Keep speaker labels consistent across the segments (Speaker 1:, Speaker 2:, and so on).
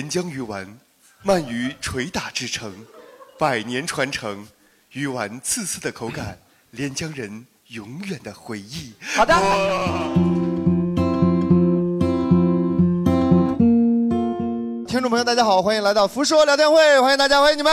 Speaker 1: 人将鱼丸鳗鱼捶打制成，百年传承。鱼丸刺刺的口感，连江人永远的回忆。
Speaker 2: 好的。
Speaker 3: 听众朋友，大家好，欢迎来到福说聊天会，欢迎大家，欢迎你们。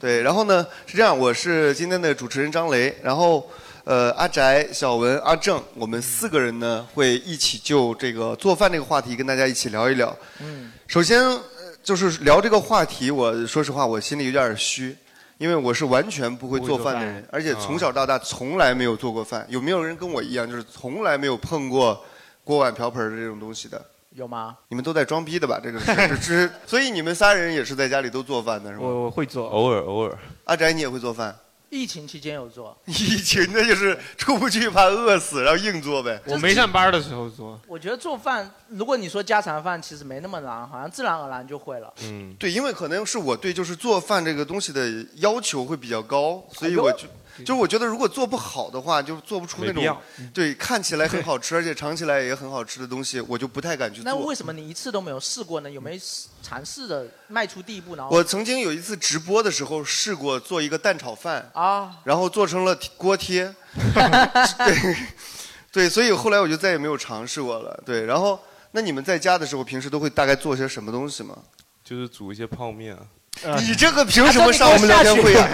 Speaker 3: 对，然后呢是这样，我是今天的主持人张雷，然后呃阿宅、小文、阿正，我们四个人呢会一起就这个做饭这个话题跟大家一起聊一聊。
Speaker 2: 嗯，
Speaker 3: 首先呃就是聊这个话题，我说实话，我心里有点虚，因为我是完全不会做饭的人
Speaker 4: 不会做饭，
Speaker 3: 而且从小到大从来没有做过饭。有没有人跟我一样，就是从来没有碰过锅碗瓢盆儿这种东西的？
Speaker 2: 有吗？
Speaker 3: 你们都在装逼的吧？这个是，这 是所以你们仨人也是在家里都做饭的是吗？
Speaker 5: 我我会做，
Speaker 3: 偶尔偶尔。阿宅，你也会做饭？
Speaker 2: 疫情期间有做，
Speaker 3: 疫情那就是出不去怕饿死，然后硬做呗。
Speaker 5: 我没上班的时候做。
Speaker 2: 我觉得做饭，如果你说家常饭，其实没那么难，好像自然而然就会了。
Speaker 3: 嗯，对，因为可能是我对就是做饭这个东西的要求会比较高，
Speaker 2: 哎
Speaker 3: 所以我就就我觉得如果做不好的话，就做不出那
Speaker 5: 没必
Speaker 3: 种
Speaker 5: 要
Speaker 2: 嗯
Speaker 3: 对看起来很好吃，而且尝起来也很好吃的东西，我就不太敢去
Speaker 2: 那
Speaker 3: 做
Speaker 2: 为。什么你一次都没有试过呢？有没有试尝试着迈出第一步呢？
Speaker 3: 我曾经有一次直播的时候试过做一个蛋炒饭，
Speaker 2: 啊，
Speaker 3: 然后做成了锅 贴，对对，所以后来我就再也没有尝试过了。对，然后那你们在家的时候，平时都会大概做些什么东西吗？
Speaker 5: 就是煮一些泡面啊。
Speaker 3: 你这个
Speaker 2: 啊
Speaker 3: 凭什么上我们聊天会啊？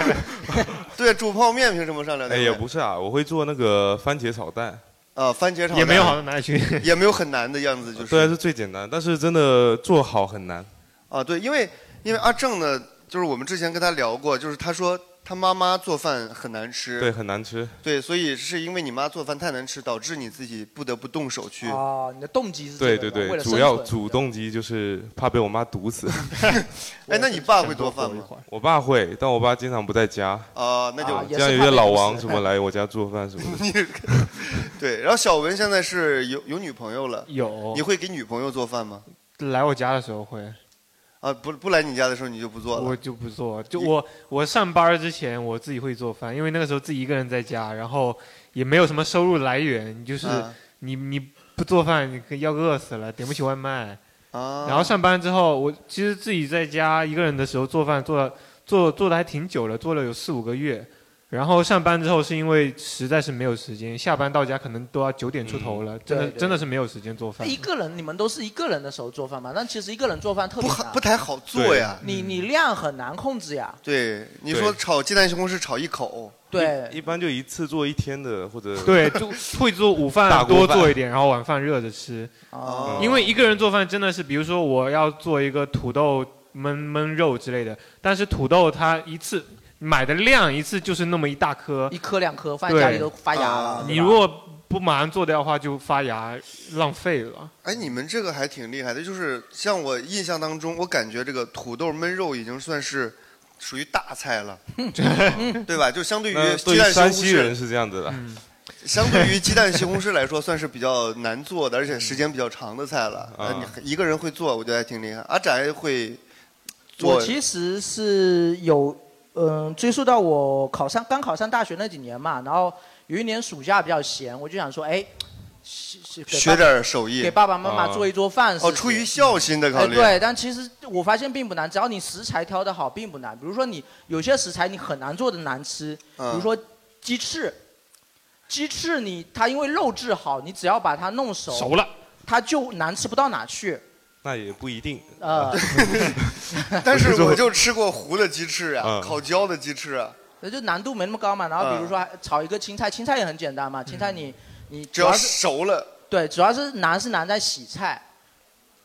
Speaker 3: 对，煮泡面凭什么上聊
Speaker 5: 哎，
Speaker 3: 天
Speaker 5: 也
Speaker 3: 会？
Speaker 5: 不是啊，我会做那个番茄炒蛋，
Speaker 3: 啊，番茄炒蛋
Speaker 5: 也没有好到哪里去
Speaker 3: 也没有很难的样子，就是
Speaker 5: 虽然是最简单，但是真的做好很难。
Speaker 3: 啊，对，因为因为阿正呢，就是我们之前跟他聊过，就是他说他妈妈做饭很难吃，
Speaker 5: 对，很难吃。
Speaker 3: 对，所以是因为你妈做饭太难吃，导致你自己不得不动手去。
Speaker 2: 哦，你的动机是
Speaker 5: 对
Speaker 2: 这个
Speaker 5: 对
Speaker 2: 是吧为
Speaker 5: 对，
Speaker 2: 了
Speaker 5: 主要
Speaker 2: 生存
Speaker 5: 主动机就是怕被我妈毒死。
Speaker 3: 哎，那你爸会做饭吗？
Speaker 5: 我爸会，但我爸经常不在家。
Speaker 3: 啊那就啊也
Speaker 5: 这
Speaker 3: 是
Speaker 5: 样有
Speaker 3: 怕
Speaker 5: 些
Speaker 3: 被
Speaker 5: 老
Speaker 3: 毒死
Speaker 5: 王什么来我家做饭什么的。
Speaker 3: 你对，然后小文现在是有有女朋友了，
Speaker 4: 有
Speaker 3: 你会给女朋友做饭吗？
Speaker 4: 来我家的时候会，
Speaker 3: 啊，不不来你家的时候你就不做了，
Speaker 4: 我就不做。就
Speaker 3: 你
Speaker 4: 我我上班之前我自己会做饭，因为那个时候自己一个人在家，然后也没有什么收入来源，你就是、
Speaker 3: 嗯
Speaker 4: 你你不做饭，你可要饿死了，点不起外卖。
Speaker 3: 啊
Speaker 4: 然后上班之后，我其实自己在家一个人的时候做饭做做做的还挺久了，做了有四五个月。然后上班之后是因为实在是没有时间，下班到家可能都要九点出头
Speaker 3: 嗯
Speaker 4: 了，真的
Speaker 2: 对对
Speaker 4: 真的是没有时间做饭。
Speaker 2: 一个人，你们都是一个人的时候做饭嘛？但其实一个人做饭特别难，
Speaker 3: 不太好做呀。
Speaker 2: 你你量很难控制呀。
Speaker 3: 对，你说
Speaker 5: 对
Speaker 3: 炒鸡蛋西红柿炒一口，
Speaker 2: 对
Speaker 5: 一般就一次做一天的，或者
Speaker 4: 对，就会做午
Speaker 5: 大
Speaker 4: 饭
Speaker 5: 锅
Speaker 4: 多
Speaker 5: 饭
Speaker 4: 做一点，然后晚饭热着吃。
Speaker 2: 哦
Speaker 4: 因为一个人做饭真的是，比如说我要做一个土豆焖焖肉之类的，但是土豆它一次买的量一次就是那么一大颗，
Speaker 2: 一颗两颗，放在
Speaker 4: 对，
Speaker 2: 家里都发芽了。
Speaker 4: 你
Speaker 2: 对吧
Speaker 4: 如果不马上做掉的话，就发芽，浪费了。
Speaker 3: 哎，你们这个还挺厉害的，就是像我印象当中，我感觉这个土豆焖肉已经算是属于大菜了，对吧？就相对
Speaker 5: 那
Speaker 3: 于鸡
Speaker 5: 对于
Speaker 3: 蛋西红
Speaker 5: 山西
Speaker 3: 柿，
Speaker 5: 人是这样子的。
Speaker 3: 相对于鸡蛋西红柿来说，算是比较难做的，而且时间比较长的菜了。
Speaker 5: 啊
Speaker 3: 那你一个人会做，我觉得还挺厉害。阿宅会做，
Speaker 2: 我其实是有，嗯，追溯到我考上刚考上大学那几年嘛，然后有一年暑假比较闲，我就想说，哎，是是给爸
Speaker 3: 学点手艺，
Speaker 2: 给爸爸妈
Speaker 5: 啊
Speaker 2: 妈做一桌饭
Speaker 3: 哦，
Speaker 2: 试试
Speaker 3: 出于孝心的考
Speaker 2: 哎，
Speaker 3: 虑。
Speaker 2: 对，但其实我发现并不难，只要你食材挑得好，并不难。比如说你有些食材你很难做的难吃，
Speaker 3: 嗯
Speaker 2: 比如说鸡翅，鸡翅你它因为肉质好，你只要把它弄熟，
Speaker 5: 熟了，
Speaker 2: 它就难吃不到哪去。
Speaker 5: 那也不一定。
Speaker 2: 呃，
Speaker 3: 啊但是我就吃过糊的鸡翅啊，
Speaker 5: 嗯
Speaker 3: 烤焦的鸡翅啊，
Speaker 2: 那就难度没那么高嘛。然后
Speaker 3: 嗯
Speaker 2: 比如说还炒一个青菜，青菜也很简单嘛，青菜你你
Speaker 3: 只要
Speaker 2: 是
Speaker 3: 熟了。
Speaker 2: 对，主要是难是难在洗菜。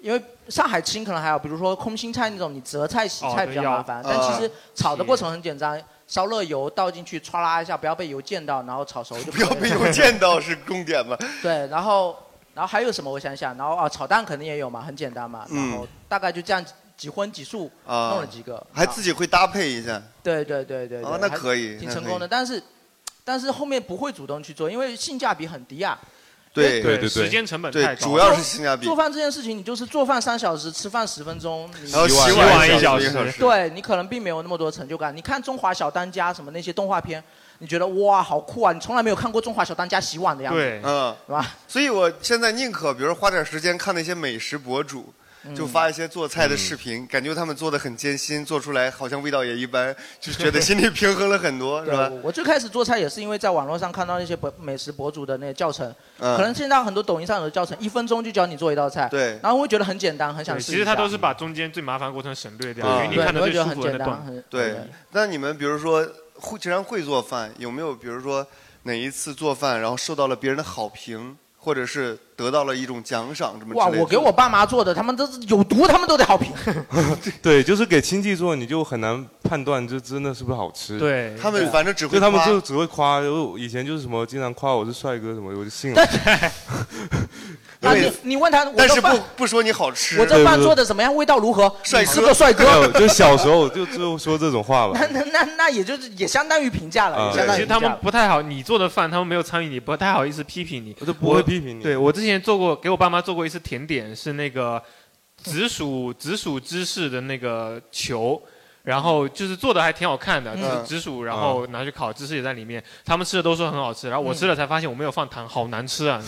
Speaker 2: 因为上海青可能还有，比如说空心菜那种，你择菜洗
Speaker 4: 哦
Speaker 2: 菜
Speaker 4: 对
Speaker 2: 比较
Speaker 4: 要
Speaker 2: 麻烦，
Speaker 3: 呃
Speaker 2: 但其实炒的过程很简单，烧热油倒进去，唰啦一下，不要被油溅到，然后炒熟就
Speaker 3: 不要
Speaker 2: 可以
Speaker 3: 被
Speaker 2: 了
Speaker 3: 邮件到是重点吧？
Speaker 2: 对，然后然后还有什么？我想想，然后啊，炒蛋肯定也有嘛，很简单嘛。
Speaker 3: 嗯
Speaker 2: 然后大概就这样几荤几素、
Speaker 3: 啊
Speaker 2: 弄了几个，
Speaker 3: 还自己会搭配一下。
Speaker 2: 对对对对对，
Speaker 3: 哦那
Speaker 2: 还
Speaker 3: 可以
Speaker 2: 挺
Speaker 3: 那
Speaker 2: 成
Speaker 3: 可
Speaker 2: 功的。
Speaker 3: 以
Speaker 2: 但是但是后面不会主动去做，因为性价比很低啊。
Speaker 3: 对
Speaker 5: 对对对
Speaker 4: 时间成本
Speaker 3: 对
Speaker 4: 太高了，
Speaker 3: 主要是性价比
Speaker 2: 做饭这件事情，你就是做饭三小时，吃饭十分钟，你
Speaker 3: 然后
Speaker 4: 洗
Speaker 3: 碗
Speaker 4: 碗一
Speaker 3: 小
Speaker 4: 小时
Speaker 3: 时。
Speaker 2: 对你可能并没有那么多成就感。你看《中华小当家》什么那些动画片，你觉得哇好酷啊！你从来没有看过《中华小当家》洗碗的样子，
Speaker 4: 对
Speaker 3: 嗯，
Speaker 2: 是吧？
Speaker 3: 所以我现在宁可，比如花点时间看那些美食博主，嗯就发一些做菜的视频，感觉他们做的很艰辛，做出来好像味道也一般，就是觉得心里平衡了很多，是
Speaker 2: 对，
Speaker 3: 吧
Speaker 2: 我？我最开始做菜也是因为在网络上看到那些博美食博主的那些教程，
Speaker 3: 嗯
Speaker 2: 可能现在很多抖音上有的教程，一分钟就教你做一道菜，
Speaker 4: 对
Speaker 2: 然后我会觉得很简单，很想
Speaker 4: 对，
Speaker 2: 试
Speaker 4: 其
Speaker 2: 一下。
Speaker 4: 实他都是把中间最麻烦的过程省略掉，
Speaker 3: 啊
Speaker 4: 因为你
Speaker 2: 对
Speaker 4: 看的
Speaker 2: 我
Speaker 4: 最
Speaker 2: 也觉得
Speaker 4: 舒
Speaker 2: 很
Speaker 4: 服的那
Speaker 2: 简单
Speaker 4: 段。
Speaker 2: 很
Speaker 3: 对，那你们比如说会经常会做饭，有没有比如说哪一次做饭，然后受到了别人的好评，或者是得到了一种奖赏什么之
Speaker 2: 哇，
Speaker 3: 类的？
Speaker 2: 我给我爸妈做的，他们都是有毒，他们都得好评。
Speaker 5: 对，就是给亲戚做，你就很难判断这真的是不是好吃。
Speaker 2: 对他们
Speaker 5: 对
Speaker 2: 反正只会
Speaker 5: 就他们
Speaker 2: 夸
Speaker 5: 就只会夸，就以前就是什么经常夸我是帅哥什么，我就信了
Speaker 2: 但。啊，你你问他，我
Speaker 3: 但是
Speaker 2: 这饭
Speaker 3: 不不说你好吃，
Speaker 2: 我这饭做
Speaker 3: 的
Speaker 2: 的怎么样？味道如何？
Speaker 3: 帅
Speaker 2: 你
Speaker 3: 哥
Speaker 2: 是个 帅
Speaker 5: 没有
Speaker 2: 哥。
Speaker 5: 就小时候就就说这种话吧
Speaker 2: 那。那那那也就是也相当于评价了，
Speaker 5: 啊
Speaker 2: 也相当于
Speaker 4: 其实
Speaker 2: 评价
Speaker 4: 他们
Speaker 2: 了。
Speaker 4: 不太好，你做的饭他们没有参与，你不太好意思批评你。我
Speaker 5: 就不会批评你
Speaker 4: 对我之前做过，给我爸妈做过一次甜点，是那个紫 薯紫薯芝士的那个球。然后就是做的还挺好看的，
Speaker 5: 嗯
Speaker 4: 就是紫薯，然后拿去烤，芝士也在里面。他们吃的都说很好吃，然后我
Speaker 3: 嗯
Speaker 4: 吃了才发现我没有放糖，好难吃 啊！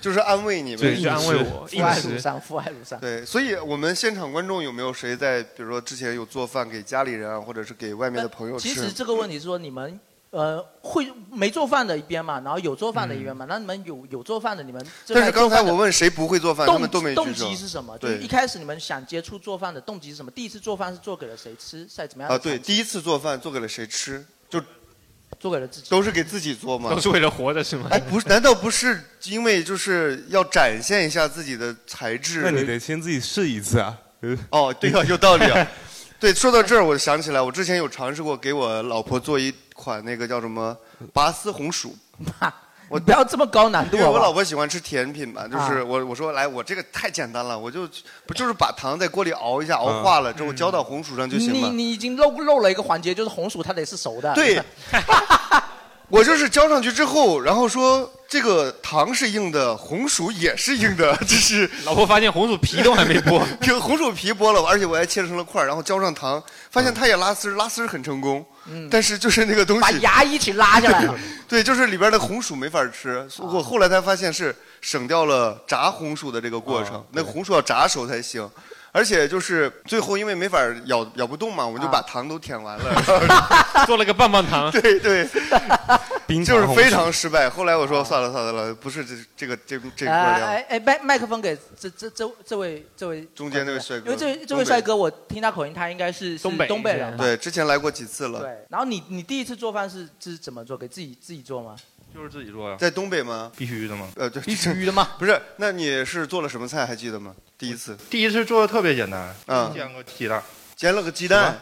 Speaker 3: 就是安慰你们，
Speaker 4: 对就安慰我
Speaker 2: 父爱如山，父爱如山。
Speaker 3: 对，所以我们现场观众有没有谁在，比如说之前有做饭给家里人啊，或者是给外面的朋友吃？
Speaker 2: 其实这个问题是说你们呃会没做饭的一边嘛，然后有做饭的一边嘛，那你们有有做饭的你们这
Speaker 3: 嗯但是
Speaker 2: 边做
Speaker 3: 刚才
Speaker 2: 饭的
Speaker 3: 我问谁不会做饭，他们都
Speaker 2: 动
Speaker 3: 没
Speaker 2: 机
Speaker 3: 举
Speaker 2: 动
Speaker 3: 手。
Speaker 2: 机是什么？就是
Speaker 3: 对
Speaker 2: 一，开始你们想接触做饭的动机是什么？第一次做饭是做给了谁吃，在怎么样的
Speaker 3: 啊，对，
Speaker 2: 场景
Speaker 3: 第一次做饭做给了谁吃？就
Speaker 2: 做给了自己，
Speaker 3: 都是给自己做吗？
Speaker 4: 都是为了活着是吗？
Speaker 3: 哎，不是，难道不是因为就是要展现一下自己的才智？
Speaker 5: 那你得先自己试一次啊。
Speaker 3: 哦，对啊，有道理啊。 对，说到这儿，我想起来，我之前有尝试过给我老婆做一款那个叫什么拔丝 红薯。
Speaker 2: 我不要这么高难度
Speaker 3: 因为
Speaker 2: 好
Speaker 3: 我
Speaker 2: 不
Speaker 3: 老
Speaker 2: 好？
Speaker 3: 婆喜欢吃甜品嘛，就是
Speaker 2: 啊
Speaker 3: 我我说来，我这个太简单了，我就不就是把糖在锅里熬
Speaker 5: 啊
Speaker 3: 一下，熬化了之后浇到红薯上就行
Speaker 2: 嗯你
Speaker 3: 了。
Speaker 2: 你已经漏漏了一个环节，就是红薯它得是熟的。
Speaker 3: 对，我就是浇上去之后，然后说这个糖是硬的，红薯也是硬的， 这是
Speaker 4: 老婆发现红薯皮都还没剥，
Speaker 3: 就红薯皮剥了，而且我还切成了块儿，然后浇上糖，发现它也拉丝儿，拉丝儿很成功。
Speaker 2: 嗯
Speaker 3: 但是就是那个东西
Speaker 2: 把牙一起拉下来了。 啊
Speaker 3: 对，就是里边的红薯没法吃。我后来才发现是省掉了炸红薯的这个过
Speaker 2: 啊
Speaker 3: 程，那个红薯要炸熟才行。而且就是最后因为没法咬咬不动嘛，我
Speaker 2: 啊
Speaker 3: 们就把糖都舔完 了，
Speaker 4: 做了个棒棒 糖。
Speaker 3: 对对，
Speaker 5: 冰糖
Speaker 3: 就是
Speaker 5: 红
Speaker 3: 非
Speaker 5: 薯
Speaker 3: 常失败。后来我说算了算了算了，不是这这个这这
Speaker 2: 哎
Speaker 3: 锅料。
Speaker 2: 啊哎哎，麦麦克风给这这这这位这位
Speaker 3: 中间那位帅哥
Speaker 2: 因为这位这
Speaker 3: 东
Speaker 2: 位
Speaker 3: 北
Speaker 2: 帅哥，我听他口音，他应该是是
Speaker 4: 东北
Speaker 2: 东北人嘛。
Speaker 3: 对，之前来过几次了，
Speaker 2: 对。然后你你第一次做饭是是怎么做？给自己自己做吗？
Speaker 6: 就是自己做呀，
Speaker 3: 在东北吗？
Speaker 6: 必须的嘛。
Speaker 3: 呃，对，
Speaker 2: 必须的吗？
Speaker 3: 不是，那你是做了什么菜？还记得吗？第一次
Speaker 6: 第一次做的特别简单，
Speaker 3: 嗯
Speaker 6: 煎个鸡蛋，嗯
Speaker 3: 煎了个鸡蛋，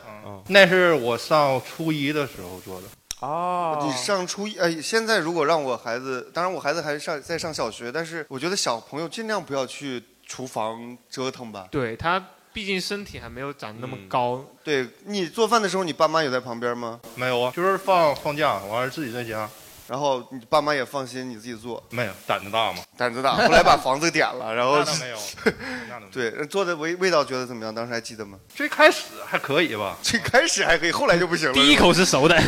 Speaker 6: 那是我上初一的时候做的。
Speaker 2: 哦
Speaker 3: 呃你上初一，哎，现在如果让我孩子，当然我孩子还上在上小学，但是我觉得小朋友尽量不要去厨房折腾吧。嗯
Speaker 4: 对他，毕竟身体还没有长那么
Speaker 5: 嗯
Speaker 4: 高，
Speaker 3: 对你做饭的时候，你爸妈有在旁边吗？
Speaker 6: 没有啊，就是放放假，完了自己在家，
Speaker 3: 然后你爸妈也放心你自己做，
Speaker 6: 没有胆子大嘛。
Speaker 3: 胆子大。后来把房子点了，然后
Speaker 6: 那倒 没有，那倒没有。
Speaker 3: 对做的味味道觉得怎么样？当时还记得吗？
Speaker 6: 最开始还可以吧，
Speaker 3: 最开始还可以，后来就不行了。
Speaker 4: 第一口是 熟的，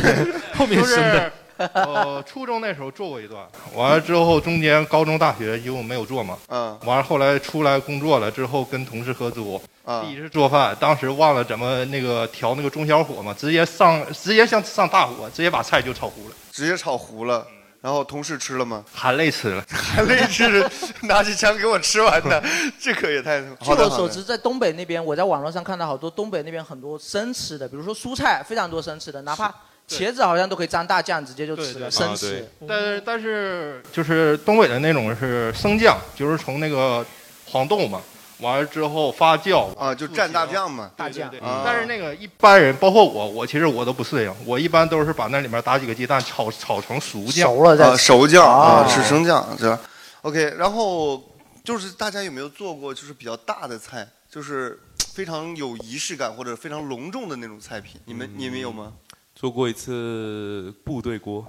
Speaker 4: 后面
Speaker 6: 就是
Speaker 4: 生的
Speaker 6: 是。呃，初中那时候做过一 段，完了之后中间高中大学就没有做嘛，
Speaker 3: 嗯
Speaker 6: 完了后来出来工作了之后跟同事合租，
Speaker 3: 啊
Speaker 6: 第一次做饭，当时忘了怎么那个调那个中小火嘛，直接上直接像上大火，直接把菜就炒糊了，
Speaker 3: 直接炒糊了。然后同事吃了吗？
Speaker 6: 嗯含泪吃了。
Speaker 3: 含泪吃，拿起枪给我吃完的，这可也太……
Speaker 2: 据
Speaker 3: 好的
Speaker 2: 我
Speaker 3: 好
Speaker 2: 所
Speaker 3: 的
Speaker 2: 知，在东北那边，我在网络上看到好多东北那边很多生吃的，比如说蔬菜，非常多生吃的，哪怕茄子好像都可以沾大酱直接就吃了，生
Speaker 5: 啊
Speaker 2: 吃。
Speaker 6: 但是但是就是东北的那种是生酱，就是从那个黄豆嘛，完了之后发酵
Speaker 3: 啊，就蘸大酱嘛。
Speaker 2: 大酱
Speaker 6: 对对对
Speaker 3: 啊
Speaker 6: 但是那个一般人，包括我，我其实我都不适应，我一般都是把那里面打几个鸡蛋炒炒成熟酱。
Speaker 2: 熟了再
Speaker 3: 啊，熟酱啊，
Speaker 2: 哦
Speaker 3: 吃生酱这。OK，然后就是大家有没有做过就是比较大的菜，就是非常有仪式感或者非常隆重的那种菜品？你们你们有吗？
Speaker 5: 做过一次部队锅，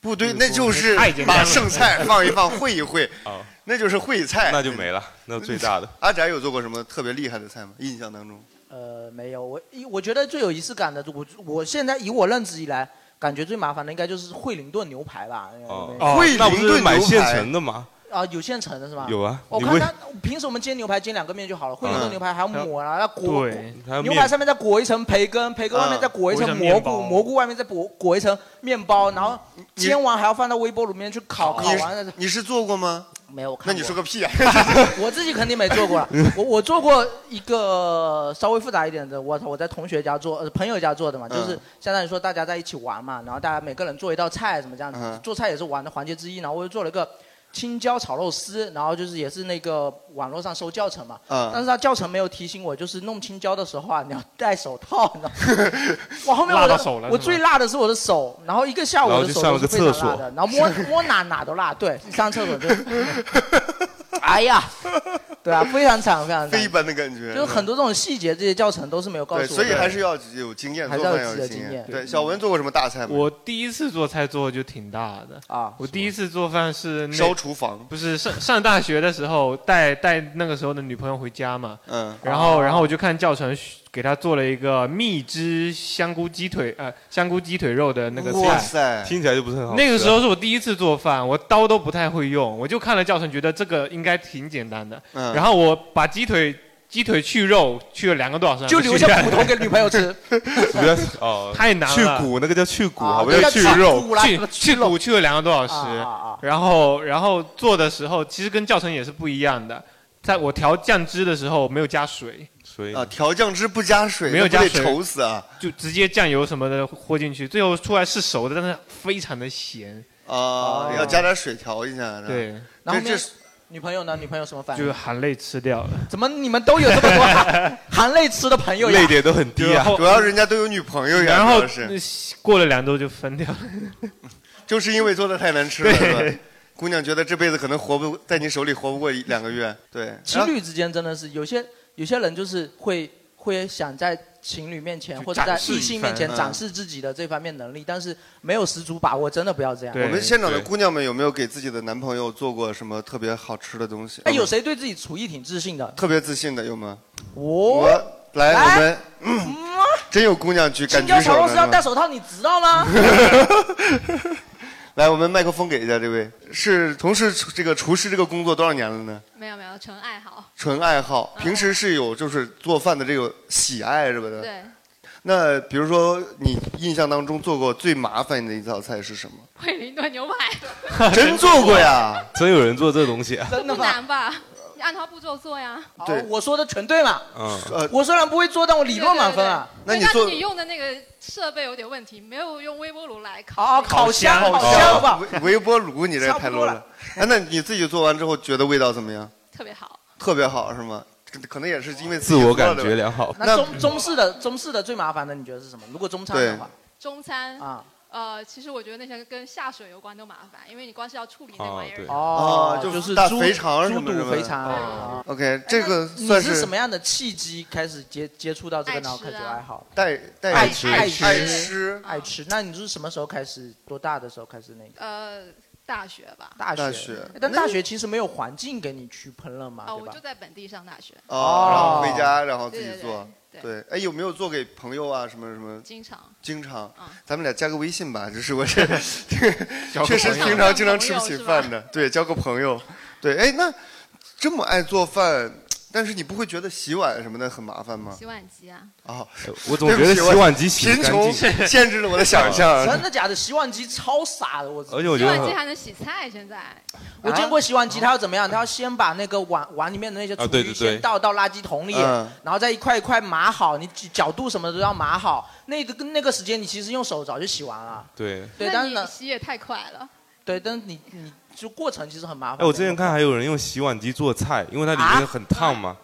Speaker 3: 不对，那 就是
Speaker 4: 太简单
Speaker 3: 把
Speaker 4: 了
Speaker 3: 剩 菜放一放，烩一烩
Speaker 5: 哦，
Speaker 3: 那就是烩菜。
Speaker 5: 那就没了，那最大的。
Speaker 3: 阿宅有做过什么特别厉害的菜吗？印象当中，
Speaker 2: 呃，没有，我一我觉得最有仪式感的，我我现在以我认知以来，感觉最麻烦的应该就是惠灵顿牛排吧。
Speaker 5: 哦
Speaker 2: 因为
Speaker 3: 哦惠灵
Speaker 5: 那不是
Speaker 3: 顿
Speaker 5: 买
Speaker 3: 牛
Speaker 5: 现
Speaker 3: 排
Speaker 5: 成的吗？
Speaker 2: 啊有现成的是吧？
Speaker 5: 有啊
Speaker 2: 我
Speaker 5: 你
Speaker 2: 看
Speaker 5: 问
Speaker 2: 他平时我们煎牛排煎两个面就好了，会
Speaker 5: 嗯
Speaker 2: 弄牛排还要抹啊，要裹
Speaker 5: 对还要
Speaker 2: 牛
Speaker 5: 面嗯
Speaker 2: 排上面再裹一层培根，培根外面再裹一层
Speaker 5: 裹一层
Speaker 2: 蘑
Speaker 5: 面包
Speaker 2: 菇，蘑菇外面再裹裹一层面包，然后煎完还要放到微波炉里面去烤，烤完了
Speaker 3: 你你是做过吗？
Speaker 2: 没有，我看
Speaker 3: 那你说个屁啊！
Speaker 2: 我自己肯定没做过了，我我做过一个稍微复杂一点的，我我在同学家做，呃，朋友家做的嘛，就是
Speaker 3: 嗯
Speaker 2: 相当于说大家在一起玩嘛，然后大家每个人做一道菜什么这样子，
Speaker 3: 嗯
Speaker 2: 做菜也是玩的环节之一，然后我就做了一个。青椒炒肉丝，然后就是也是那个网络上搜教程嘛，
Speaker 3: 嗯
Speaker 2: 但是他教程没有提醒我，就是弄青椒的时候啊，你要戴手套， 你知道吗？我后面我
Speaker 4: 辣
Speaker 2: 的
Speaker 4: 到手了
Speaker 2: 我
Speaker 4: 是吗
Speaker 2: 最辣的是我的手，然后一个下午
Speaker 5: 然后
Speaker 2: 我的
Speaker 5: 就
Speaker 2: 手
Speaker 5: 上
Speaker 2: 都
Speaker 5: 了
Speaker 2: 是
Speaker 5: 个
Speaker 2: 非常
Speaker 5: 厕所
Speaker 2: 辣的，然后摸摸哪哪都辣， 对，一上厕所就，哎呀，对啊，非常惨，非常
Speaker 3: 非一
Speaker 2: 惨，
Speaker 3: 般的感觉，
Speaker 2: 就是很多这种细节，这些教程都是没有告诉
Speaker 3: 对，
Speaker 2: 我的。
Speaker 3: 所以还是要有经验，
Speaker 2: 还是
Speaker 3: 做
Speaker 2: 要
Speaker 3: 饭
Speaker 2: 有
Speaker 3: 要
Speaker 2: 自己的
Speaker 3: 经
Speaker 2: 经验
Speaker 3: 对，小文做过什么大菜吗？
Speaker 4: 我第一次做菜做的就挺大的
Speaker 2: 啊！
Speaker 4: 我第一次做饭是那
Speaker 3: 烧厨房，
Speaker 4: 不是上上大学的时候带带那个时候的女朋友回家嘛，
Speaker 3: 嗯，
Speaker 4: 然后然后我就看教程给她做了一个蜜汁香菇鸡腿呃香菇鸡腿肉的那个
Speaker 3: 哇
Speaker 4: 菜。
Speaker 3: 塞，
Speaker 5: 听起来就不是很好吃啊。
Speaker 4: 那个时候是我第一次做饭，我刀都不太会用，我就看了教程，觉得这个应该挺简单的。
Speaker 3: 嗯
Speaker 4: 然后我把鸡腿鸡腿去肉去了两个多小时，
Speaker 2: 就留下
Speaker 4: 还
Speaker 2: 普
Speaker 4: 没去干
Speaker 2: 通给女朋友吃，
Speaker 5: 不要哦，
Speaker 4: 太难
Speaker 5: 去
Speaker 4: 了。
Speaker 5: 骨那个叫去骨，
Speaker 2: 啊
Speaker 5: 好不
Speaker 2: 那
Speaker 5: 叫
Speaker 2: 叫
Speaker 5: 去
Speaker 2: 去
Speaker 5: 肉。
Speaker 2: 骨啦
Speaker 4: 去
Speaker 2: 什么
Speaker 4: 去
Speaker 2: 肉
Speaker 4: 骨去了两个多小时，
Speaker 2: 啊啊啊
Speaker 4: 然后然后做的时候其实跟教程也是不一样的。在我调酱汁的时候没有加水，
Speaker 5: 所以
Speaker 3: 啊，调酱汁不加水，
Speaker 4: 没有
Speaker 3: 那不
Speaker 4: 加
Speaker 3: 得
Speaker 4: 水
Speaker 3: 愁死啊
Speaker 4: 就直接酱油什么的和进去，最后出来是熟的，但是非常的咸。
Speaker 3: 啊！要加点水调一下，是吧，
Speaker 4: 对，
Speaker 2: 然后后面
Speaker 3: 这是
Speaker 2: 女朋友呢？女朋友什么反
Speaker 4: 就是
Speaker 2: 应？
Speaker 4: 含泪吃掉了。
Speaker 2: 怎么你们都有这么多含含泪吃的朋友呀
Speaker 5: 泪？点都很低
Speaker 4: 然
Speaker 5: 啊。
Speaker 4: 后
Speaker 3: 主要人家都有女朋友呀，
Speaker 4: 然后
Speaker 3: 主要是
Speaker 4: 过了两周就分掉了。
Speaker 3: 就是因为做的太难吃了，是吧？姑娘觉得这辈子可能活不在你手里活不过一两个月，对，
Speaker 2: 情侣之间真的是有些有些人就是会会想在情侣面前或者在
Speaker 5: 展示
Speaker 2: 异性
Speaker 5: 一番
Speaker 2: 面前
Speaker 3: 嗯
Speaker 2: 展示自己的这方面能力，但是没有十足把握，真的不要这样。
Speaker 4: 对
Speaker 3: 我们现场的
Speaker 5: 对
Speaker 3: 姑娘们有没有给自己的男朋友做过什么特别好吃的东西？
Speaker 2: 哎，有谁对自己厨艺挺自信的？
Speaker 3: 特别自信的有吗？
Speaker 2: 我、
Speaker 3: 我来，
Speaker 2: 来
Speaker 3: 我们嗯真有啊姑娘举敢
Speaker 2: 青椒
Speaker 3: 举手
Speaker 2: 炒肉丝要
Speaker 3: 了
Speaker 2: 戴
Speaker 3: 呢。
Speaker 2: 手套，你知道吗？
Speaker 3: 来，我们麦克风给一下这位，是从事厨这个厨师这个工作多少年了呢？
Speaker 7: 没有没有，啊纯爱好。
Speaker 3: 纯爱
Speaker 2: 啊
Speaker 3: 好，
Speaker 7: 嗯
Speaker 3: 平时是有就是做饭的这个喜爱是吧？。
Speaker 7: 对，
Speaker 3: 那比如说你印象当中做过最麻烦的一道菜是什 么？
Speaker 7: 惠灵顿牛排，
Speaker 3: 真做过呀？
Speaker 5: 真有人做这东西啊？
Speaker 2: 真的
Speaker 7: 不
Speaker 2: 吗？
Speaker 7: 难吧？你按它步骤做呀。
Speaker 2: 好
Speaker 3: 对
Speaker 2: 哦我说的全对嘛。
Speaker 5: 嗯，
Speaker 3: 呃，
Speaker 2: 我虽然不会做，但我理论满分啊。
Speaker 3: 那你
Speaker 7: 但
Speaker 3: 做
Speaker 7: 是你用的那个设备有点问题，没有用微波炉来烤。
Speaker 2: 好，哦烤箱，
Speaker 4: 烤
Speaker 2: 烤
Speaker 4: 箱
Speaker 2: 箱，好不好？
Speaker 3: 微哦微波炉，你这个
Speaker 2: 差
Speaker 3: 太
Speaker 2: 不
Speaker 3: low
Speaker 2: 多
Speaker 3: 了。哎，那你自己做完之后觉得味道怎么样？
Speaker 7: 特别好。
Speaker 3: 特别好是吗？可能也是因为
Speaker 5: 自
Speaker 3: 己
Speaker 5: 我
Speaker 3: 做的
Speaker 5: 感
Speaker 3: 吧
Speaker 5: 觉良好。
Speaker 2: 那
Speaker 3: 那
Speaker 2: 中中式的中式的最麻烦的，你觉得是什么？如果中餐的话，
Speaker 7: 中餐，
Speaker 2: 啊，
Speaker 7: 呃，其实我觉得那些跟下水有关都麻烦，因为你光是要处理那
Speaker 5: 哦
Speaker 7: 玩意儿
Speaker 5: 对。
Speaker 2: 哦
Speaker 3: 啊，就是大
Speaker 2: 猪
Speaker 3: 肥肠什
Speaker 2: 猪
Speaker 3: 么什
Speaker 2: 肚
Speaker 3: 么
Speaker 2: 肥
Speaker 3: 的
Speaker 2: 肠。啊
Speaker 3: OK，这个
Speaker 2: 你
Speaker 3: 算
Speaker 2: 是什么样的契机开始接接触到这个，
Speaker 7: 爱
Speaker 2: 然后
Speaker 7: 吃
Speaker 2: 开始
Speaker 7: 啊
Speaker 2: 爱好？
Speaker 3: 带带
Speaker 2: 爱
Speaker 3: 吃
Speaker 2: 吃
Speaker 3: 爱
Speaker 2: 爱
Speaker 3: 吃
Speaker 2: 吃
Speaker 7: 啊
Speaker 2: 爱吃？那你是什么时候开始？多大的时候开始那个？
Speaker 7: 呃，大学吧。
Speaker 2: 大学。
Speaker 3: 大学
Speaker 2: 但大学其实没有环境给你去烹饪嘛，
Speaker 7: 啊，
Speaker 2: 对
Speaker 7: 我
Speaker 2: 吧
Speaker 7: 就？在本地上大学。
Speaker 3: 哦，然后
Speaker 2: 哦
Speaker 3: 回家然后自
Speaker 7: 对
Speaker 3: 己
Speaker 7: 对
Speaker 3: 做。
Speaker 7: 对对，
Speaker 3: 对，哎，有没有做给朋友啊？什么什么？
Speaker 7: 经常。
Speaker 3: 经常
Speaker 7: 啊，
Speaker 3: 咱们俩加个微信吧。就是我 这，
Speaker 4: 交个
Speaker 3: 确实
Speaker 4: 朋友
Speaker 3: 平常经常吃不起
Speaker 7: 交个朋友是吧
Speaker 3: 饭的。对，交个朋友。对，哎，那这么爱做饭，但是你不会觉得洗碗什么的很麻烦吗？
Speaker 7: 洗碗机啊，
Speaker 3: 啊，
Speaker 5: 我总觉得洗碗机洗
Speaker 3: 贫
Speaker 5: 不干
Speaker 3: 穷
Speaker 5: 净，
Speaker 3: 限制了我的想 象。
Speaker 2: 真的假的？洗碗机超傻的，我
Speaker 5: 而且我
Speaker 7: 洗
Speaker 5: 觉
Speaker 7: 碗机
Speaker 5: 得
Speaker 7: 还能洗菜，现在
Speaker 2: 我见过洗碗机，它要怎么样？它要先把那个碗碗里面的那些厨
Speaker 5: 啊对
Speaker 2: 余
Speaker 5: 对
Speaker 2: 先
Speaker 5: 对
Speaker 2: 倒到垃圾桶里，
Speaker 3: 嗯
Speaker 2: 然后再一块一块码好，你角度什么的都要码好。那个跟那个时间，你其实用手早就洗完了。
Speaker 5: 对。
Speaker 2: 对，
Speaker 7: 那
Speaker 2: 但是
Speaker 7: 你
Speaker 2: 呢，
Speaker 7: 洗也太快了。
Speaker 2: 对，但是你你就过程其实很麻烦的。
Speaker 5: 哎，我之前看还有人用洗碗机做菜，因为它里面很烫嘛，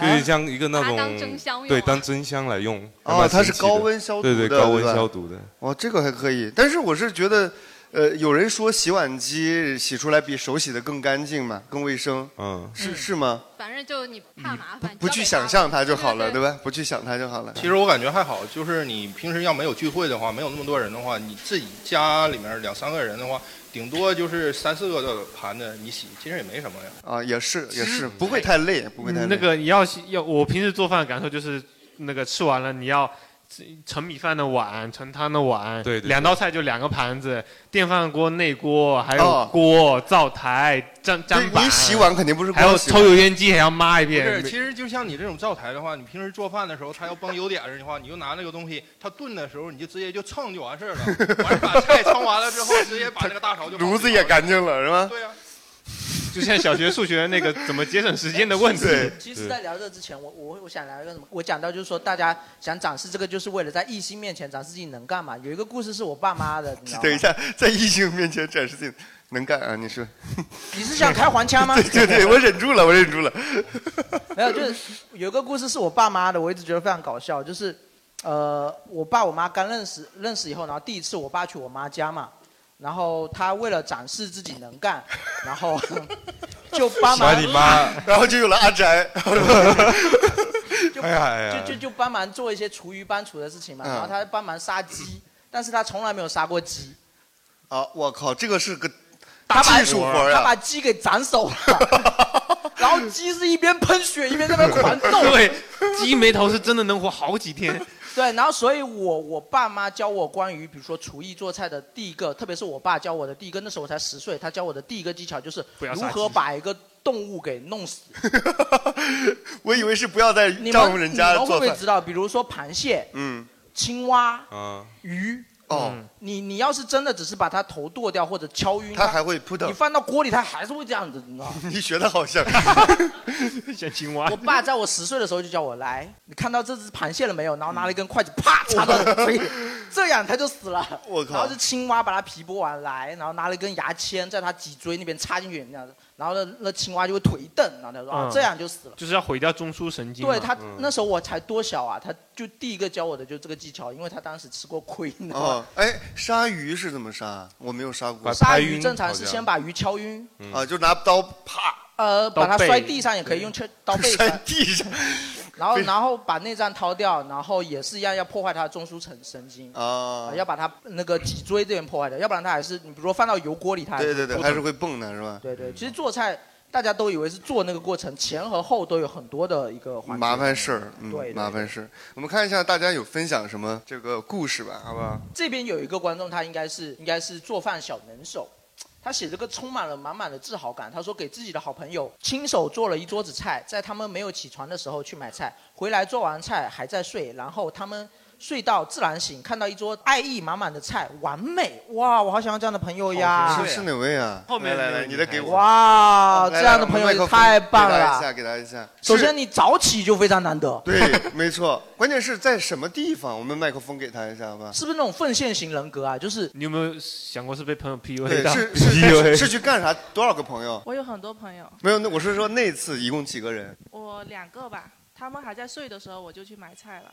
Speaker 5: 就是像一个那
Speaker 7: 把它
Speaker 5: 种
Speaker 7: 当蒸箱用
Speaker 5: 对，
Speaker 7: 啊
Speaker 5: 当蒸箱来用。还
Speaker 3: 哦，
Speaker 5: 蛮
Speaker 3: 它是
Speaker 5: 神奇的
Speaker 3: 高温消毒的，
Speaker 5: 对对，高温
Speaker 3: 吧
Speaker 5: 消毒的。
Speaker 3: 哦，这个还可以，但是我是觉得，呃，有人说洗碗机洗出来比手洗的更干净嘛，更卫生，
Speaker 5: 嗯，
Speaker 3: 是、是吗？
Speaker 7: 反正就你怕麻烦，
Speaker 3: 不
Speaker 7: 交
Speaker 3: 去
Speaker 7: 给
Speaker 3: 想
Speaker 7: 他
Speaker 3: 象它就好了，
Speaker 7: 对
Speaker 3: 对吧？不去想它就好了。
Speaker 6: 其实我感觉还好，就是你平时要没有聚会的话，没有那么多人的话，你自己家里面两三个人的话，顶多就是三四个的盘子你洗，其实也没什么呀。
Speaker 3: 啊，也是也是，不
Speaker 2: 嗯
Speaker 3: 会太累，不会太累。
Speaker 4: 那个你要洗要我平时做饭的感受就是那个吃完了你要盛米饭的碗、盛汤的碗，
Speaker 5: 对对对
Speaker 4: 两道菜就两个盘子，电饭锅、内锅，还有
Speaker 3: 哦
Speaker 4: 锅、灶台、砧砧板。
Speaker 3: 你洗碗肯定不是
Speaker 4: 还有
Speaker 3: 光洗碗
Speaker 4: 抽油烟机还要抹一
Speaker 6: 不
Speaker 4: 遍
Speaker 6: 是，，其实就像你这种灶台的话，你平时做饭的时候，它要崩油点儿的话，你就拿那个东西，它炖的时候你就直接就蹭就完事儿了，完事儿把 菜盛完了之后，直接把那个大勺就
Speaker 3: 炉子也
Speaker 6: 干。
Speaker 3: 干净了是吧？
Speaker 6: 对
Speaker 2: 啊
Speaker 6: 呀、
Speaker 4: 就像小学数学那个怎么节省时间的问题。
Speaker 3: 对
Speaker 2: 其实，在聊这之前，我我我想聊一个什么？我讲到就是说，大家想展示这个，就是为了在异性面前展示自己能干嘛。有一个故事是我爸妈的，你知道吗
Speaker 3: 等一，下，在异性面前展示自己能干啊！你说，
Speaker 2: 你是想开黄 腔吗？
Speaker 3: 对对，我忍住了，我忍住了。
Speaker 2: 没有，就是有一个故事是我爸妈的，我一直觉得非常搞笑，就是呃，我爸我妈刚认识认识以后，然后第一次我爸去我妈家嘛，然后他为了展示自己能干，然后 就帮忙
Speaker 5: 把你妈，
Speaker 3: 然后就有了阿 宅，
Speaker 2: 就
Speaker 5: 哎呀哎呀
Speaker 2: 就就就帮忙做一些厨余帮厨的事情嘛，
Speaker 3: 嗯
Speaker 2: 然后他帮忙杀鸡，但是他从来没有杀过鸡，
Speaker 3: 啊，我靠，这个是个
Speaker 2: 他把
Speaker 3: 技术活啊
Speaker 2: 他
Speaker 3: 呀、
Speaker 2: 把鸡给斩首了，然后鸡是一边喷血一边在那边狂 斗，
Speaker 4: 对，鸡眉头是真的能活好几天。
Speaker 2: 对，然后所以我我爸妈教我关于比如说厨艺做菜的第一个，特别是我爸教我的第一个，那时候我才十岁，他教我的第一个技巧就是
Speaker 4: 不要
Speaker 2: 如
Speaker 4: 杀
Speaker 2: 何
Speaker 4: 鸡
Speaker 2: 把一个动物给弄 死。
Speaker 3: 我以为是不要在
Speaker 2: 你
Speaker 3: 丈
Speaker 2: 们
Speaker 3: 夫
Speaker 2: 你
Speaker 3: 人家
Speaker 2: 们会
Speaker 3: 做
Speaker 2: 不会
Speaker 3: 饭。
Speaker 2: 知道？比如说螃蟹、
Speaker 3: 嗯，
Speaker 2: 青蛙、
Speaker 5: 嗯，
Speaker 2: 鱼，
Speaker 3: 哦，
Speaker 2: 你你要是真的只是把它头剁掉或者敲晕
Speaker 3: 他还会扑腾
Speaker 2: 你。放到锅里，它还是会这样子，你知道吗？
Speaker 3: 你学的好像，
Speaker 4: 像青蛙
Speaker 2: 我，爸在我十岁的时候就叫我来，你看到这只螃蟹了没有？然后拿了一根筷子，啪插到它嘴里，这样它就死了。
Speaker 3: 我靠
Speaker 2: 然后是青蛙把它皮剥完来，然后拿了一根牙签在它脊椎那边插进去，那样子，然后那那青蛙就会腿一蹬，然后他说、 啊
Speaker 4: 嗯
Speaker 2: 这样就死了。
Speaker 4: 就是要毁掉中枢神经嘛。嗯
Speaker 2: 对他、
Speaker 3: 嗯
Speaker 2: 那时候我才多小啊，他就第一个教我的就是这个技巧，因为他当时吃过亏，你知道吗？
Speaker 3: 哦，哎，鲨鱼是怎么杀？我没有杀过
Speaker 5: 把
Speaker 2: 鲨
Speaker 5: 拍
Speaker 2: 鱼
Speaker 5: 晕
Speaker 2: 正常
Speaker 5: 好
Speaker 2: 是
Speaker 5: 像
Speaker 2: 先把鱼敲晕，
Speaker 3: 啊，就拿刀啪
Speaker 2: 呃，把它
Speaker 4: 刀背
Speaker 2: 摔地上也可以用切刀背
Speaker 3: 摔
Speaker 2: 摔，
Speaker 3: 地上
Speaker 2: 然后然后把内脏掏掉，然后也是一样要破坏它的中枢神神经。
Speaker 3: 啊
Speaker 2: 啊，，要把它那个脊椎这边破坏掉，要不然它还是你比如说放到油锅里，它还
Speaker 3: 对
Speaker 2: 是
Speaker 3: 对对，
Speaker 2: 不
Speaker 3: 还是会蹦的是吧？
Speaker 2: 对对。其实做菜大家都以为是做那个过程，前和后都有很多的一个环节
Speaker 3: 麻烦事儿，嗯
Speaker 2: 对对，
Speaker 3: 麻烦事儿。我们看一下大家有分享什么这个故事吧，好不好？
Speaker 2: 这边有一个观众，他应该是应该是做饭小能手，他写这个充满了满满的自豪感。他说给自己的好朋友亲手做了一桌子菜，在他们没有起床的时候去买菜，回来做完菜还在睡，然后他们睡到自然醒，看到一桌爱意满满的菜，完美哇！我好想要这样的朋友哦呀
Speaker 3: 是。是哪位啊？
Speaker 4: 后面
Speaker 3: 来来
Speaker 4: 那
Speaker 3: 来，
Speaker 4: 位
Speaker 3: 你的给我。
Speaker 2: 哇，
Speaker 3: 来
Speaker 2: 这样的朋友也太棒
Speaker 3: 来来
Speaker 2: 了！
Speaker 3: 给大家一下，给大家一下。
Speaker 2: 首先，你早起就非常难得，
Speaker 3: 对，没错，关键是在什么地方？我们麦克风给他一下好吧。
Speaker 2: 是不是那种奉献型人格啊？就是
Speaker 4: 你有没有想过是被朋友 PUA
Speaker 3: 对，
Speaker 4: 到？
Speaker 3: 是
Speaker 5: PUA
Speaker 3: 是是去干啥？多少个朋友？
Speaker 8: 我有很多朋友，
Speaker 3: 没有，那我是说那次一共几个人？
Speaker 8: 我两个吧，他们还在睡的时候我就去买菜了。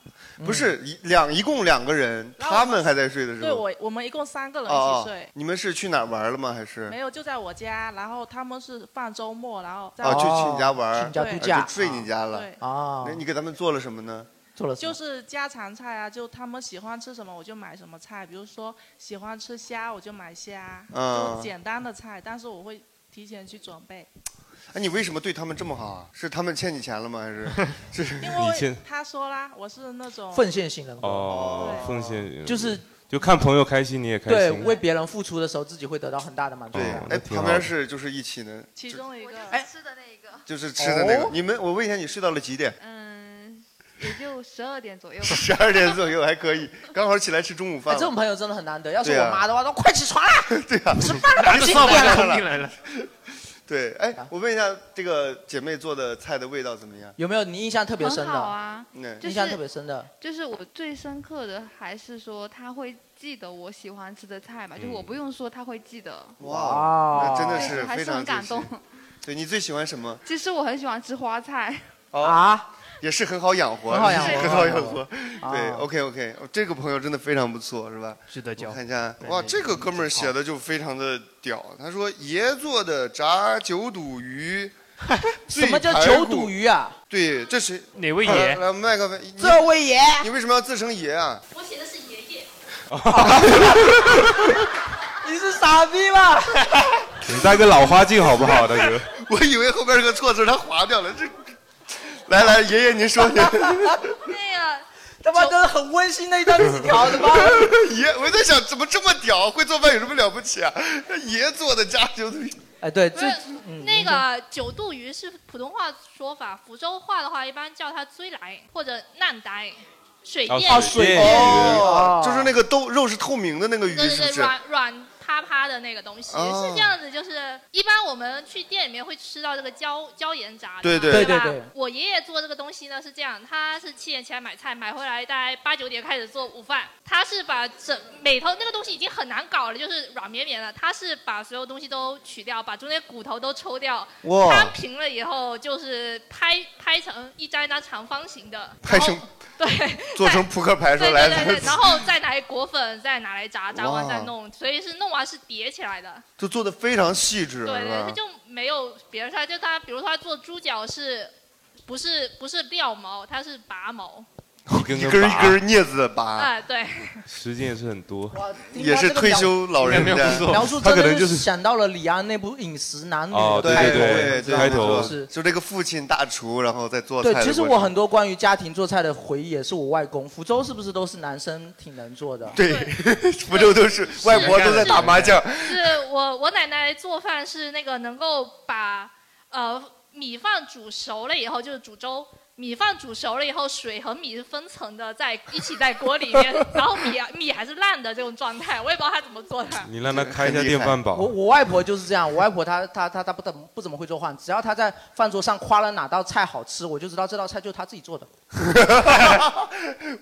Speaker 3: 不是
Speaker 2: 嗯
Speaker 3: 一两一共两个人，
Speaker 8: 然后
Speaker 3: 他们还在睡的时
Speaker 8: 对
Speaker 3: 候。
Speaker 8: 我，我们一共三个人一
Speaker 3: 哦
Speaker 8: 起睡，
Speaker 3: 你们是去哪儿玩了吗？还是
Speaker 8: 没有就在我家，然后他们是放周末，然后在
Speaker 3: 啊，
Speaker 8: 我
Speaker 3: 就
Speaker 2: 哦
Speaker 3: 去你家玩
Speaker 2: 去
Speaker 3: 儿
Speaker 8: 对
Speaker 2: 你，家度
Speaker 3: 啊
Speaker 2: 假
Speaker 3: 就睡你家了。
Speaker 8: 对，
Speaker 2: 啊
Speaker 3: 那，你给他们做了什么呢？
Speaker 2: 做了什么
Speaker 8: 就是家常菜啊，就他们喜欢吃什么我就买什么菜，比如说喜欢吃虾我就买虾，
Speaker 3: 嗯
Speaker 8: 就简单的菜，但是我会提前去准备，
Speaker 3: 哎，你为什么对他们这么好啊？是他们欠你钱了吗？还是
Speaker 8: 因
Speaker 5: 你先
Speaker 8: 为他说啦，我是那种
Speaker 2: 奉献型人格，
Speaker 5: 哦，
Speaker 8: 对
Speaker 5: 奉献
Speaker 2: 就是
Speaker 5: 就看朋友开心，你也开
Speaker 2: 对
Speaker 5: 心。
Speaker 2: 为别人付出的时候，自己会得到很大的满足
Speaker 3: 对
Speaker 2: 感。
Speaker 5: 哦？那
Speaker 3: 哎，
Speaker 5: 挺好
Speaker 3: 旁边是就是一起的，
Speaker 8: 其中一
Speaker 7: 我就。
Speaker 8: 个
Speaker 7: 是吃的那一个，
Speaker 3: 就是吃的那个
Speaker 2: 哦。
Speaker 3: 你们，我问一下，你睡到了几点？
Speaker 7: 嗯，也就十二点左右吧。
Speaker 3: 十二点左右还可以，刚好起来吃中午
Speaker 2: 哎，
Speaker 3: 饭
Speaker 2: 这
Speaker 3: 了。
Speaker 2: 种朋友真的很难得。要是
Speaker 3: 对
Speaker 2: 我
Speaker 3: 啊
Speaker 2: 妈的话，都快起床啦，
Speaker 3: 对啊，
Speaker 2: 吃饭了，赶紧
Speaker 4: 扫把
Speaker 2: 点
Speaker 4: 就
Speaker 2: 了。
Speaker 4: 冲进来了，
Speaker 3: 对，哎
Speaker 2: 啊，
Speaker 3: 我问一下，这个姐妹做的菜的味道怎么样？
Speaker 2: 有没有你印象特别深
Speaker 7: 很好
Speaker 2: 的？
Speaker 7: 啊，
Speaker 3: 那
Speaker 7: 就
Speaker 2: 印象
Speaker 7: 是
Speaker 2: 特别深的，
Speaker 7: 就是我最深刻的还是说他会记得我喜欢吃的菜吧，就是我
Speaker 3: 嗯
Speaker 7: 不用说他会记得，
Speaker 3: 哇，哦那真的
Speaker 7: 对
Speaker 3: 是
Speaker 7: 还
Speaker 3: 非
Speaker 7: 是
Speaker 3: 常
Speaker 7: 很感
Speaker 3: 惊
Speaker 7: 动
Speaker 3: 喜。对你最喜欢什么？
Speaker 7: 其实我很喜欢吃花菜，
Speaker 2: 啊！
Speaker 3: 哦也是很好养活，
Speaker 2: 很好养
Speaker 7: 活
Speaker 3: 很好养活。
Speaker 2: 啊
Speaker 3: 对，OK OK，这个朋友真的非常不错，是吧？
Speaker 4: 值得交
Speaker 3: 我。看一下，
Speaker 4: 对
Speaker 3: 哇，
Speaker 4: 对
Speaker 3: 这个哥们儿写的就非常的屌。他说爷做的炸九肚鱼，
Speaker 2: 什么叫九肚
Speaker 3: 鱼？
Speaker 2: 鱼啊？
Speaker 3: 对，这谁？
Speaker 4: 哪位
Speaker 3: 来
Speaker 4: 爷？
Speaker 3: 来，麦克风，你
Speaker 2: 这位爷，
Speaker 3: 你为什么要自称爷啊？
Speaker 9: 我写的是爷爷，
Speaker 2: 你是傻逼吧？
Speaker 5: 你戴个老花镜好不好，大哥？
Speaker 3: 我以为后边是个错字，他划掉了。这，来来，爷爷您说，
Speaker 7: 那个
Speaker 2: 他妈都是很温馨的一段纸条，他妈
Speaker 3: 爷，我在想怎么这么屌，会做饭有什么了不起啊？爷做的家就
Speaker 2: 哎对，
Speaker 9: 不是
Speaker 7: 嗯
Speaker 9: 那个九肚鱼是普通话说法，福州话的话一般叫它追来或者难呆，水
Speaker 3: 哦
Speaker 9: 燕
Speaker 3: 水水燕鱼哦就是那个豆肉是透明的那个鱼，
Speaker 9: 对
Speaker 3: 是
Speaker 9: 对对，
Speaker 3: 不是？
Speaker 9: 软软趴趴的那个东西
Speaker 3: 哦
Speaker 9: 是这样子，就是一般我们去店里面会吃到这个椒椒盐炸的嘛，
Speaker 3: 对对
Speaker 9: 对
Speaker 3: 对
Speaker 9: 吧
Speaker 3: 对对
Speaker 9: 我爷爷做这个东西呢是这样，他是七点起来买菜，买回来大概八九点开始做午饭，他是把整每头那个东西已经很难搞了，就是软绵绵的，他是把所有东西都取掉，把中间骨头都抽掉，
Speaker 3: 哇
Speaker 9: 摊平了以后就是拍拍成一张一张长方形的，
Speaker 3: 拍成
Speaker 9: 对，
Speaker 3: 做成扑克牌
Speaker 9: 对
Speaker 3: 说
Speaker 9: 对
Speaker 3: 来
Speaker 9: 对 对，然后再拿来裹粉，再拿来炸，炸完
Speaker 3: 哇
Speaker 9: 再弄，所以是弄完是叠起来的。
Speaker 3: 就做的非常细致，
Speaker 9: 对
Speaker 3: 是
Speaker 9: 对，
Speaker 3: 吧
Speaker 9: 它就没有别的菜，就它比如说它做猪脚是，不是不是掉毛，它是拔毛。
Speaker 5: 根
Speaker 3: 一根儿一根儿镊子拔。
Speaker 9: 哎、对，
Speaker 5: 时间也是很多，
Speaker 3: 也是退休老人
Speaker 5: 应该没有
Speaker 3: 的
Speaker 5: 错
Speaker 2: 描述
Speaker 5: 他
Speaker 2: 真
Speaker 5: 可
Speaker 2: 的
Speaker 5: 能就是是
Speaker 2: 想到了李安那部《饮食男女》
Speaker 5: 哦
Speaker 2: 的
Speaker 5: 对
Speaker 2: 开头
Speaker 5: 对
Speaker 2: 你知道
Speaker 5: 开
Speaker 2: 吗
Speaker 5: 头
Speaker 2: 就是
Speaker 3: 就这个父亲大厨，然后再做菜
Speaker 2: 对
Speaker 3: 的，过
Speaker 2: 其
Speaker 3: 程。
Speaker 2: 实我很多关于家庭做菜的回忆也是我外公。福州是不是都是男生挺能做的？
Speaker 3: 对，福州都是外婆都在打麻将。
Speaker 9: 是我我奶奶做饭是那个能够把呃米饭煮熟了以后，就是煮粥。米饭煮熟了以后，水和米是分层的，在一起在锅里 面，然后米啊米还是烂的这种状态，我也不知道她怎么做的。
Speaker 5: 你让他开一下电饭
Speaker 2: 我
Speaker 5: 煲，
Speaker 2: 我外婆就是这样，我外婆她她她她不怎么不怎么会做饭，只要她在饭桌上夸了哪道菜好吃，我就知道这道菜就是她自己做的。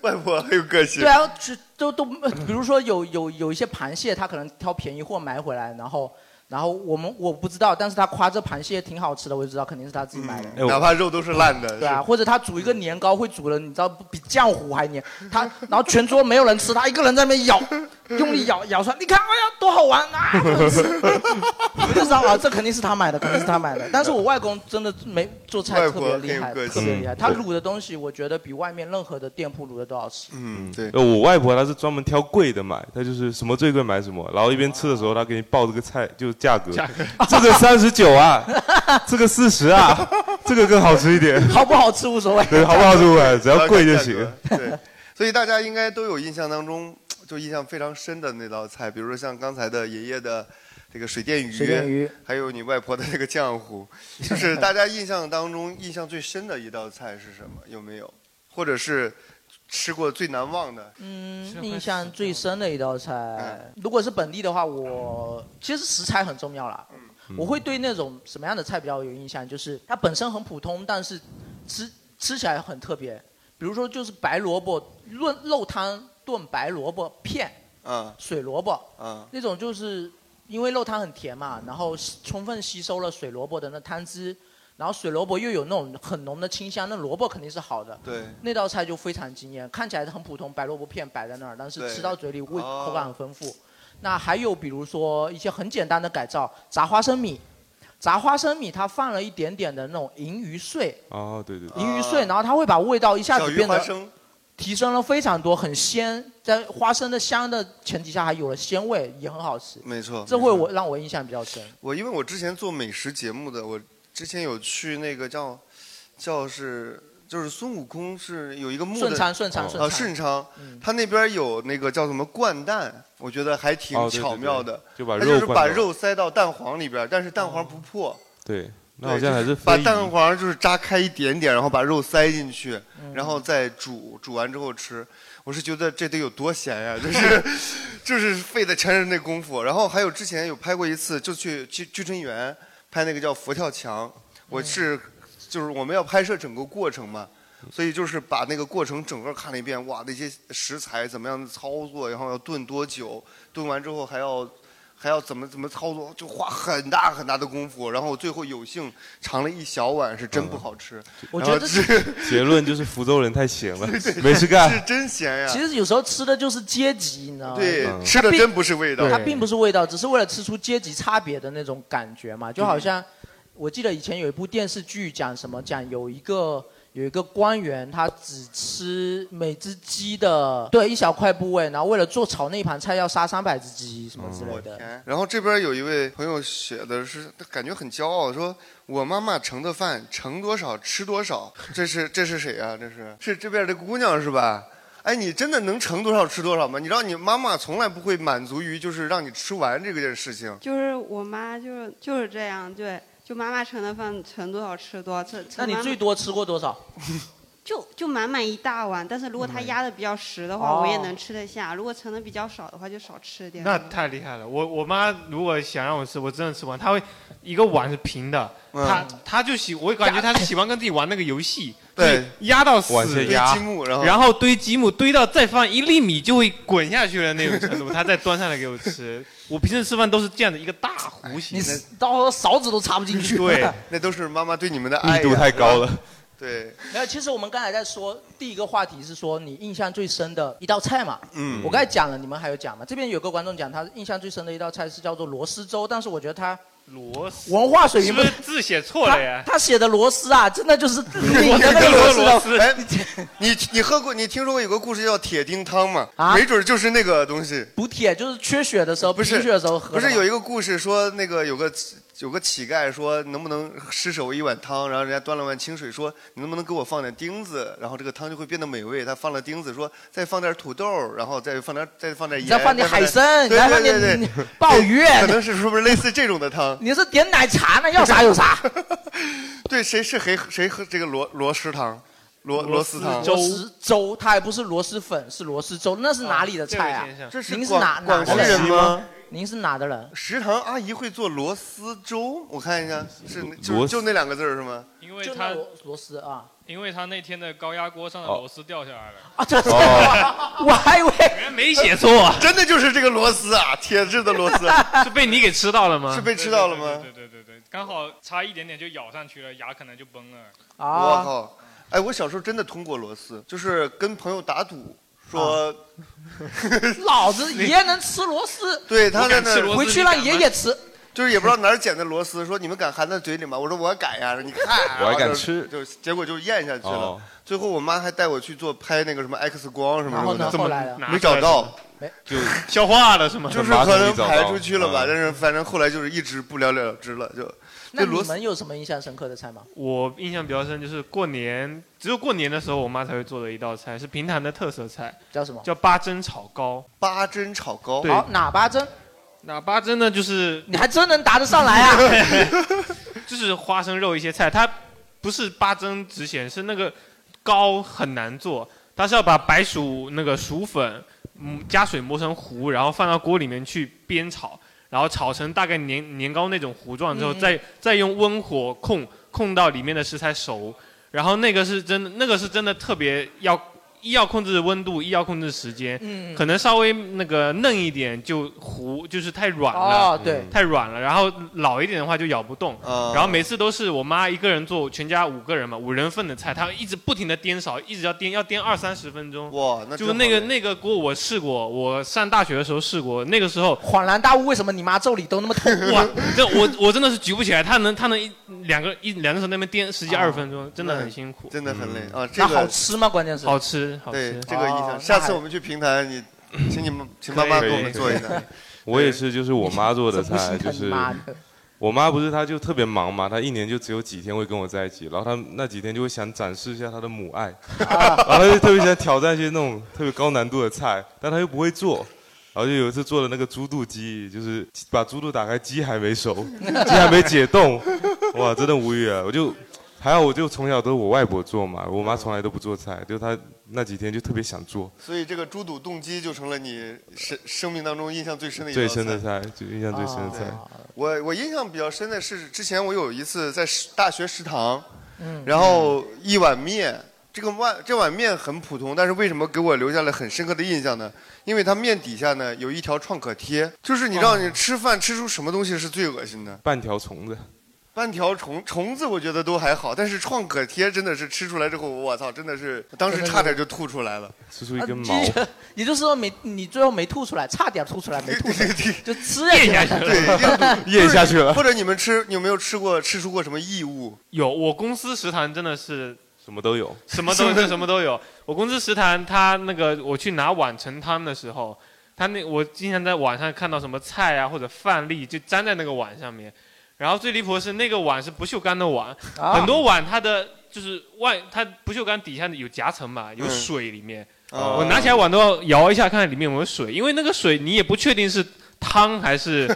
Speaker 3: 外婆很有个性。
Speaker 2: 对啊，就都都，比如说有有有一些螃蟹，她可能挑便宜货买回来，然后然后我们我不知道，但是她夸这螃蟹挺好吃的，我就知道肯定是她自己买的。
Speaker 5: 哎
Speaker 3: 嗯哪怕肉都是烂的。
Speaker 2: 对啊，
Speaker 3: 是
Speaker 2: 或者他煮一个年糕会煮的，你知道比浆糊还黏。他然后全桌没有人吃，他一个人在那边咬，用力咬咬出来，你看，哎呀，多好玩啊！ 我就知道啊，这肯定是他买的，肯定是他买的。但是我外公真的没做菜
Speaker 3: 外
Speaker 2: 特
Speaker 3: 婆
Speaker 2: 别厉害，
Speaker 3: 很有个
Speaker 2: 特别
Speaker 5: 性
Speaker 2: 厉害。他卤的东西，我觉得比外面任何的店铺卤的都好吃。
Speaker 3: 嗯，对
Speaker 5: 呃，我外婆她是专门挑贵的买，她就是什么最贵买什么，然后一边吃的时候，她给你报这个菜就是价格，
Speaker 2: 价格
Speaker 5: 这个三十九啊，这个四十啊，这个更好吃一点，
Speaker 2: 好哦不好吃无所谓
Speaker 5: 对，好不好吃无所谓，只要贵就行。
Speaker 3: 对，所以大家应该都有印象当中，就印象非常深的那道菜，比如说像刚才的爷爷的这个水电鱼，
Speaker 2: 水电鱼
Speaker 3: 还有你外婆的那个浆糊，就是大家印象当中印象最深的一道菜是什么？有没有？或者是吃过最难忘的？
Speaker 2: 嗯，印象最深的一道菜，
Speaker 3: 嗯
Speaker 2: 如果是本地的话，我其实食材很重要
Speaker 3: 嗯
Speaker 2: 啦。我会对那种什么样的菜比较有印象，就是它本身很普通，但是吃吃起来很特别。比如说就是白萝卜炖肉汤炖白萝卜片，
Speaker 3: 嗯，
Speaker 2: 水萝卜，
Speaker 3: 嗯，
Speaker 2: 那种就是因为肉汤很甜嘛，然后吸充分吸收了水萝卜的那汤汁，然后水萝卜又有那种很浓的清香，那萝卜肯定是好的。
Speaker 3: 对
Speaker 2: 那道菜就非常惊艳，看起来很普通，白萝卜片摆在那儿，但是
Speaker 3: 对
Speaker 2: 吃到嘴里味
Speaker 3: 哦
Speaker 2: 口感很丰富。那还有比如说一些很简单的改造，炸花生米，炸花生米它放了一点点的那种银鱼碎，
Speaker 5: 哦，对对对，
Speaker 2: 银鱼碎，然后它会把味道一下
Speaker 3: 啊小
Speaker 2: 子
Speaker 3: 鱼
Speaker 2: 变
Speaker 3: 花
Speaker 2: 得
Speaker 3: 生
Speaker 2: 提升了非常多，很鲜，在花生的香的前提下还有了鲜味，也很好吃。
Speaker 3: 哦没错，
Speaker 2: 这会我让我印象比较深。
Speaker 3: 我因为我之前做美食节目的，我之前有去那个叫叫是就是孙悟空是有一个墓的
Speaker 2: 顺昌顺
Speaker 5: 哦
Speaker 2: 昌嗯顺
Speaker 3: 啊
Speaker 2: 昌
Speaker 3: 顺昌，他那边有那个叫什么掼蛋，我觉得还挺
Speaker 5: 哦对对
Speaker 3: 巧妙的，
Speaker 5: 对就把
Speaker 3: 他
Speaker 5: 肉
Speaker 3: 就是
Speaker 5: 灌
Speaker 3: 把
Speaker 5: 到
Speaker 3: 肉塞到蛋黄里边，但是蛋
Speaker 2: 哦
Speaker 3: 黄不破，
Speaker 5: 对，那
Speaker 3: 对
Speaker 5: 好像还
Speaker 3: 就是把
Speaker 5: 非遗
Speaker 3: 蛋黄就是扎开一点点，然后把肉塞进去，然后再煮，煮完之后吃。我是觉得这得有多咸呀、就是 就是费的全是那功夫。然后还有之前有拍过一次，就去去聚春园拍那个叫佛跳墙，我是、就是我们要拍摄整个过程嘛。所以就是把那个过程整个看了一遍，哇，那些食材怎么样的操作，然后要炖多久，炖完之后还要还要怎么怎么操作，就花很大很大的功夫。然后我最后有幸尝了一小碗，是真不好吃。
Speaker 2: 我
Speaker 3: 然后
Speaker 2: 觉得
Speaker 3: 这
Speaker 2: 是
Speaker 5: 结论就是福州人太闲了
Speaker 3: 对对，
Speaker 5: 没事
Speaker 3: 是
Speaker 5: 干。
Speaker 3: 真咸呀。
Speaker 2: 其实有时候吃的就是阶级，你知道吗？
Speaker 3: 对
Speaker 2: 嗯
Speaker 3: 吃的
Speaker 2: 它并
Speaker 3: 真不是味道
Speaker 2: 它
Speaker 3: 对
Speaker 2: 并不是味道，只是为了吃出阶级差别的那种感觉嘛。就好像我记得以前有一部电视剧讲什么，讲有一个有一个官员，他只吃每只鸡的对一小块部位，然后为了做炒那一盘菜要杀三百只鸡什么之类的。
Speaker 3: 然后这边有一位朋友写的是，他感觉很骄傲，说我妈妈盛的啊饭盛多少吃多少，这是这是谁呀、这是是这边的姑娘是吧？哎，你真的能盛多少吃多少吗？你知道你妈妈从来不会满足于就是让你吃完这个件事情。
Speaker 10: 就是我妈就是就是这样，对，就妈妈盛的饭盛多少吃多少，盛
Speaker 2: 那
Speaker 10: 盛
Speaker 2: 你
Speaker 10: 满
Speaker 2: 最多吃过多少？
Speaker 10: 就就满满一大碗，但是如果它压的比较实的话，
Speaker 4: 哦
Speaker 10: 我也能吃得下；如果盛的比较少的话，就少吃点。
Speaker 4: 那太厉害了！我我妈如果想让我吃，我真的吃不完。她会一个碗是平的，
Speaker 2: 嗯
Speaker 4: 她她就喜，我感觉她是喜欢跟自己玩那个游戏，
Speaker 3: 对，
Speaker 4: 压到死，
Speaker 5: 往下压堆积木
Speaker 3: 然
Speaker 2: 嗯
Speaker 3: 后
Speaker 4: 然后堆积木堆到再放一粒米就会滚下去的那种程度，她再端上来给我吃。 我平时吃饭都是这样的一个大弧形的，
Speaker 2: 到时候勺子都插不进去。
Speaker 4: 对，
Speaker 3: 那都是妈妈对你们的
Speaker 5: 密
Speaker 3: 爱呀
Speaker 5: 度太高了。。
Speaker 3: 对，
Speaker 2: 没有，其实我们刚才在说第一个话题是说你印象最深的一道菜嘛。
Speaker 3: 嗯
Speaker 2: 我刚才讲了，你们还有讲吗？这边有个观众讲他印象最深的一道菜是叫做螺丝粥，但是我觉得他
Speaker 4: 螺丝
Speaker 2: 文化水
Speaker 4: 是
Speaker 2: 平
Speaker 4: 不是字写错了呀？
Speaker 2: 他写的螺丝啊，真的就是
Speaker 3: 我
Speaker 2: 我
Speaker 3: 那个螺
Speaker 2: 丝
Speaker 3: 丝哎，你你喝过？你听说过有个故事叫铁钉汤吗？
Speaker 2: 啊
Speaker 3: 没准儿就是那个东西。
Speaker 2: 补铁就是缺血的时候，
Speaker 3: 不是
Speaker 2: 贫血的时候喝的
Speaker 3: 不
Speaker 2: 吗。
Speaker 3: 是有一个故事说那个有个有个乞丐说能不能施手一碗汤，然后人家端了碗清水说你能不能给我放点钉子，然后这个汤就会变得美味。他放了钉子说再放点土豆，然后再放点再放点盐，
Speaker 2: 再放点海参
Speaker 3: 对
Speaker 2: 再放
Speaker 3: 对
Speaker 2: 点
Speaker 3: 对对，
Speaker 2: 鲍鱼
Speaker 3: 可能是是不是类似这种的汤？
Speaker 2: 你是点奶茶呢？要啥有啥。
Speaker 3: 对，谁是谁谁喝这个螺螺丝汤？螺螺丝汤，
Speaker 2: 螺丝粥，它还不是螺蛳粉，是螺丝粥，那是哪里的菜啊
Speaker 3: 这位先生？这是
Speaker 2: 您是
Speaker 3: 广
Speaker 2: 哪哪
Speaker 3: 广
Speaker 2: 的
Speaker 3: 西人吗？
Speaker 2: 您是哪的人？
Speaker 3: 食堂阿姨会做螺丝粥，我看一下，是那就
Speaker 2: 螺
Speaker 3: 是就那两个字儿是吗？
Speaker 11: 因为他
Speaker 2: 螺丝啊，
Speaker 11: 因为他那天的高压锅
Speaker 12: 哦
Speaker 11: 上的螺丝掉下来了。
Speaker 2: 啊，这
Speaker 3: 哦
Speaker 2: 我还以为
Speaker 4: 没写错啊
Speaker 3: 真的就是这个螺丝啊，铁质的螺丝，
Speaker 4: 是被你给吃到了吗？
Speaker 3: 是被吃到了吗？
Speaker 11: 对对对对，刚好差一点点就咬上去了，牙可能就崩了。
Speaker 2: 啊
Speaker 3: 我靠！哎，我小时候真的通过螺丝，就是跟朋友打赌 说，
Speaker 2: 啊老子爷能吃螺丝，
Speaker 3: 对他在那儿
Speaker 2: 回去让爷爷吃。
Speaker 3: 就是也不知道哪儿捡的螺丝，说你们敢含在嘴里吗？我说我敢呀，你看，
Speaker 5: 我还
Speaker 3: 然
Speaker 5: 敢
Speaker 3: 后就
Speaker 5: 吃
Speaker 3: 就结果就咽下去了
Speaker 5: 哦。
Speaker 3: 最后我妈还带我去做拍那个什么 X 光什么
Speaker 5: 然后
Speaker 3: 什么
Speaker 5: 呢
Speaker 3: 的，
Speaker 5: 后来呢
Speaker 3: 没找到？
Speaker 5: 就
Speaker 4: 消化了是吗？
Speaker 3: 就是可能排出去了吧，但是反正后来就是一直不了了之了，就
Speaker 2: 那
Speaker 3: 那
Speaker 2: 你
Speaker 3: 螺丝
Speaker 2: 们有什么印象深刻的菜吗？
Speaker 4: 我印象比较深就是过年，只有过年的时候我妈才会做的一道菜，是平潭的特色菜，
Speaker 2: 叫什么？
Speaker 4: 叫八珍炒糕。
Speaker 3: 八珍炒糕
Speaker 4: 对，
Speaker 2: 好，哪八珍？
Speaker 4: 哪八珍呢？就是
Speaker 2: 你还真能答得上来啊！
Speaker 4: 就是花生肉一些菜，它不是八珍只显是那个糕很难做，它是要把白薯那个薯粉，嗯，加水磨成糊，然后放到锅里面去煸炒，然后炒成大概年年糕那种糊状之后，
Speaker 11: 嗯
Speaker 4: 再再用温火控控到里面的食材熟，然后那个是真的，那个是真的特别要。一要控制温度，一要控制时间，
Speaker 2: 嗯
Speaker 4: 可能稍微那个嫩一点就糊，就是太软了，
Speaker 2: 哦对
Speaker 4: 太软了。然后老一点的话就咬不动，
Speaker 3: 嗯哦
Speaker 4: 然后每次都是我妈一个人做，全家五个人嘛，五人份的菜，她一直不停的颠勺，一直要颠，要颠二三十分钟。
Speaker 3: 哇，那
Speaker 4: 就
Speaker 3: 真
Speaker 4: 那个
Speaker 3: 好
Speaker 4: 那个锅我试过，我上大学的时候试过，那个时候
Speaker 2: 恍然大悟，为什么你妈咒里都那么痛？
Speaker 4: 哇，这我我真的是举不起来，她能她能一两个一两个手那边颠十几二十分钟，真的很辛苦，
Speaker 3: 嗯真的很累
Speaker 5: 嗯
Speaker 3: 啊。这
Speaker 2: 嗯那
Speaker 3: 个
Speaker 2: 好吃吗？关键是
Speaker 4: 好吃好
Speaker 3: 对
Speaker 4: 吃，
Speaker 3: 这个印
Speaker 2: 哦那
Speaker 3: 象，下
Speaker 2: 还
Speaker 3: 次我们去平潭， 你请你们请妈妈给我们做一下。
Speaker 5: 我也是，就是我妈做的
Speaker 3: 这不心
Speaker 5: 菜，就
Speaker 3: 疼
Speaker 5: 是
Speaker 3: 妈的
Speaker 5: 我妈不是她就特别忙嘛，她一年就只有几天会跟我在一起，然后她那几天就会想展示一下她的母爱，然后她就特别想挑战一些那种特别高难度的菜，但她又不会做。然后就有一次做了那个猪肚鸡，就是把猪肚打开，鸡还没熟，鸡还没解冻，哇，真的无语啊了。我就还好，我就从小都是我外婆做嘛，我妈从来都不做菜，就她那几天就特别想做，
Speaker 3: 所以这个猪肚冻鸡就成了你生生命当中印象最深的一道
Speaker 5: 最深的菜，就印象最深的菜。
Speaker 2: 哦
Speaker 3: 我我印象比较深的是，之前我有一次在食大学食堂，
Speaker 5: 嗯
Speaker 3: 然后一碗面，这个碗这碗面很普通，但是为什么给我留下了很深刻的印象呢？因为它面底下呢有一条创可贴，就是你
Speaker 5: 哦
Speaker 3: 让你吃饭吃出什么东西是最恶心的？
Speaker 5: 半条虫子，
Speaker 3: 半条虫虫子我觉得都还好，但是创可贴真的是吃出来之后，我操，真的是当时差点就吐出来了。
Speaker 5: 吃出一根毛
Speaker 2: 啊。你也就是说没你最后没吐出来，差点吐出来没吐出来，就吃
Speaker 4: 咽
Speaker 2: 下去
Speaker 3: 对，
Speaker 2: 了。
Speaker 3: 印度
Speaker 5: 咽下去了
Speaker 3: 或者你们吃，你有没有吃过吃出过什么异物？
Speaker 4: 有，我公司食堂真的是
Speaker 5: 什么都有，
Speaker 4: 什 么东西什么都有。我公司食堂，他那个我去拿碗盛汤的时候，他那我经常在网上看到什么菜啊或者饭粒就粘在那个碗上面。然后最离谱的是那个碗是不锈钢的碗，
Speaker 2: 啊
Speaker 4: 很多碗它的就是外它不锈钢底下有夹层嘛，有
Speaker 11: 嗯
Speaker 4: 水里面，
Speaker 11: 哦
Speaker 4: 我拿起来碗都要摇一下，看看里面有没有水，因为那个水你也不确定是汤还是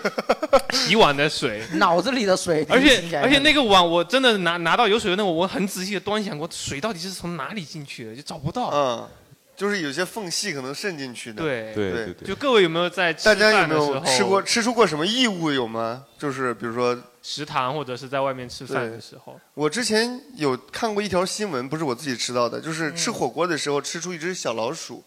Speaker 4: 洗碗的水，
Speaker 2: 脑子里的水，
Speaker 4: 而
Speaker 2: 听起
Speaker 4: 且
Speaker 2: 来
Speaker 4: 而且那个碗，我真的拿拿到有水的那个，我很仔细的端详过，水到底是从哪里进去的，就找不到。
Speaker 3: 嗯，就是有些缝隙可能渗进去的。
Speaker 4: 对
Speaker 3: 对
Speaker 4: 对就各位有没有在吃
Speaker 3: 大家有
Speaker 4: 饭
Speaker 3: 没
Speaker 4: 的时候
Speaker 3: 有吃过吃出过什么异物有吗？就是比如说
Speaker 4: 食堂或者是在外面吃饭的
Speaker 3: 对
Speaker 4: 时候，
Speaker 3: 我之前有看过一条新闻，不是我自己吃到的，就是吃火锅的时候吃出一只小老鼠。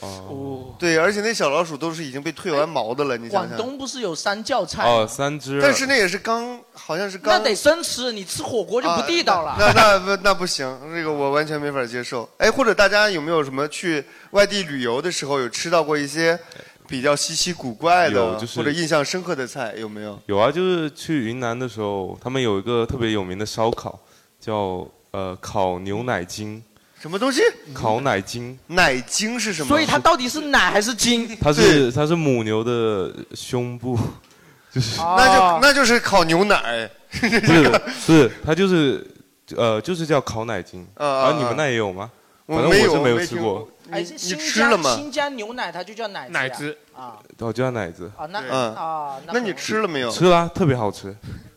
Speaker 4: 哦，
Speaker 3: 对，而且那小老鼠都是已经被褪完毛的了，你想
Speaker 2: 广
Speaker 3: 想。
Speaker 2: 东不是有三教菜？
Speaker 5: 哦，三只。
Speaker 3: 但是那啊也是刚，好像是刚。
Speaker 2: 那得生吃，你吃火锅就不地道了。
Speaker 3: 那那不那不行，这个我完全没法接受。哎，或者大家有没有什么去外地旅游的时候有吃到过一些比较稀奇古怪的，
Speaker 5: 有就是
Speaker 3: 或者印象深刻的菜有没有？
Speaker 5: 有啊，就是去云南的时候，他们有一个特别有名的烧烤，叫呃烤牛奶精。
Speaker 3: 什么东西？
Speaker 5: 烤奶精。
Speaker 3: 嗯奶精是什么？
Speaker 2: 所以它到底是奶还是精？
Speaker 5: 它是它是母牛的 胸部，就是
Speaker 3: 那就那就是烤牛奶。
Speaker 5: 不是不是它就是呃就是叫烤奶精。
Speaker 3: 啊啊啊
Speaker 5: 然后你们那也有吗？
Speaker 3: 我
Speaker 5: 反正我
Speaker 3: 没有
Speaker 5: 是没
Speaker 3: 没
Speaker 5: 吃
Speaker 3: 听
Speaker 5: 过。
Speaker 2: 哎，
Speaker 3: 你
Speaker 2: 新
Speaker 3: 吃
Speaker 2: 疆
Speaker 3: 了吗
Speaker 2: 新疆牛奶它就叫奶
Speaker 5: 奶
Speaker 2: 汁
Speaker 5: 汁
Speaker 2: 啊
Speaker 5: 哦，就叫奶子。
Speaker 2: 啊那
Speaker 5: 对
Speaker 2: 啊那
Speaker 3: 嗯你 吃了没有？
Speaker 5: 吃了、啊，特别好吃，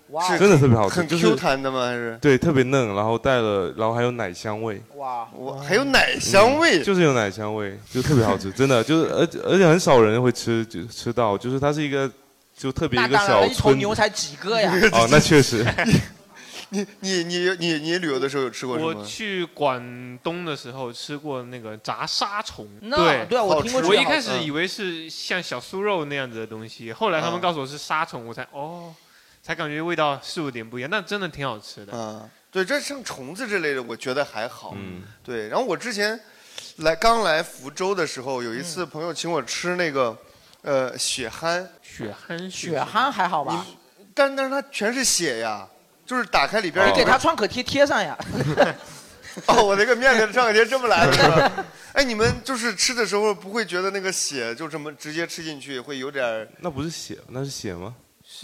Speaker 2: 哇哦
Speaker 5: 真的特别好吃，
Speaker 3: 很
Speaker 5: 就是
Speaker 3: Q 弹的吗？还是
Speaker 5: 对，特别嫩，然后带了，然后还有奶香味，
Speaker 2: 哇，
Speaker 3: 我还有奶香味
Speaker 5: 嗯，就是有奶香味，就特别好吃，真 的，就是而且而且很少人会吃就吃到，就是它是一个就特别
Speaker 2: 那
Speaker 5: 一个
Speaker 2: 当然
Speaker 5: 小
Speaker 2: 了，一头
Speaker 5: 村
Speaker 2: 牛才几个呀？
Speaker 5: 哦，那确实，
Speaker 3: 你你你你你旅游的时候有吃过什
Speaker 4: 我
Speaker 3: 么？
Speaker 4: 去广东的时候吃过那个炸沙虫，
Speaker 2: 那
Speaker 4: 对
Speaker 2: 对啊我听过这个
Speaker 4: 我一
Speaker 2: 好
Speaker 4: 开
Speaker 2: 吃
Speaker 4: 始以为是像小酥肉那样子的东西，后来他们
Speaker 3: 嗯
Speaker 4: 告诉我是沙虫，我才哦，才感觉味道是有点不一样，但真的挺好吃的。
Speaker 3: 啊，对，这像虫子之类的，我觉得还好。嗯，对。然后我之前来刚来福州的时候，有一次朋友请我吃那个、呃血蚶，
Speaker 4: 血蚶，
Speaker 2: 血蚶还好吧？
Speaker 3: 但但是它全是血呀，就是打开里边
Speaker 5: 哦
Speaker 2: 你
Speaker 3: 儿。
Speaker 2: 给它创可贴贴上呀？
Speaker 3: 哦，我那 个面 跟上个天这么来的是吧。哎，你们就是吃的时候不会觉得那个血就这么直接吃进去会有点儿？
Speaker 5: 那不是血，那是血吗？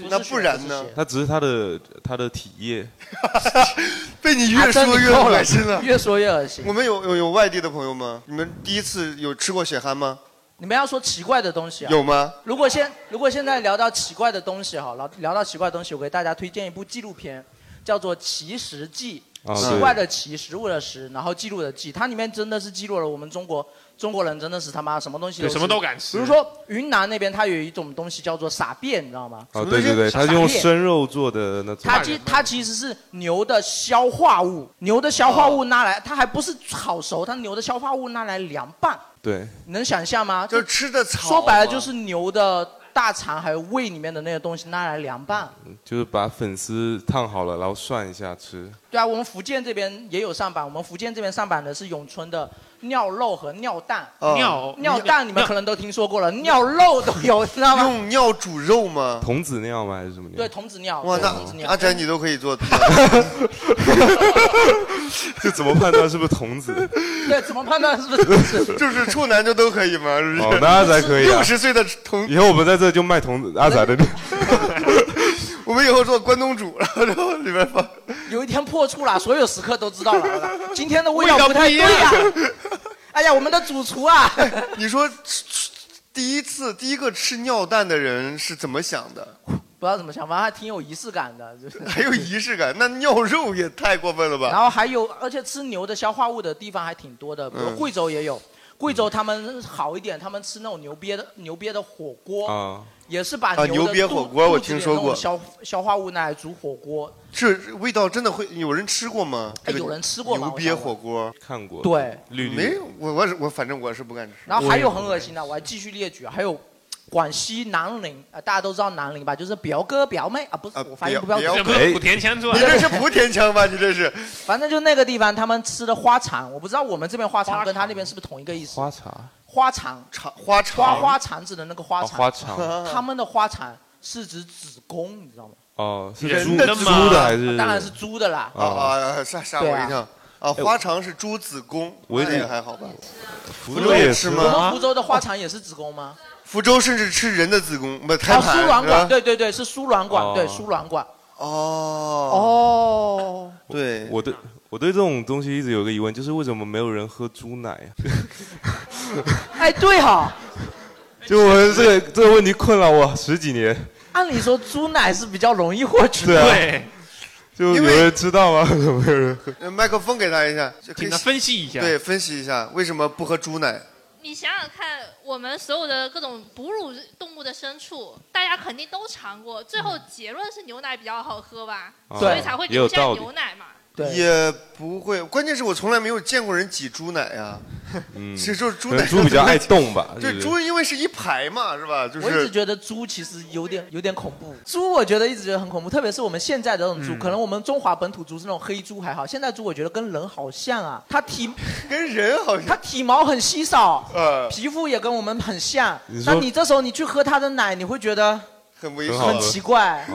Speaker 3: 那不然呢？
Speaker 5: 它只是它的它的体液，
Speaker 3: 被你越
Speaker 2: 啊真
Speaker 3: 说
Speaker 2: 的
Speaker 3: 越
Speaker 2: 够了
Speaker 3: 恶心了，
Speaker 2: 越说越恶心。
Speaker 3: 我们有有有外地的朋友吗？你们第一次有吃过血蚶吗？
Speaker 2: 你们要说奇怪的东西啊？
Speaker 3: 有吗？
Speaker 2: 如果现如果现在聊到奇怪的东西哈，聊聊到奇怪的东西，我给大家推荐一部纪录片，叫做《奇食记》，
Speaker 5: 哦
Speaker 2: 奇
Speaker 5: 对
Speaker 2: 怪的奇，食物的食，然后记录的记，它里面真的是记录了我们中国中国人真的是他妈什么东西都
Speaker 4: 对什么都敢吃
Speaker 2: 比如说云南那边，它有一种东西叫做撒便，你知道吗？
Speaker 5: 哦，对对对，
Speaker 2: 撒
Speaker 5: 它是用
Speaker 2: 便
Speaker 5: 生肉做的那种，
Speaker 2: 它其它其实是牛的消化物，牛的消化物拿来，它还不是炒熟，它牛的消化物拿来凉拌，
Speaker 5: 对，
Speaker 2: 你能想象吗？就
Speaker 3: 吃的草啊
Speaker 2: 说白了
Speaker 3: 吗
Speaker 2: 就是牛的大肠还有胃里面的那些东西拿来凉拌。
Speaker 5: 嗯就是把粉丝烫好了，然后涮一下吃。
Speaker 2: 对啊，我们福建这边也有上板，我们福建这边上板的是永春的尿肉和尿蛋。
Speaker 5: 哦尿
Speaker 2: 尿蛋你们可能都听说过了，尿肉都有，知道吗？
Speaker 3: 用尿煮肉吗？
Speaker 5: 童子尿吗？还是什么尿？
Speaker 2: 对，童子尿。
Speaker 3: 哇，
Speaker 2: 对童子
Speaker 3: 那啊
Speaker 2: 尿。
Speaker 3: 阿展你都可以做，
Speaker 5: 这怎么判断是不是童子？
Speaker 2: 对，怎么判断是不是童子？
Speaker 3: 就是处男就都可以吗？是不
Speaker 5: 哦
Speaker 3: 是？，
Speaker 5: 那阿仔可以、啊。
Speaker 3: 六十岁的童，
Speaker 5: 以后我们在这就卖童子阿仔的尿。
Speaker 3: 我们以后做关东煮，然后里面放。
Speaker 2: 有一天破处了，所有食客都知道了好吧。今天的味道不太对呀、哎呀，我们的主厨啊，
Speaker 3: 哎你说第一次第一个吃尿蛋的人是怎么想 的？
Speaker 2: 不知道怎么想，反正还挺有仪式感的。就是
Speaker 3: 还有仪式感，那尿肉也太过分了吧？
Speaker 2: 然后还有，而且吃牛的消化物的地方还挺多的，比如
Speaker 3: 嗯
Speaker 2: 贵州也有。贵州他们好一点，他们吃那种牛瘪的牛瘪的火锅，
Speaker 3: 啊
Speaker 2: 也是把
Speaker 3: 啊
Speaker 2: 牛的
Speaker 3: 牛瘪
Speaker 2: 肚
Speaker 3: 火锅我
Speaker 2: 肚子
Speaker 3: 听
Speaker 2: 里
Speaker 3: 说
Speaker 2: 弄
Speaker 3: 过
Speaker 2: 消消化物拿来煮火锅。
Speaker 3: 这味道真的会有人吃过吗？
Speaker 2: 哎有人吃过吗
Speaker 3: 牛瘪火锅
Speaker 5: 看过
Speaker 2: 对
Speaker 5: 绿绿的
Speaker 3: 没有我我是我反正我是不敢吃。
Speaker 2: 然后还有很恶心的，我还继续列举，还有广西南宁啊、大家都知道南宁吧，就是表哥表妹啊，不是、我发音不标准，
Speaker 3: 表
Speaker 5: 哎
Speaker 3: 表
Speaker 4: 莆田腔是吧
Speaker 3: 你这是莆田腔吧？你这是
Speaker 2: 反正就那个地方他们吃的花肠，我不知道我们这边花肠跟他那边是不是同一个意思。
Speaker 5: 花茶，
Speaker 2: 花肠，
Speaker 3: 肠花肠
Speaker 2: 花花肠子的那个花肠，
Speaker 5: 哦花肠
Speaker 2: 他们的花肠是指子宫，你知道吗？
Speaker 5: 哦，是
Speaker 3: 人
Speaker 5: 猪
Speaker 3: 的
Speaker 5: 猪
Speaker 3: 吗
Speaker 5: 的还是？
Speaker 2: 当然是猪的啦。
Speaker 3: 啊啊！吓吓我一跳啊！花肠是猪子宫，
Speaker 5: 哎
Speaker 3: 哎
Speaker 5: 我
Speaker 3: 那也还好吧？
Speaker 5: 福州也吃
Speaker 3: 是
Speaker 2: 我们
Speaker 3: 吗
Speaker 2: 福？州的花肠也是子宫吗？
Speaker 3: 福州甚至吃人的子宫，不胎
Speaker 2: 哦，
Speaker 3: 盘
Speaker 2: 输卵
Speaker 3: 是吧
Speaker 2: 管，对对对，是输卵管
Speaker 5: 哦，
Speaker 2: 对输卵管。
Speaker 3: 哦
Speaker 2: 哦，
Speaker 3: 对，
Speaker 5: 我对我对这种东西一直有一个疑问，就是为什么没有人喝猪奶啊？
Speaker 2: 哎，对哈、
Speaker 5: 就我这个这个问题困扰我十几年。
Speaker 2: 按理说猪奶是比较容易获取的。
Speaker 5: 对啊就有人知道吗？ 有没有人喝？
Speaker 3: 呃麦克风给他一下，就可以
Speaker 5: 请他分析一下
Speaker 3: 对，分析一下为什么不喝猪奶？
Speaker 9: 你想想看，我们所有的各种哺乳动物的牲畜，大家肯定都尝过，最后结论是牛奶比较好喝吧，
Speaker 3: 对
Speaker 5: 啊
Speaker 9: 所以才会
Speaker 3: 啊也有
Speaker 9: 留下
Speaker 3: 道理
Speaker 9: 牛奶嘛。
Speaker 2: 对
Speaker 3: 也不会。关键是我从来没有见过人挤猪奶啊。
Speaker 5: 嗯，
Speaker 3: 其实就是猪
Speaker 5: 可
Speaker 3: 奶。
Speaker 5: 能猪比较爱动吧
Speaker 3: 对，
Speaker 5: 就是
Speaker 3: 猪因为是一排嘛，啊是吧？就
Speaker 2: 我一直
Speaker 3: 是
Speaker 2: 觉得猪其实有点有点恐怖，猪我觉得一直觉得很恐怖，特别是我们现在的这种猪，
Speaker 3: 嗯
Speaker 2: 可能我们中华本土猪是那种黑猪还好，现在猪我觉得跟人好像啊，它体
Speaker 3: 跟人好像，
Speaker 2: 它体毛很稀少，
Speaker 3: 呃
Speaker 2: 皮肤也跟我们很像
Speaker 5: 你，
Speaker 2: 那
Speaker 5: 说
Speaker 2: 你这时候你去喝它的奶，你会觉得
Speaker 3: 很猥
Speaker 5: 很
Speaker 3: 琐，
Speaker 5: 好
Speaker 2: 很奇怪。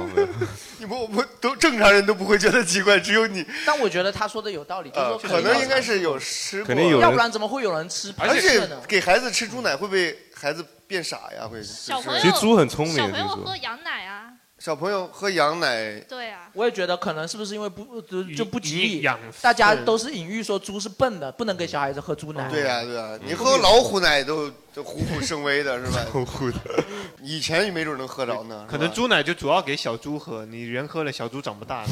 Speaker 3: 你们我们都正常人都不会觉得奇怪，只有你。
Speaker 2: 但我觉得他说的有道理，就是
Speaker 3: 呃，
Speaker 2: 说
Speaker 3: 可能应该是有吃过，
Speaker 5: 肯定有人
Speaker 2: 要不然怎么会有人吃白
Speaker 3: 而
Speaker 2: 色
Speaker 3: 且
Speaker 2: 呢？
Speaker 3: 给孩子吃猪奶会不会孩子变傻呀？会。小
Speaker 9: 朋友
Speaker 5: 其实猪很聪明
Speaker 9: 小
Speaker 5: 的
Speaker 9: 朋友
Speaker 5: 听说
Speaker 9: 喝羊奶啊，
Speaker 3: 小朋友喝羊奶，
Speaker 9: 对啊，
Speaker 2: 我也觉得可能是不是因为不呃就就不吉
Speaker 3: 以
Speaker 2: 利
Speaker 3: 养，
Speaker 2: 大家
Speaker 3: 分
Speaker 2: 都是隐喻说猪是笨的，不能给小孩子喝猪奶。嗯
Speaker 3: 对啊呀、对呀、你喝老虎奶都都虎虎生威的 是吧？
Speaker 4: 呼呼的。
Speaker 3: 以前也没准能喝着呢，
Speaker 4: 可能
Speaker 3: 是吧
Speaker 4: 猪奶就主要给小猪喝，你人喝了小猪长不大。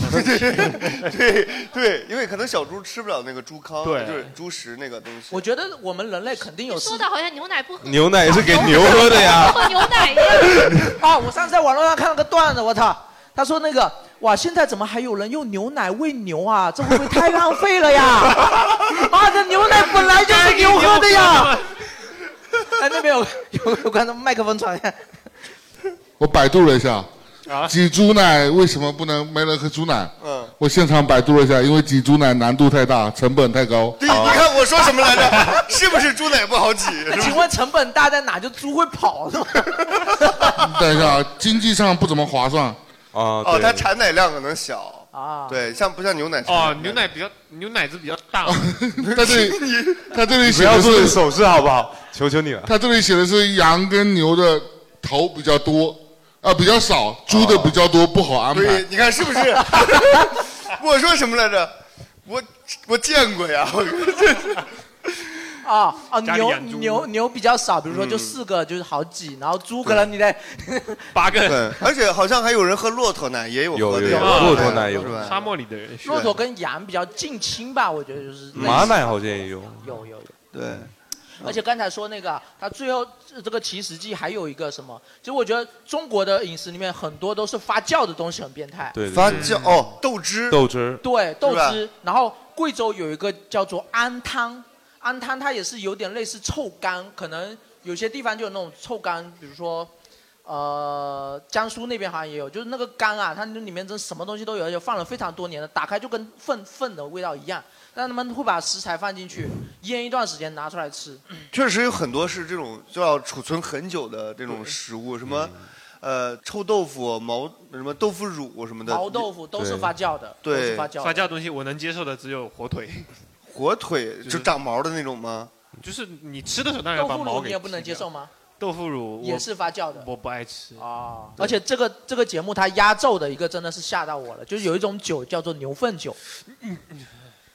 Speaker 3: 对对，因为可能小猪吃不了那个猪糠，
Speaker 4: 对
Speaker 3: 就是猪食那个东西。
Speaker 2: 我觉得我们人类肯定有
Speaker 9: 说的好像牛奶不喝，
Speaker 5: 牛奶也是给牛喝的呀
Speaker 9: 喝牛奶一样。
Speaker 2: 啊！我上次在网络上看了个段子，我操，他说那个哇，现在怎么还有人用牛奶喂牛啊？这会不会太浪费了呀？啊，这牛奶本来就是牛喝的呀！ 哎，那边有有有观众麦克风传来，
Speaker 13: 我百度了一下，
Speaker 2: 啊
Speaker 13: 挤猪奶为什么不能没人喝猪奶？
Speaker 3: 嗯，
Speaker 13: 我现场百度了一下，因为挤猪奶难度太大，成本太高。
Speaker 3: 对，你看我说什么来着？ 是不是猪奶不好挤？是
Speaker 2: 那
Speaker 3: 不是
Speaker 2: 请问成本大在哪？就猪会跑是吗？
Speaker 13: 等一下啊，经济上不怎么划算。
Speaker 5: 啊
Speaker 3: 哦，它产奶量可能小
Speaker 2: 啊，
Speaker 3: 对，像不像牛奶？
Speaker 4: 哦，牛奶比较，牛奶子比较 大。
Speaker 13: 他这里他这里
Speaker 5: 不
Speaker 13: 写
Speaker 5: 要
Speaker 13: 的
Speaker 5: 做这
Speaker 13: 是
Speaker 5: 个手势好不好？求求你了。
Speaker 13: 他这里写的是羊跟牛的头比较多，啊、比较少，猪的比较多，不好安排
Speaker 3: 对，。你看是 不是？我说什么来着？我我见过呀，我
Speaker 2: 啊啊，
Speaker 3: 家里
Speaker 2: 牛
Speaker 3: 养猪
Speaker 2: 牛牛比较少，比如说
Speaker 3: 嗯
Speaker 2: 就四个就是好几，然后猪可能你得
Speaker 4: 八
Speaker 3: 对，而且好像还有人喝骆驼奶，也有
Speaker 5: 有
Speaker 3: 喝的
Speaker 5: 有有
Speaker 3: 啊
Speaker 5: 骆驼奶有
Speaker 3: 是吧？
Speaker 4: 沙漠里的人
Speaker 2: 骆驼跟羊比较近亲吧，我觉得就是类
Speaker 3: 嗯
Speaker 2: 似
Speaker 5: 马奶好像也有。
Speaker 2: 有有有。
Speaker 3: 对，
Speaker 2: 而且刚才说那个啊，他最后这这个奇食记还有一个什么？其实我觉得中国的饮食里面很多都是发酵的东西很变态。
Speaker 5: 对对
Speaker 3: 发酵哦，豆汁，
Speaker 5: 豆汁，
Speaker 2: 对豆
Speaker 3: 是
Speaker 2: 汁，然后贵州有一个叫做氨汤，氨汤它也是有点类似臭干，可能有些地方就有那种臭干，比如说，呃，江苏那边好像也有，就是那个干啊，它那里面真什么东西都有，而且放了非常多年的，打开就跟粪粪的味道一样，但他们会把食材放进去腌一段时间拿出来吃。
Speaker 3: 确实有很多是这种就要储存很久的这种食物，什么
Speaker 5: 嗯
Speaker 3: 呃臭豆腐、毛什么豆腐乳什么的，
Speaker 2: 毛豆腐都是发酵的，都是
Speaker 3: 对，
Speaker 2: 发酵的。
Speaker 4: 发酵的东西我能接受的只有 火腿，
Speaker 3: 火腿
Speaker 4: 是
Speaker 3: 就长毛的那种吗？
Speaker 4: 就是你吃的时候当然
Speaker 2: 豆
Speaker 4: 要把
Speaker 2: 腐
Speaker 4: 毛
Speaker 2: 乳
Speaker 4: 给
Speaker 2: 你也不能接受吗？
Speaker 4: 豆腐乳我
Speaker 2: 也是发酵的。
Speaker 4: 我不爱吃
Speaker 2: 啊，而且这个这个节目它压轴的一个真的是吓到我了，就是有一种酒叫做牛粪酒，
Speaker 3: 嗯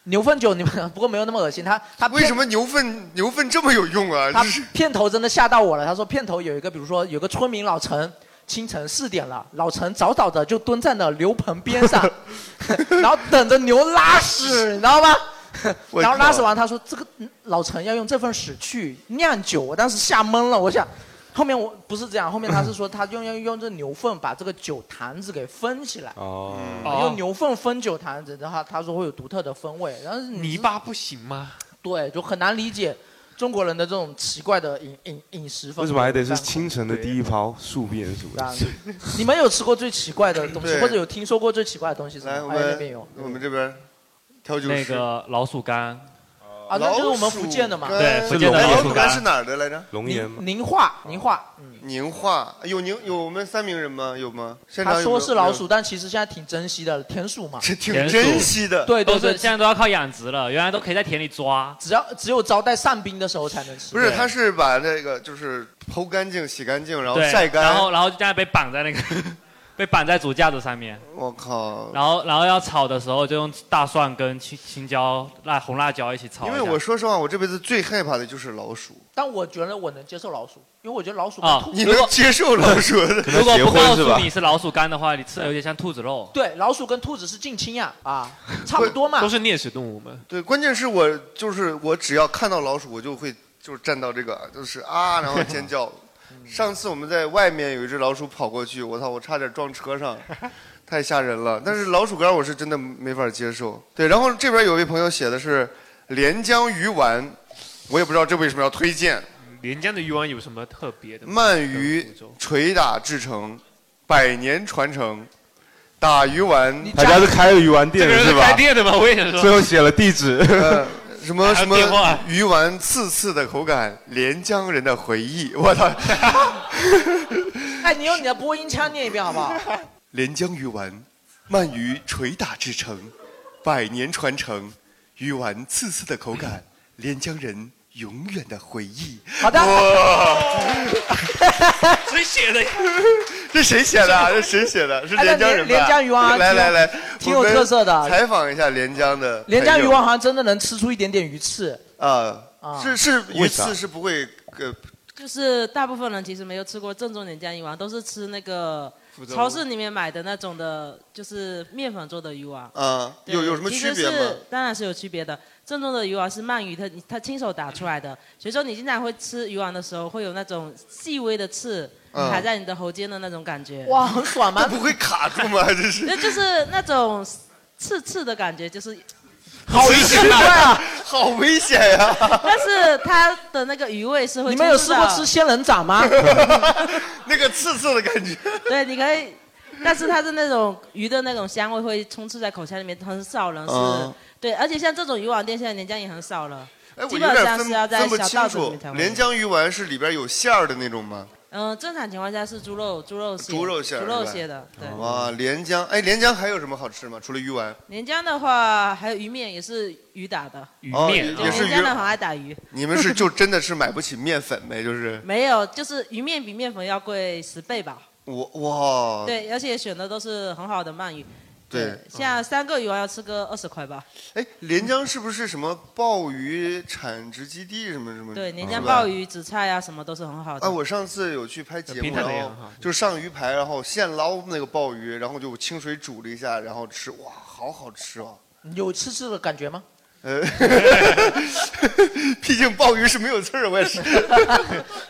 Speaker 2: 牛粪酒你们不过没有那么恶心，它它
Speaker 3: 为什
Speaker 2: 么
Speaker 3: 牛粪牛粪这么有用啊？
Speaker 2: 它片头真的吓到我了。他说片头有一个，比如说有个村民老陈，清晨四点了，老陈早早的就蹲在那牛棚边 上，然后等着牛拉屎，你知道吗？
Speaker 3: 我
Speaker 2: 然后
Speaker 3: 靠
Speaker 2: 拉屎完，他说这个嗯老陈要用这份屎去酿酒，我当时吓懵了，我想。后面我不是这样，后面他是说他用用用这牛粪把这个酒坛子给分起来，
Speaker 5: 哦，
Speaker 3: 嗯
Speaker 2: 用牛粪分酒坛子，然后他说会有独特的风味，然后泥
Speaker 4: 巴不行吗？
Speaker 2: 对，就很难理解中国人的这种奇怪的饮饮饮食风格。
Speaker 5: 为什么还得是清晨的第一泡宿便所？
Speaker 2: 但？你们有吃过最奇怪的东西，
Speaker 3: 对
Speaker 2: 或者有听说过最奇怪的东西是
Speaker 3: 来，
Speaker 2: 什
Speaker 3: 我
Speaker 2: 么？哎，那边
Speaker 3: 们
Speaker 2: 有
Speaker 3: 我们这边调酒师
Speaker 12: 那个老鼠干，
Speaker 2: 啊，那就是我们福建的嘛。
Speaker 3: 老鼠
Speaker 12: 对
Speaker 3: 干
Speaker 12: 福建的
Speaker 3: 老
Speaker 12: 老
Speaker 3: 鼠
Speaker 12: 鼠
Speaker 3: 干
Speaker 12: 干
Speaker 3: 是哪儿的来着？
Speaker 5: 龙岩吗
Speaker 2: 宁化，宁化，嗯，
Speaker 3: 宁化有宁有我们三明人吗？有吗？现场
Speaker 2: 他
Speaker 3: 有没有
Speaker 2: 说是老鼠，，但其实现在挺珍惜的，田鼠嘛，
Speaker 3: 挺
Speaker 12: 田鼠
Speaker 3: 珍惜的
Speaker 2: 对，
Speaker 12: 都
Speaker 2: 都
Speaker 12: 是
Speaker 2: 是
Speaker 12: 现在都要靠养殖了，原来都可以在田里抓。
Speaker 2: 只要只有招待散兵的时候才能吃。
Speaker 3: 不是，他是把那个就是剖干净、洗干净，然后
Speaker 12: 对
Speaker 3: 晒干，
Speaker 12: 然后然后就这样被绑在那个 被绑在竹架子上面。
Speaker 3: 我靠！
Speaker 12: 然后然后要炒的时候就用大蒜跟青青椒、辣红辣椒一起炒一
Speaker 3: 因
Speaker 12: 下。
Speaker 3: 为我说实话，我这辈子最害怕的就是老鼠。
Speaker 2: 但我觉得我能接受老鼠，因为我觉得老鼠跟
Speaker 12: 啊
Speaker 2: 兔，
Speaker 3: 你能接受老鼠
Speaker 12: 如果不告诉你是老鼠干的话，你吃的有点像兔子肉。
Speaker 2: 对老鼠跟兔子是近亲呀，啊，差不多嘛。
Speaker 12: 是啮齿动物嘛。
Speaker 3: 对，关键是我就是我只要看到老鼠，我就会就是站到这个就是啊，然后 尖叫。上次我们在外面有一只老鼠跑过去，我操，我差点撞车上，太吓人了。但是老鼠干我是真的没法接受。对，然后这边有位朋友写的是连江鱼丸，我也不知道这为什么要推荐。
Speaker 4: 连江的鱼丸有什么特别的吗？
Speaker 3: 鳗鱼捶打制成，百年传承。打鱼丸，
Speaker 5: 他家是开了鱼丸店的是吧？最后写了地址。
Speaker 3: 呃什么什
Speaker 5: 还有
Speaker 3: 么
Speaker 5: 电话
Speaker 3: 鱼丸刺刺的口感，连江人的回忆。我操，
Speaker 2: 哎，你用你的播音腔念一遍好不好？
Speaker 1: 连江鱼丸，鳗鱼捶打制成，百年传承，鱼丸刺刺的口感，连江人永远的回忆。
Speaker 2: 好的
Speaker 12: 谁写的呀？
Speaker 3: 这谁写的啊？这谁写的？是连江人吧？
Speaker 2: 哎那连连江鱼丸啊
Speaker 3: 来来来，
Speaker 2: 挺有挺有特色的
Speaker 3: 我们采访一下连江的
Speaker 2: 连江鱼丸
Speaker 3: 丸
Speaker 2: 好像真的能吃出一点点鱼刺。
Speaker 3: 啊
Speaker 2: 啊，
Speaker 3: 是是鱼
Speaker 2: 为啥
Speaker 3: 刺是不会呃
Speaker 14: 就是大部分人其实没有吃过正宗连江鱼丸，都是吃那个
Speaker 3: 福州
Speaker 14: 超市里面买的那种的，就是面粉做的鱼丸。
Speaker 3: 啊
Speaker 14: 对
Speaker 3: 有有什么
Speaker 14: 其实
Speaker 3: 区别吗
Speaker 14: 是当然是有区别的。正宗的鱼丸是鳗鱼，它它亲手打出来的，所以说你经常会吃鱼丸的时候，会有那种细微的刺
Speaker 3: 嗯
Speaker 14: 卡在你的喉间的那种感觉。
Speaker 2: 哇，很爽啊吗？
Speaker 3: 不会卡住吗？这是
Speaker 14: 那就是那种刺刺的感觉，就是
Speaker 2: 好奇怪啊！
Speaker 3: 好危险啊呀、
Speaker 14: 但是它的那个余味是会。
Speaker 2: 你们有试过吃？仙人掌吗？
Speaker 3: 那个刺刺的感觉。
Speaker 14: 对，你可以，但是它的那种鱼的那种香味会充斥在口腔里面，很少人是。
Speaker 3: 嗯
Speaker 14: 对，而且像这种鱼网店，现在连江也很少了，
Speaker 3: 哎，我
Speaker 14: 基
Speaker 3: 有
Speaker 14: 本
Speaker 3: 点
Speaker 14: 上
Speaker 3: 分
Speaker 14: 是要在
Speaker 3: 分不
Speaker 14: 小道
Speaker 3: 清
Speaker 14: 子里面
Speaker 3: 楚
Speaker 14: 才，会有。
Speaker 3: 连江鱼丸是里边有馅儿的那种吗？
Speaker 14: 嗯、正常情况下是猪肉猪肉蟹
Speaker 3: 猪肉馅儿
Speaker 14: 猪
Speaker 3: 是吧，
Speaker 14: 肉蟹的，对。
Speaker 3: 哇，连江，哎，连江还有什么好吃吗？除了鱼丸，
Speaker 14: 连江的话，还有鱼面也是鱼打的，
Speaker 3: 哦也也是
Speaker 14: 连
Speaker 3: 鱼
Speaker 14: 江。人很爱打鱼。
Speaker 3: 你们是就真的是买不起面粉呗？就是
Speaker 14: 没有，就是鱼面比面粉要贵十倍吧。
Speaker 3: 我哇，
Speaker 14: 对，而且选的都是很好的鳗鱼，
Speaker 3: 对，
Speaker 14: 像三个鱼丸要吃个二十块吧。
Speaker 3: 哎，连江是不是什么鲍鱼产殖基地什么什么？
Speaker 14: 对，
Speaker 3: 是吧
Speaker 14: 连江鲍。鱼、紫菜啊，什么都是很好的。
Speaker 3: 啊，我上次有去拍节
Speaker 14: 呃平
Speaker 3: 目，
Speaker 14: 台的也
Speaker 3: 然
Speaker 14: 很
Speaker 3: 后
Speaker 14: 好
Speaker 3: 就上鱼排，然后现捞那个鲍鱼，然后就清水煮了一下，然后吃，哇，好好吃哦。
Speaker 2: 有吃刺的感觉吗？
Speaker 3: 呃，毕竟鲍鱼是没有刺儿，我也是。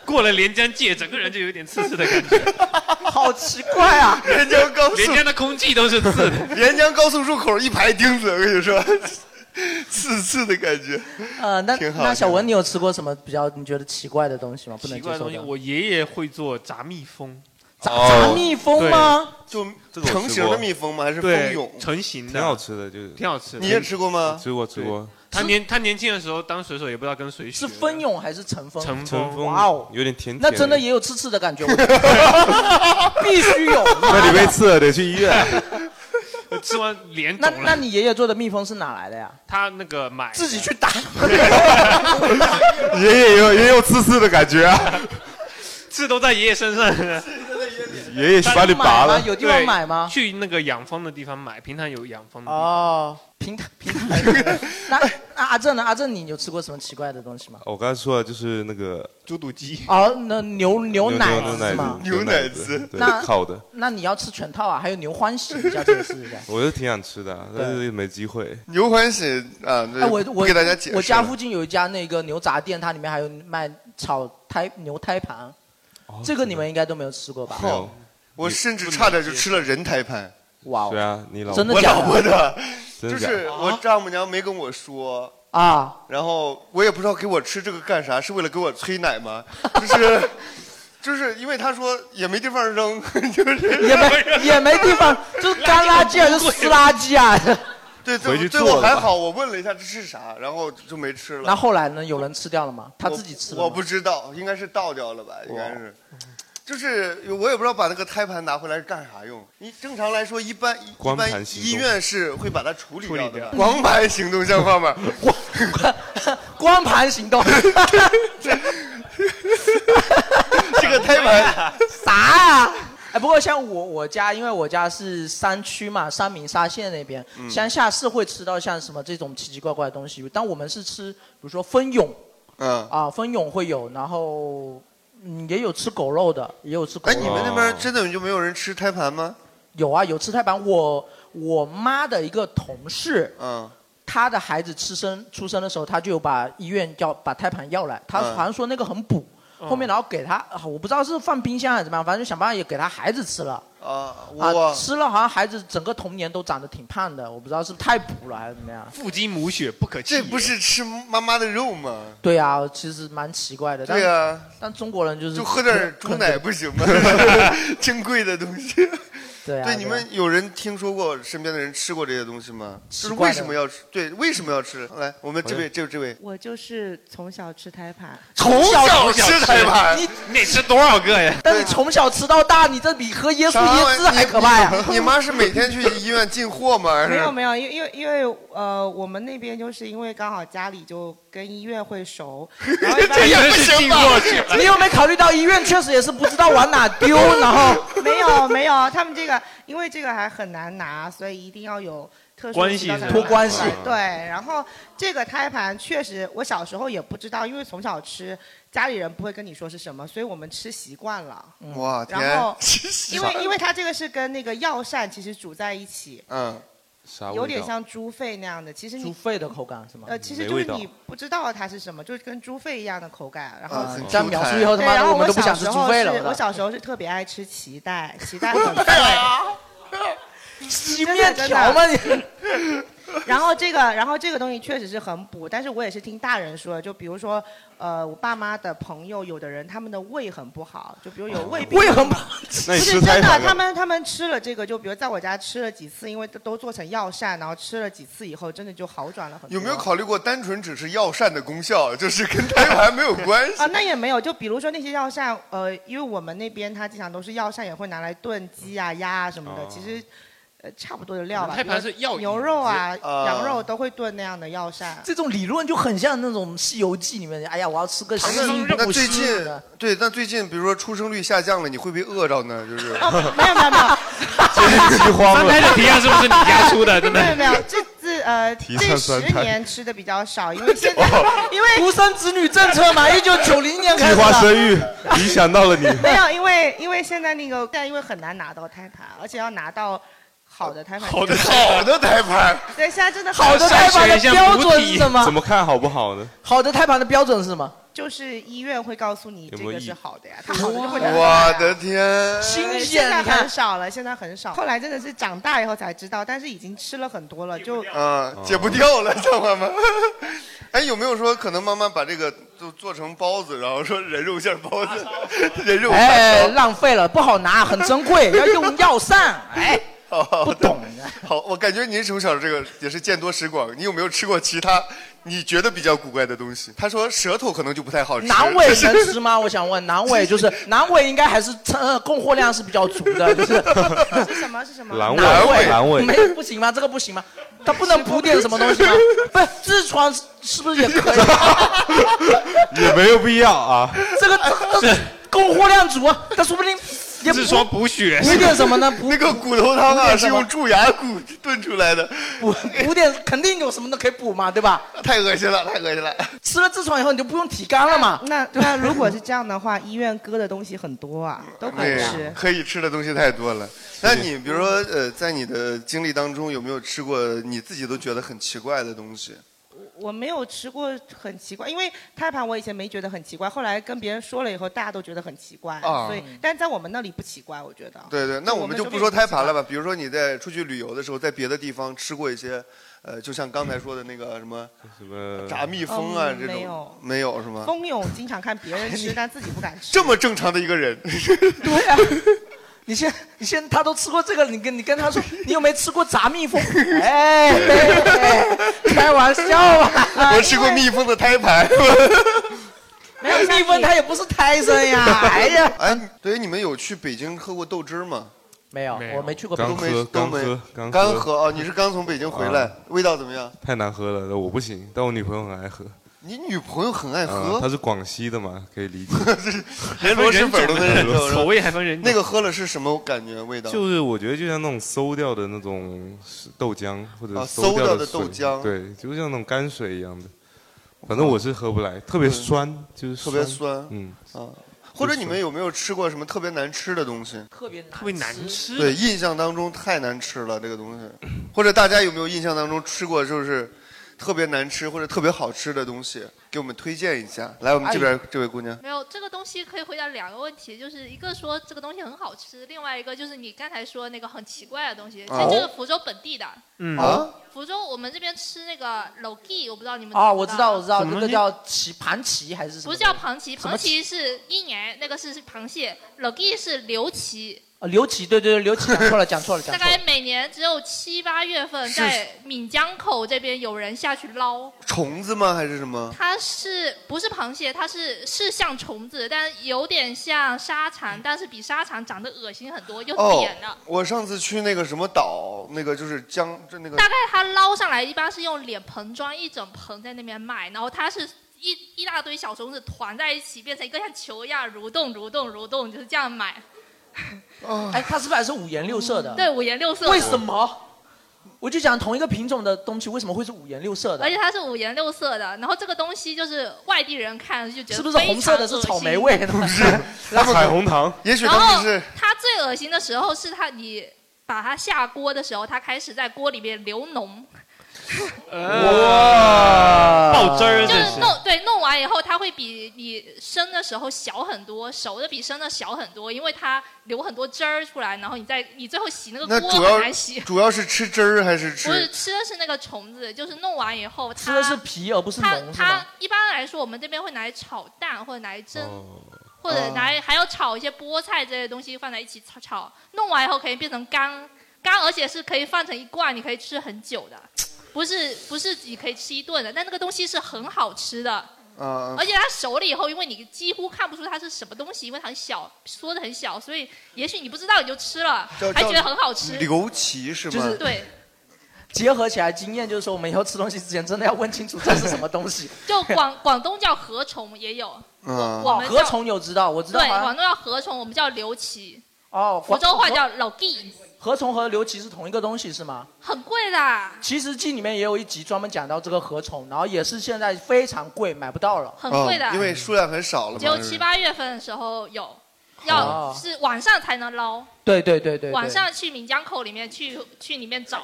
Speaker 12: 过了连江界，整个人就有点刺刺 的感觉。
Speaker 2: 好奇怪啊！
Speaker 3: 连江高速，
Speaker 12: 连江的空气都是刺的。
Speaker 3: 连江高速入口一排钉子，我跟你说， 刺刺的感觉。
Speaker 2: 呃，那
Speaker 3: 挺好
Speaker 2: 那小
Speaker 3: 挺好
Speaker 2: 文，你有吃过什么比较你觉得奇怪的东西吗？不能
Speaker 4: 奇
Speaker 2: 接
Speaker 4: 怪的
Speaker 2: 受
Speaker 4: 东西，
Speaker 2: 的。
Speaker 4: 我爷爷会做炸蜜蜂。
Speaker 2: 炸
Speaker 3: 哦
Speaker 2: 炸蜜蜂吗？
Speaker 3: 就
Speaker 5: 哦这个我吃过
Speaker 3: 成型的蜜蜂吗还是蜂蛹
Speaker 4: 对 成型的，
Speaker 5: 挺好吃的就是
Speaker 4: 挺好吃的。
Speaker 3: 哎你也吃过吗
Speaker 5: 吃过吃过。
Speaker 4: 他年他年轻的时候当水手，也不知道跟谁学。
Speaker 2: 是蜂蛹还是成蜂？
Speaker 4: 成
Speaker 5: 成
Speaker 4: 蜂
Speaker 5: 风，
Speaker 2: 哇哦，
Speaker 5: 有点甜甜。
Speaker 2: 那真的也有刺刺的感觉，我觉得必须有。
Speaker 5: 那你被刺了，得去医院。
Speaker 4: 吃完脸
Speaker 2: 那
Speaker 4: 肿
Speaker 2: 那
Speaker 4: 了。
Speaker 2: 你爷爷做的蜜蜂是哪来的呀？
Speaker 4: 他那个买
Speaker 2: 自己去打。
Speaker 5: 爷爷也有也有刺刺的感觉啊。
Speaker 4: 刺都在爷爷身上。
Speaker 5: 爷爷把你拔了。
Speaker 2: 有地方买吗
Speaker 4: 对去那个养蜂的地方买，平常有养蜂的地方。
Speaker 2: 哦，平台平台。那那阿正呢？阿正，你有吃过什么奇怪的东西吗？
Speaker 5: 我刚才说的就是那个猪肚鸡
Speaker 2: 哦，那牛牛奶
Speaker 5: 牛
Speaker 2: 是吗
Speaker 5: 奶？牛奶汁对
Speaker 2: 那
Speaker 5: 烤的。
Speaker 2: 那你要吃全套啊，还有牛欢喜，你下次试 一下。
Speaker 5: 我是挺想吃的啊，但是没机会。
Speaker 3: 牛欢喜啊，对
Speaker 2: 哎，我
Speaker 3: 不
Speaker 2: 我
Speaker 3: 给大家解释。
Speaker 2: 我家附近有一家那个牛杂店，它里面还有卖炒胎牛胎盘，这个你们应该都没有吃过吧？
Speaker 3: 哦
Speaker 2: 哦
Speaker 3: 没有哦我甚至差点就吃了人胎盘。
Speaker 2: 哇哦
Speaker 5: 对啊，你老
Speaker 2: 真的
Speaker 3: 我
Speaker 2: 假的
Speaker 3: 老婆的，
Speaker 5: 真
Speaker 3: 就
Speaker 5: 的假的
Speaker 3: 是我丈母娘没跟我说。
Speaker 2: 啊，
Speaker 3: 然后我也不知道给我吃这个干啥，是为了给我催奶吗？ 就是，就是因为她说也没地方扔， 就是
Speaker 2: 也没也没地方，就是干垃圾啊，就是湿垃圾啊。
Speaker 3: 对，
Speaker 2: 回去
Speaker 3: 对
Speaker 2: 做
Speaker 3: 我
Speaker 2: 了
Speaker 3: 还
Speaker 2: 吧
Speaker 3: 好，我问了一下这是啥，然后就没吃了。
Speaker 2: 那后来呢？有人吃掉了吗？他自己吃了吗
Speaker 3: 我？我不知道，应该是倒掉了吧，应该是。嗯就是我也不知道把那个胎盘拿回来是干啥用。你正常来说，一般一
Speaker 5: 光盘
Speaker 3: 般
Speaker 5: 行动
Speaker 3: 医院是会把它处理掉的吧。
Speaker 5: 掉
Speaker 3: 光盘行动像话 吗？
Speaker 2: 光盘行动，
Speaker 3: 这个胎盘
Speaker 2: 啥呀、哎，不过过像我我家，因为我家是山区嘛，三明沙县那边，
Speaker 15: 嗯
Speaker 2: 乡下是会吃到像什么这种奇奇怪怪的东西，但我们是吃，比如说蜂蛹，
Speaker 3: 嗯
Speaker 2: 啊，蜂蛹会有，然后嗯也有吃狗肉的，也有吃狗
Speaker 3: 哎，
Speaker 2: 肉。
Speaker 3: 你们那边真的就没有人吃胎盘吗？
Speaker 2: 有啊，有吃胎盘。我我妈的一个同事，
Speaker 3: 嗯，
Speaker 2: 她的孩子吃生出生的时候，她就有把医院要把胎盘要来，她
Speaker 3: 嗯
Speaker 2: 好像说那个很补。
Speaker 3: 嗯
Speaker 2: 后面然后给她，啊我不知道是放冰箱还是怎么样，反正就想办法也给她孩子吃了。
Speaker 3: 啊，
Speaker 2: 啊，
Speaker 3: 我
Speaker 2: 吃了好像孩子整个童年都长得挺胖的，我不知道是不是太补了还是怎么样。
Speaker 3: 腹肌母血不可这不是吃妈妈的肉吗？
Speaker 2: 对啊，其实蛮奇怪的。但
Speaker 3: 对啊，
Speaker 2: 但中国人就是
Speaker 3: 就喝点猪奶不行吗？ 珍贵的东西。
Speaker 2: 对啊
Speaker 3: 对，
Speaker 2: 对
Speaker 3: 你们有人听说过身边的人吃过这些东西吗？就是
Speaker 2: 怪
Speaker 3: 为
Speaker 2: 的
Speaker 3: 什么要吃？对，为什么要吃？来，我们这位，这位，这位，
Speaker 16: 我就是从小吃胎盘，
Speaker 3: 从小吃胎盘，
Speaker 2: 你
Speaker 3: 你吃多少个呀？
Speaker 2: 但你从小吃到大，你这比喝椰树椰汁还可怕呀！
Speaker 3: 你妈是每天去医院进货吗？
Speaker 16: 没有没有，因为因为因为呃，我们那边就是因为刚好家里就跟医院 会熟，然后一般
Speaker 2: 你有没有考虑到医院确实也是不知道往哪丢，然 后
Speaker 16: 没有没有，他们这个因为这个还很难拿，所以一定要有特殊
Speaker 2: 关
Speaker 16: 渠道
Speaker 2: 系是
Speaker 16: 才能
Speaker 2: 吧托啊关
Speaker 16: 拿出来
Speaker 2: 系
Speaker 16: 对，然后这个胎盘确实，我小时候也不知道，因为从小吃，家里人不会跟你说是什么，所以我们吃习惯了。
Speaker 3: 哇啊天
Speaker 16: 然后，
Speaker 3: 习
Speaker 16: 因
Speaker 3: 惯了
Speaker 16: 为因为它这个是跟那个药膳其实煮在一起，
Speaker 3: 嗯，
Speaker 5: 啥味道
Speaker 16: 有点像猪肺那样的。其实你
Speaker 2: 猪肺的口感是吗？
Speaker 16: 呃，其实
Speaker 5: 没
Speaker 16: 就是
Speaker 5: 味道
Speaker 16: 你不知道它是什么，就是跟猪肺一样的口感。然后、
Speaker 2: 啊你这样描述以后他妈的
Speaker 16: 对然后
Speaker 2: 我们都不
Speaker 16: 小
Speaker 2: 想吃
Speaker 16: 时候
Speaker 2: 猪肺了
Speaker 16: 是
Speaker 2: 我操
Speaker 16: 我小时候是特别爱吃脐 带，脐带很脆。
Speaker 2: 洗
Speaker 16: 面
Speaker 2: 条吗你？
Speaker 16: 然后这个，然后这个东西确实是很补，但是我也是听大人说，就比如说，呃，我爸妈的朋友，有的人他们的胃很不好，就比如有胃病。
Speaker 2: 哦胃很不
Speaker 5: 那你
Speaker 16: 不
Speaker 5: 吃
Speaker 16: 是
Speaker 5: 胎
Speaker 16: 真的
Speaker 5: 盘，
Speaker 16: 他们他们吃了这个，就比如在我家吃了几次，因为都都做成药膳，然后吃了几次以后，真的就好转了很 多。
Speaker 3: 有没有考虑过单纯只是药膳的功效， 就是跟胎盘没有 关系？
Speaker 16: 啊，那也没有。就比如说那些药膳，呃，因为我们那边它经常都是药膳，也会拿来炖鸡啊、鸭啊什么的。
Speaker 3: 哦
Speaker 16: 其实，呃，差不多的料吧。
Speaker 2: 胎盘
Speaker 16: 比如
Speaker 2: 是药
Speaker 16: 牛肉啊
Speaker 2: 引、子啊
Speaker 16: 羊肉都会炖那样的药膳。
Speaker 2: 这种理论就很像那种《西游记》里面的，哎呀，我要吃个西
Speaker 3: 那那最
Speaker 2: 西
Speaker 3: 近对，那最近比如说出生率下降了，你会不会饿着呢？就是
Speaker 16: 没有没有没有，
Speaker 3: 饥荒
Speaker 5: 三胎的
Speaker 16: 啊
Speaker 5: 提案是不是你家出的 真的
Speaker 16: 没有没有，这这呃
Speaker 5: 提倡
Speaker 16: 这
Speaker 5: 三
Speaker 16: 十
Speaker 5: 胎
Speaker 16: 年吃的比较少，因为现在因为
Speaker 2: 独生子女政策 嘛，一九九零年开始
Speaker 5: 计划生
Speaker 2: 的。
Speaker 5: 育，影响到了你。
Speaker 16: 没有，因为因为现在那个，但因为很难拿到胎盘，而且要拿到好的胎盘。
Speaker 5: 好的好的胎盘。
Speaker 16: 对，现在真的
Speaker 2: 好的胎盘的标准是什
Speaker 5: 怎
Speaker 2: 么？
Speaker 5: 么看好不好呢？
Speaker 2: 好的胎盘的标准是什么？
Speaker 16: 就是医院会告诉你
Speaker 5: 有
Speaker 16: 这
Speaker 5: 没有
Speaker 16: 个
Speaker 5: 意
Speaker 16: 是好的呀，他好的就会拿到呀
Speaker 3: 我的天，
Speaker 16: 对现在很少了，现在很少。后来真的是长大以后才知道，但是已经吃了很多了，就
Speaker 3: 啊，解不掉了，知道吗？ 哎，有没有说可能妈妈把这个都做成包子，然后说人肉馅儿包子，人肉
Speaker 2: 哎，
Speaker 3: 馅
Speaker 2: 浪费了，不好拿，很珍贵，要用药膳。哎，啊
Speaker 3: 不懂。好，我感觉您从小这个也是见多识广，你有没有吃过其他你觉得比较古怪的东西？他说舌头可能就不太好吃。
Speaker 2: 南伟能 吃吗？我想问，南伟就是南伟，应该还是呃供货量是比较足的，就是
Speaker 16: 是什么 是什么？
Speaker 5: 阑
Speaker 2: 尾，
Speaker 5: 尾阑尾
Speaker 2: 没不行吗？这个不行吗？他不能补点什么东西吗？不是痔疮是是不是也可以？
Speaker 5: 也没有必要啊。
Speaker 2: 这个这个供货量足啊，他说不定也不
Speaker 5: 痔疮补血
Speaker 2: 补点什么呢？补
Speaker 3: 那个骨头汤
Speaker 2: 补
Speaker 3: 啊
Speaker 2: 点
Speaker 3: 是
Speaker 2: 什么
Speaker 3: 用蛀牙骨炖出来的，
Speaker 2: 补补点肯定有什么都可以补嘛，对吧？
Speaker 3: 太恶心了，太恶心了。
Speaker 2: 吃了痔疮以后你就不用提肛了嘛？
Speaker 16: 那那如果是这样的话，医院割的东西很多啊，都可以
Speaker 3: 对
Speaker 16: 吃。
Speaker 3: 可以吃的东西太多了。那你比如说，呃，在你的经历当中，有没有吃过你自己都觉得很奇怪的东西？
Speaker 16: 我没有吃过很奇怪，因为胎盘我以前没觉得很奇怪，后来跟别人说了以后，大家都觉得很奇怪，
Speaker 3: 啊
Speaker 16: 所以但在我们那里不奇怪，我觉得。
Speaker 3: 对对，那
Speaker 16: 我
Speaker 3: 我
Speaker 16: 们
Speaker 3: 们就
Speaker 16: 说
Speaker 3: 不
Speaker 16: 不
Speaker 3: 说
Speaker 16: 定
Speaker 3: 胎
Speaker 16: 不
Speaker 3: 盘了吧。比如说你在出去旅游的时候，在别的地方吃过一些，呃，就像刚才说的那个什么
Speaker 5: 什么
Speaker 3: 炸蜜蜂啊
Speaker 16: 嗯
Speaker 3: 这种，
Speaker 16: 没有
Speaker 3: 没有是吗？
Speaker 16: 蜂蛹经常看 别人吃，但自己不敢吃。
Speaker 3: 这么正常的一个人，
Speaker 2: 对啊，你先你先他都吃过这个了，你跟你跟他说你有没有吃过炸蜜蜂？哎，开玩笑啊吧。
Speaker 3: 我吃过蜜蜂的胎盘。
Speaker 2: 没 有蜜蜂，它也不是胎生呀。 哎呀，
Speaker 3: 哎，对，你们有去北京喝过豆汁吗？
Speaker 2: 没有，我没去过
Speaker 5: 刚
Speaker 3: 都没都
Speaker 5: 喝，刚
Speaker 3: 没哦
Speaker 5: 喝，刚
Speaker 3: 刚喝啊！你是刚从北京回来
Speaker 5: 啊，
Speaker 3: 味道怎么样？
Speaker 5: 太难喝了，我不行，但我女朋友很爱喝。
Speaker 3: 你女朋友很爱
Speaker 5: 嗯
Speaker 3: 喝，
Speaker 5: 他是广西的嘛，可 以理解。
Speaker 3: 连螺蛳粉都能 忍
Speaker 5: 还分人种
Speaker 3: 受，
Speaker 5: 呢口味还
Speaker 3: 分人那个喝了是什么感觉？味道
Speaker 5: 就是我觉得就像那种馊掉的那种豆浆，或者
Speaker 3: 啊馊
Speaker 5: 掉
Speaker 3: 掉的
Speaker 5: 水
Speaker 3: 豆浆
Speaker 5: 对，就像那种泔水一样的。反正我是喝不来，特别酸，就
Speaker 3: 嗯
Speaker 5: 是
Speaker 3: 特别酸，
Speaker 5: 嗯
Speaker 3: 啊。或者你们有没有吃过什么特别难吃的东西？
Speaker 2: 特别难
Speaker 4: 特别难吃
Speaker 3: 对，印象当中太难吃了这个东西。或者大家有没有印象当中吃过就是特别难吃或者特别好吃的东西？给我们推荐一下。来，我们这边、
Speaker 9: 哎
Speaker 3: 这位姑娘，
Speaker 9: 没有这个东西可以回答两个问题，就是一个说这个东西很好吃，另外一个就是你刚才说那个很奇怪的东西，
Speaker 3: 哦
Speaker 9: 是这个福州本地的。
Speaker 4: 嗯
Speaker 3: 啊，
Speaker 9: 福州我们这边吃那个枸杞，啊我不知道你们
Speaker 2: 哦，我知道，我知道，
Speaker 9: 什么
Speaker 2: 那
Speaker 9: 东
Speaker 2: 个
Speaker 9: 西
Speaker 2: 叫棋盘棋还是什
Speaker 9: 不
Speaker 2: 么
Speaker 9: 是
Speaker 2: 的？
Speaker 9: 叫螃蜞，
Speaker 2: 什
Speaker 9: 螃
Speaker 2: 么
Speaker 9: 蜞是鹰眼，那个是是螃蟹，枸杞是刘琦。
Speaker 2: 啊，刘琦，对对对，刘琦讲错了，讲错了，讲
Speaker 9: 大
Speaker 2: 错
Speaker 9: 概
Speaker 2: 了。
Speaker 9: 每年只有七八月份，
Speaker 3: 是
Speaker 9: 在闽江口这边有人下去捞，
Speaker 3: 虫子吗？还是什么？
Speaker 9: 它是不是螃蟹？它是是像虫子，但有点像沙
Speaker 2: 嗯
Speaker 9: 蚕，但是比沙蚕长得恶心很多，又
Speaker 3: 哦
Speaker 9: 扁了。，
Speaker 3: 我上次去那个什么岛，那个就是江，就
Speaker 2: 嗯
Speaker 3: 那个
Speaker 9: 大概它捞上来一般是用脸盆装一整盆在那边卖，然后它是一一大堆小虫子团在一起，变成一个像球一样蠕动、蠕动、蠕动，就是这样买。哦
Speaker 2: 哎，它是不是还是五颜六色的？
Speaker 9: 嗯对，五颜六色。
Speaker 2: 为什？么？我就讲同一个品种的东西，为什么会是五颜六色的？
Speaker 9: 而且它是五颜六色的，然后这个东西就是外地人看就觉得
Speaker 2: 是不是红色的是
Speaker 9: 非常恶心
Speaker 2: 草莓味？不是，
Speaker 5: 彩虹糖，
Speaker 3: 也
Speaker 9: 然后它最恶心的时候是它你把它下锅的时候，它开始在锅里面流脓，
Speaker 4: 哇，爆汁儿
Speaker 9: 就
Speaker 4: 这
Speaker 9: 是
Speaker 4: 是。
Speaker 9: 弄对弄完以后，它会比你生的时候小很多，熟的比生的小很多，因为它流很多汁儿出来，然后你再你最后洗那
Speaker 3: 那
Speaker 9: 个锅
Speaker 3: 主
Speaker 9: 很难
Speaker 3: 要
Speaker 9: 洗。
Speaker 3: 主要是吃汁儿还是
Speaker 9: 不是
Speaker 3: 吃？
Speaker 9: 吃的是那个虫子，就是弄完以后它
Speaker 2: 吃的是皮而不是
Speaker 9: 它
Speaker 2: 脓，是
Speaker 9: 它
Speaker 2: 吗？
Speaker 9: 一般来说，我们这边会拿来炒蛋或者拿来蒸，或
Speaker 2: 哦
Speaker 9: 者拿来还要炒一些菠菜这些东西放在一起炒炒，弄完以后可以变成干干，而且是可以放成一罐，你可以吃很久的，不是不是你可以吃一顿的，但那个东西是很好吃的。
Speaker 2: 嗯
Speaker 3: 啊
Speaker 9: 而且它熟了以后，因为你几乎看不出它是什么东西，因为它很小，缩的很小，所以也许你不知道你就吃了，
Speaker 2: 叫
Speaker 9: 哦还觉得很好吃。
Speaker 3: 刘琦是吗？
Speaker 2: 就是
Speaker 9: 对，
Speaker 2: 结合起来经验就是说，我们以后吃东西之前真的要问清楚这是什么东西。
Speaker 9: 就广广东叫河虫也有，
Speaker 3: 嗯
Speaker 9: 我们叫
Speaker 2: 河虫有知道，我知道
Speaker 9: 对，
Speaker 2: 好
Speaker 9: 广
Speaker 2: 像
Speaker 9: 东叫河虫，我们叫刘琦，
Speaker 2: 哦，
Speaker 9: 福州话叫
Speaker 2: 河
Speaker 9: 老弟，
Speaker 2: 河虫和刘琦是同一个东西是吗？
Speaker 9: 很贵的，
Speaker 2: 《其实记》里面也有一集专门讲到这个河虫，然后也是现在非常贵，买不到了。
Speaker 9: 很贵的，
Speaker 3: 哦因为数量很少了嘛。
Speaker 9: 只有
Speaker 3: 是
Speaker 9: 七八月份的时候有，
Speaker 2: 哦
Speaker 9: 要是晚上才能捞，
Speaker 2: 对对对对。对
Speaker 9: 晚上去闽江口里面去去里面找。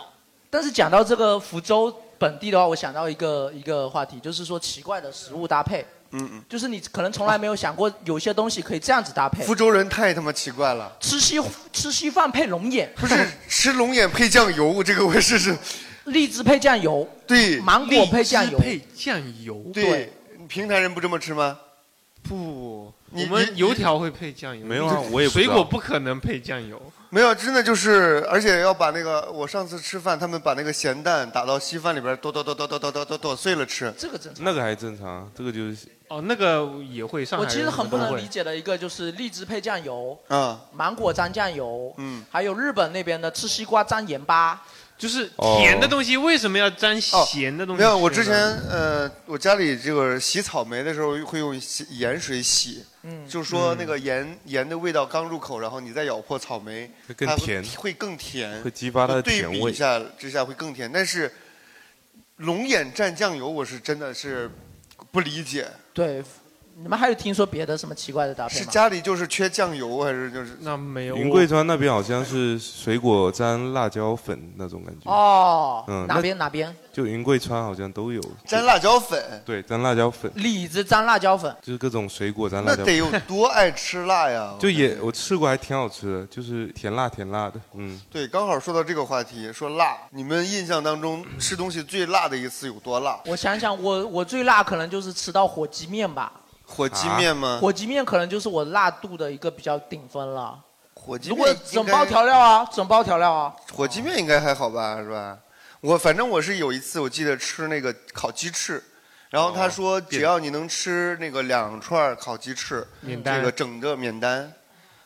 Speaker 2: 但是讲到这个福州本地的话，我想到一个一个话题，就是说奇怪的食物搭配，
Speaker 3: 嗯嗯。
Speaker 2: 就是你可能从来没有想过有些东西可以这样子搭配。
Speaker 3: 福州人太他妈奇怪了，
Speaker 2: 吃稀吃稀饭配龙眼，
Speaker 3: 不是吃龙眼配酱油，这个我试试。
Speaker 2: 荔枝配酱油，
Speaker 3: 对，
Speaker 2: 芒果配酱油
Speaker 3: 荔枝
Speaker 4: 配酱油，
Speaker 3: 对，
Speaker 4: 对
Speaker 3: 平台人不这么吃吗？
Speaker 4: 不，
Speaker 3: 你
Speaker 4: 我
Speaker 3: 你
Speaker 4: 们油条会配酱油，
Speaker 3: 没有啊
Speaker 4: 你
Speaker 3: 我也不知
Speaker 4: 水
Speaker 3: 道
Speaker 4: 果不可能配酱油。
Speaker 3: 没有，真的就是，而且要把那个，我上次吃饭，他们把那个咸蛋打到稀饭里边，剁剁剁剁剁剁剁剁剁碎了吃。
Speaker 2: 这个正
Speaker 5: 那个还正常，这个就是
Speaker 4: 哦，那个也会上
Speaker 2: 我
Speaker 4: 海
Speaker 2: 其实
Speaker 4: 人
Speaker 2: 很
Speaker 4: 都
Speaker 2: 不能
Speaker 4: 会
Speaker 2: 理解的一个就是荔枝配酱油，
Speaker 3: 啊，
Speaker 2: 芒果沾酱油，
Speaker 3: 嗯，
Speaker 2: 还有日本那边的吃西瓜沾盐巴，
Speaker 4: 就是
Speaker 3: 哦
Speaker 4: 甜的东西为什么要沾
Speaker 2: 哦
Speaker 4: 咸的东西吃
Speaker 3: 没
Speaker 4: 呢？
Speaker 3: 有，我之前呃，我家里这个洗草莓的时候会用洗盐水洗，
Speaker 2: 嗯
Speaker 3: 就是说
Speaker 5: 嗯
Speaker 3: 那个盐盐的味道刚入口，然后你再咬破草莓，
Speaker 5: 会更
Speaker 3: 它会
Speaker 5: 甜
Speaker 3: 会更甜，
Speaker 5: 会激发它的
Speaker 3: 就对
Speaker 5: 甜
Speaker 3: 比
Speaker 5: 味
Speaker 3: 一下之下会更甜，但是龙眼蘸酱油，我是真的是不理解，
Speaker 2: 对，你们还有听说别的什么奇怪的搭配
Speaker 3: 是
Speaker 2: 吗？
Speaker 3: 家里就是缺酱油还是就是
Speaker 4: 那没有
Speaker 5: 云贵川那边好像是水果沾辣椒粉那种感觉。
Speaker 2: 哦，
Speaker 5: 嗯
Speaker 2: 哪
Speaker 5: 那
Speaker 2: 边哪边？
Speaker 5: 就云贵川好像都有
Speaker 3: 沾辣椒粉，
Speaker 5: 对，沾辣椒粉，
Speaker 2: 李子沾辣椒粉，
Speaker 5: 就是各种水果沾辣
Speaker 3: 那
Speaker 5: 椒
Speaker 3: 得有
Speaker 5: 粉。
Speaker 3: 多爱吃辣呀？
Speaker 5: 就也我吃过，还挺好吃的，就是甜辣甜辣的，嗯。
Speaker 3: 对，刚好说到这个话题，说辣，你们印象当中吃东西最辣的一次有多辣？
Speaker 2: 我想想，我我最辣可能就是吃到火鸡面吧。
Speaker 3: 火鸡面
Speaker 2: 啊
Speaker 3: 吗？
Speaker 2: 火鸡面可能就是我辣度的一个比较顶分了。
Speaker 3: 火鸡
Speaker 2: 如
Speaker 3: 面
Speaker 2: 果
Speaker 3: 应该
Speaker 2: 整包调料啊，整包调料啊，
Speaker 3: 火鸡面应该还好吧，是吧？我反正我是有一次，我记得吃那个烤鸡翅，然后他说
Speaker 4: 哦
Speaker 3: 只要你能吃那个两串烤鸡翅，
Speaker 4: 免单
Speaker 3: 这个整个免单，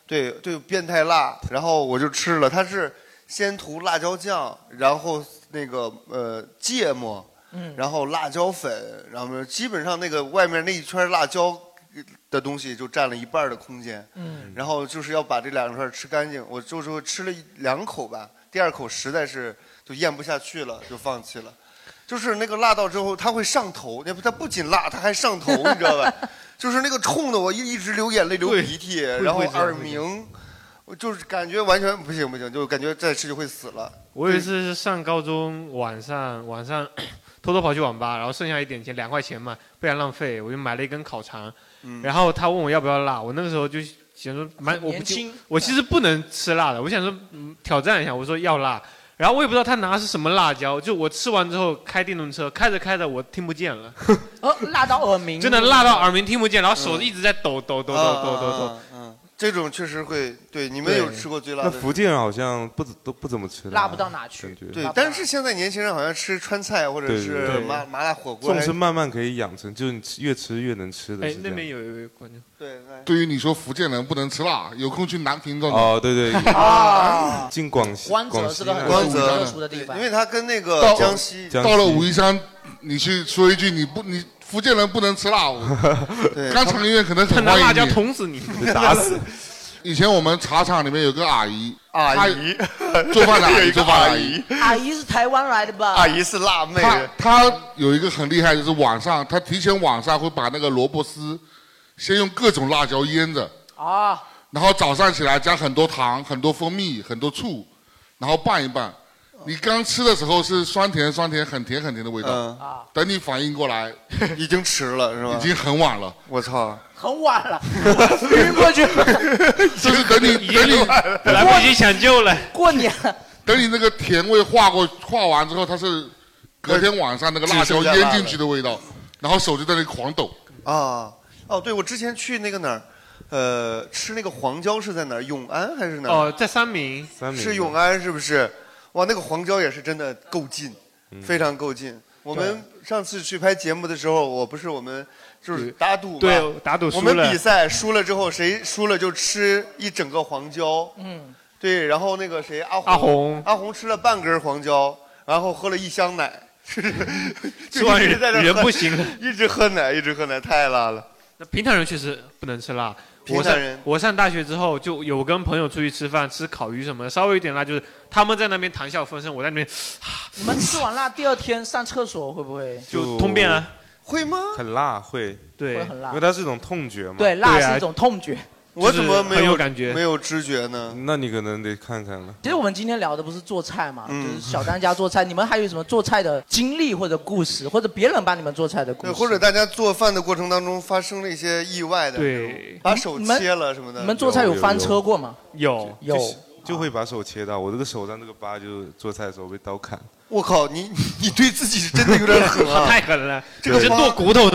Speaker 3: 对对，变态辣。然后我就吃了，它是先涂辣椒酱，然后那个呃芥末，
Speaker 2: 嗯
Speaker 3: 然后辣椒粉，然后基本上那个外面那一圈辣椒的东西就占了一半的空间。
Speaker 2: 嗯
Speaker 3: 然后就是要把这两块吃干净。我就是吃了一两口吧，第二口实在是就咽不下去了，就放弃了。就是那个辣到之后，它会上头，那不它不仅辣，它还上头，你知道 吧？就是那个冲的我一一直流眼泪、流鼻涕，
Speaker 1: 会
Speaker 3: 然后
Speaker 1: 会这样
Speaker 3: 耳
Speaker 1: 会这
Speaker 3: 鸣，我就是感觉完全不行不行，就感觉再吃就会死了。
Speaker 4: 我有一次是上高中晚上晚上 偷偷跑去网吧，然后剩下一点钱两块钱嘛，不想浪费，我就买了一根烤肠。
Speaker 3: 嗯
Speaker 4: 然后他问我要不要辣，我那个时候就想说蛮我不
Speaker 2: 年轻
Speaker 4: 我其实不能吃辣的，我想说、嗯挑战一下，我说要辣。然后我也不知道他拿的是什么辣椒，就我吃完之后开电动车，开着开着我听不见了，
Speaker 2: 哦，辣到耳鸣，
Speaker 4: 真的辣到耳鸣听不见，然后手一直在抖抖抖抖抖抖抖。
Speaker 3: 嗯，这种确实会对你们有吃过最辣
Speaker 5: 那
Speaker 3: 的？
Speaker 5: 福建人好像不怎都不怎么吃
Speaker 3: 辣不到哪
Speaker 5: 去。感觉
Speaker 3: 对，但是现在年轻人好像吃川菜或者
Speaker 5: 对对
Speaker 3: 是
Speaker 5: 对
Speaker 3: 麻麻辣火锅
Speaker 5: 纵
Speaker 3: 还，
Speaker 5: 是慢慢可以养成，就是你吃越吃越能吃的。
Speaker 4: 哎
Speaker 5: 是，这
Speaker 4: 那
Speaker 5: 样
Speaker 4: 边有一位观众，
Speaker 3: 对，
Speaker 13: 对于你说福建人不能吃辣，有空去南平找你。
Speaker 5: 哦，对对，
Speaker 13: 啊
Speaker 5: 进广西，广西那
Speaker 13: 关
Speaker 5: 边
Speaker 13: 泽
Speaker 3: 因为它跟那个
Speaker 13: 到
Speaker 3: 江西
Speaker 13: 到了武夷山，你去说一句你不你福建人不能吃辣，
Speaker 3: 对
Speaker 13: 肛肠医院可能很
Speaker 4: 他拿
Speaker 13: 欢迎
Speaker 4: 辣
Speaker 13: 你，
Speaker 4: 椒捅死你 打死。
Speaker 13: 以前我们茶厂里面有个阿姨，
Speaker 3: 阿姨
Speaker 13: 她 做饭的阿
Speaker 3: 有一
Speaker 13: 姨，
Speaker 3: 个
Speaker 13: 做饭的
Speaker 3: 阿
Speaker 13: 阿
Speaker 3: 姨
Speaker 13: 姨，
Speaker 2: 阿姨是台湾来的吧？
Speaker 3: 阿姨是辣妹，
Speaker 13: 她她有一个很厉害，就是晚上她提前晚上会把那个萝卜丝先用各种辣椒腌着，
Speaker 2: 啊，
Speaker 13: 然后早上起来加很多糖、很多蜂蜜、很多醋，然后拌一拌。你刚吃的时候是酸甜酸甜很甜很甜的味道，
Speaker 3: 嗯啊
Speaker 13: 等你反应过来，
Speaker 3: 已经迟了是吧？
Speaker 13: 已经很晚了。
Speaker 3: 我操！
Speaker 2: 很晚了，晕 过去了，
Speaker 13: 就是等 你等你
Speaker 4: 来不及抢救了，
Speaker 2: 过年了。
Speaker 13: 等你那个甜味化过化完之后，它是隔天晚上那个辣椒腌进去的味道，然后手就在那里狂抖。
Speaker 3: 啊，哦，对，我之前去那个哪儿，呃，吃那个黄椒是在哪儿？永安还是哪儿？
Speaker 4: 哦，在三明，
Speaker 3: 是永安是不是？哇，那个黄椒也是真的够劲，
Speaker 4: 嗯
Speaker 3: 非常够劲。我们上次去拍节目的时候，我不是我们就是打赌嘛
Speaker 4: 对打赌输
Speaker 3: 我们
Speaker 4: 了
Speaker 3: 比赛输了之后，谁输了就吃一整个黄椒。
Speaker 2: 嗯，
Speaker 3: 对，然后那个谁阿红
Speaker 4: 阿红
Speaker 3: 阿红吃了半根黄椒，然后喝了一箱奶，
Speaker 4: 吃完
Speaker 3: 就一直
Speaker 4: 人
Speaker 3: 在那喝
Speaker 4: 人不行了，
Speaker 3: 一直喝奶，一直喝奶，太辣了。
Speaker 4: 那平常人确实不能吃辣。
Speaker 3: 平
Speaker 4: 我
Speaker 3: 常
Speaker 4: 上
Speaker 3: 人
Speaker 4: 我上大学之后，就有跟朋友出去吃饭，吃烤鱼什么的，稍微有点辣，就是他们在那边谈笑风生，我在那边
Speaker 2: 你们吃完辣第二天上厕所会不会
Speaker 4: 就通便啊？
Speaker 3: 会吗？
Speaker 5: 很辣，会，
Speaker 4: 对
Speaker 2: 会很辣
Speaker 5: 因为它是一种痛觉嘛。
Speaker 2: 对辣是一种痛觉。
Speaker 3: 我怎么没有
Speaker 5: 觉，
Speaker 3: 没有知觉呢？
Speaker 5: 那你可能得看看了。
Speaker 2: 其实我们今天聊的不是做菜嘛，
Speaker 5: 嗯
Speaker 2: 就是小当家做菜。你们还有什么做菜的经历或者故事，或者别人帮你们做菜的故
Speaker 3: 对，
Speaker 2: 事？
Speaker 3: 或者大家做饭的过程当中发生了一些意外的，
Speaker 5: 对
Speaker 3: 把手
Speaker 2: 你们
Speaker 3: 切了什么的。
Speaker 2: 你们做菜有翻车过吗？
Speaker 4: 有
Speaker 2: 有
Speaker 5: 就就会把手切到，我这个手上这个疤就是做菜的时候被刀砍。
Speaker 3: 我靠，你你你对自己真的有 点狠啊！
Speaker 4: 太狠了，
Speaker 3: 这个疤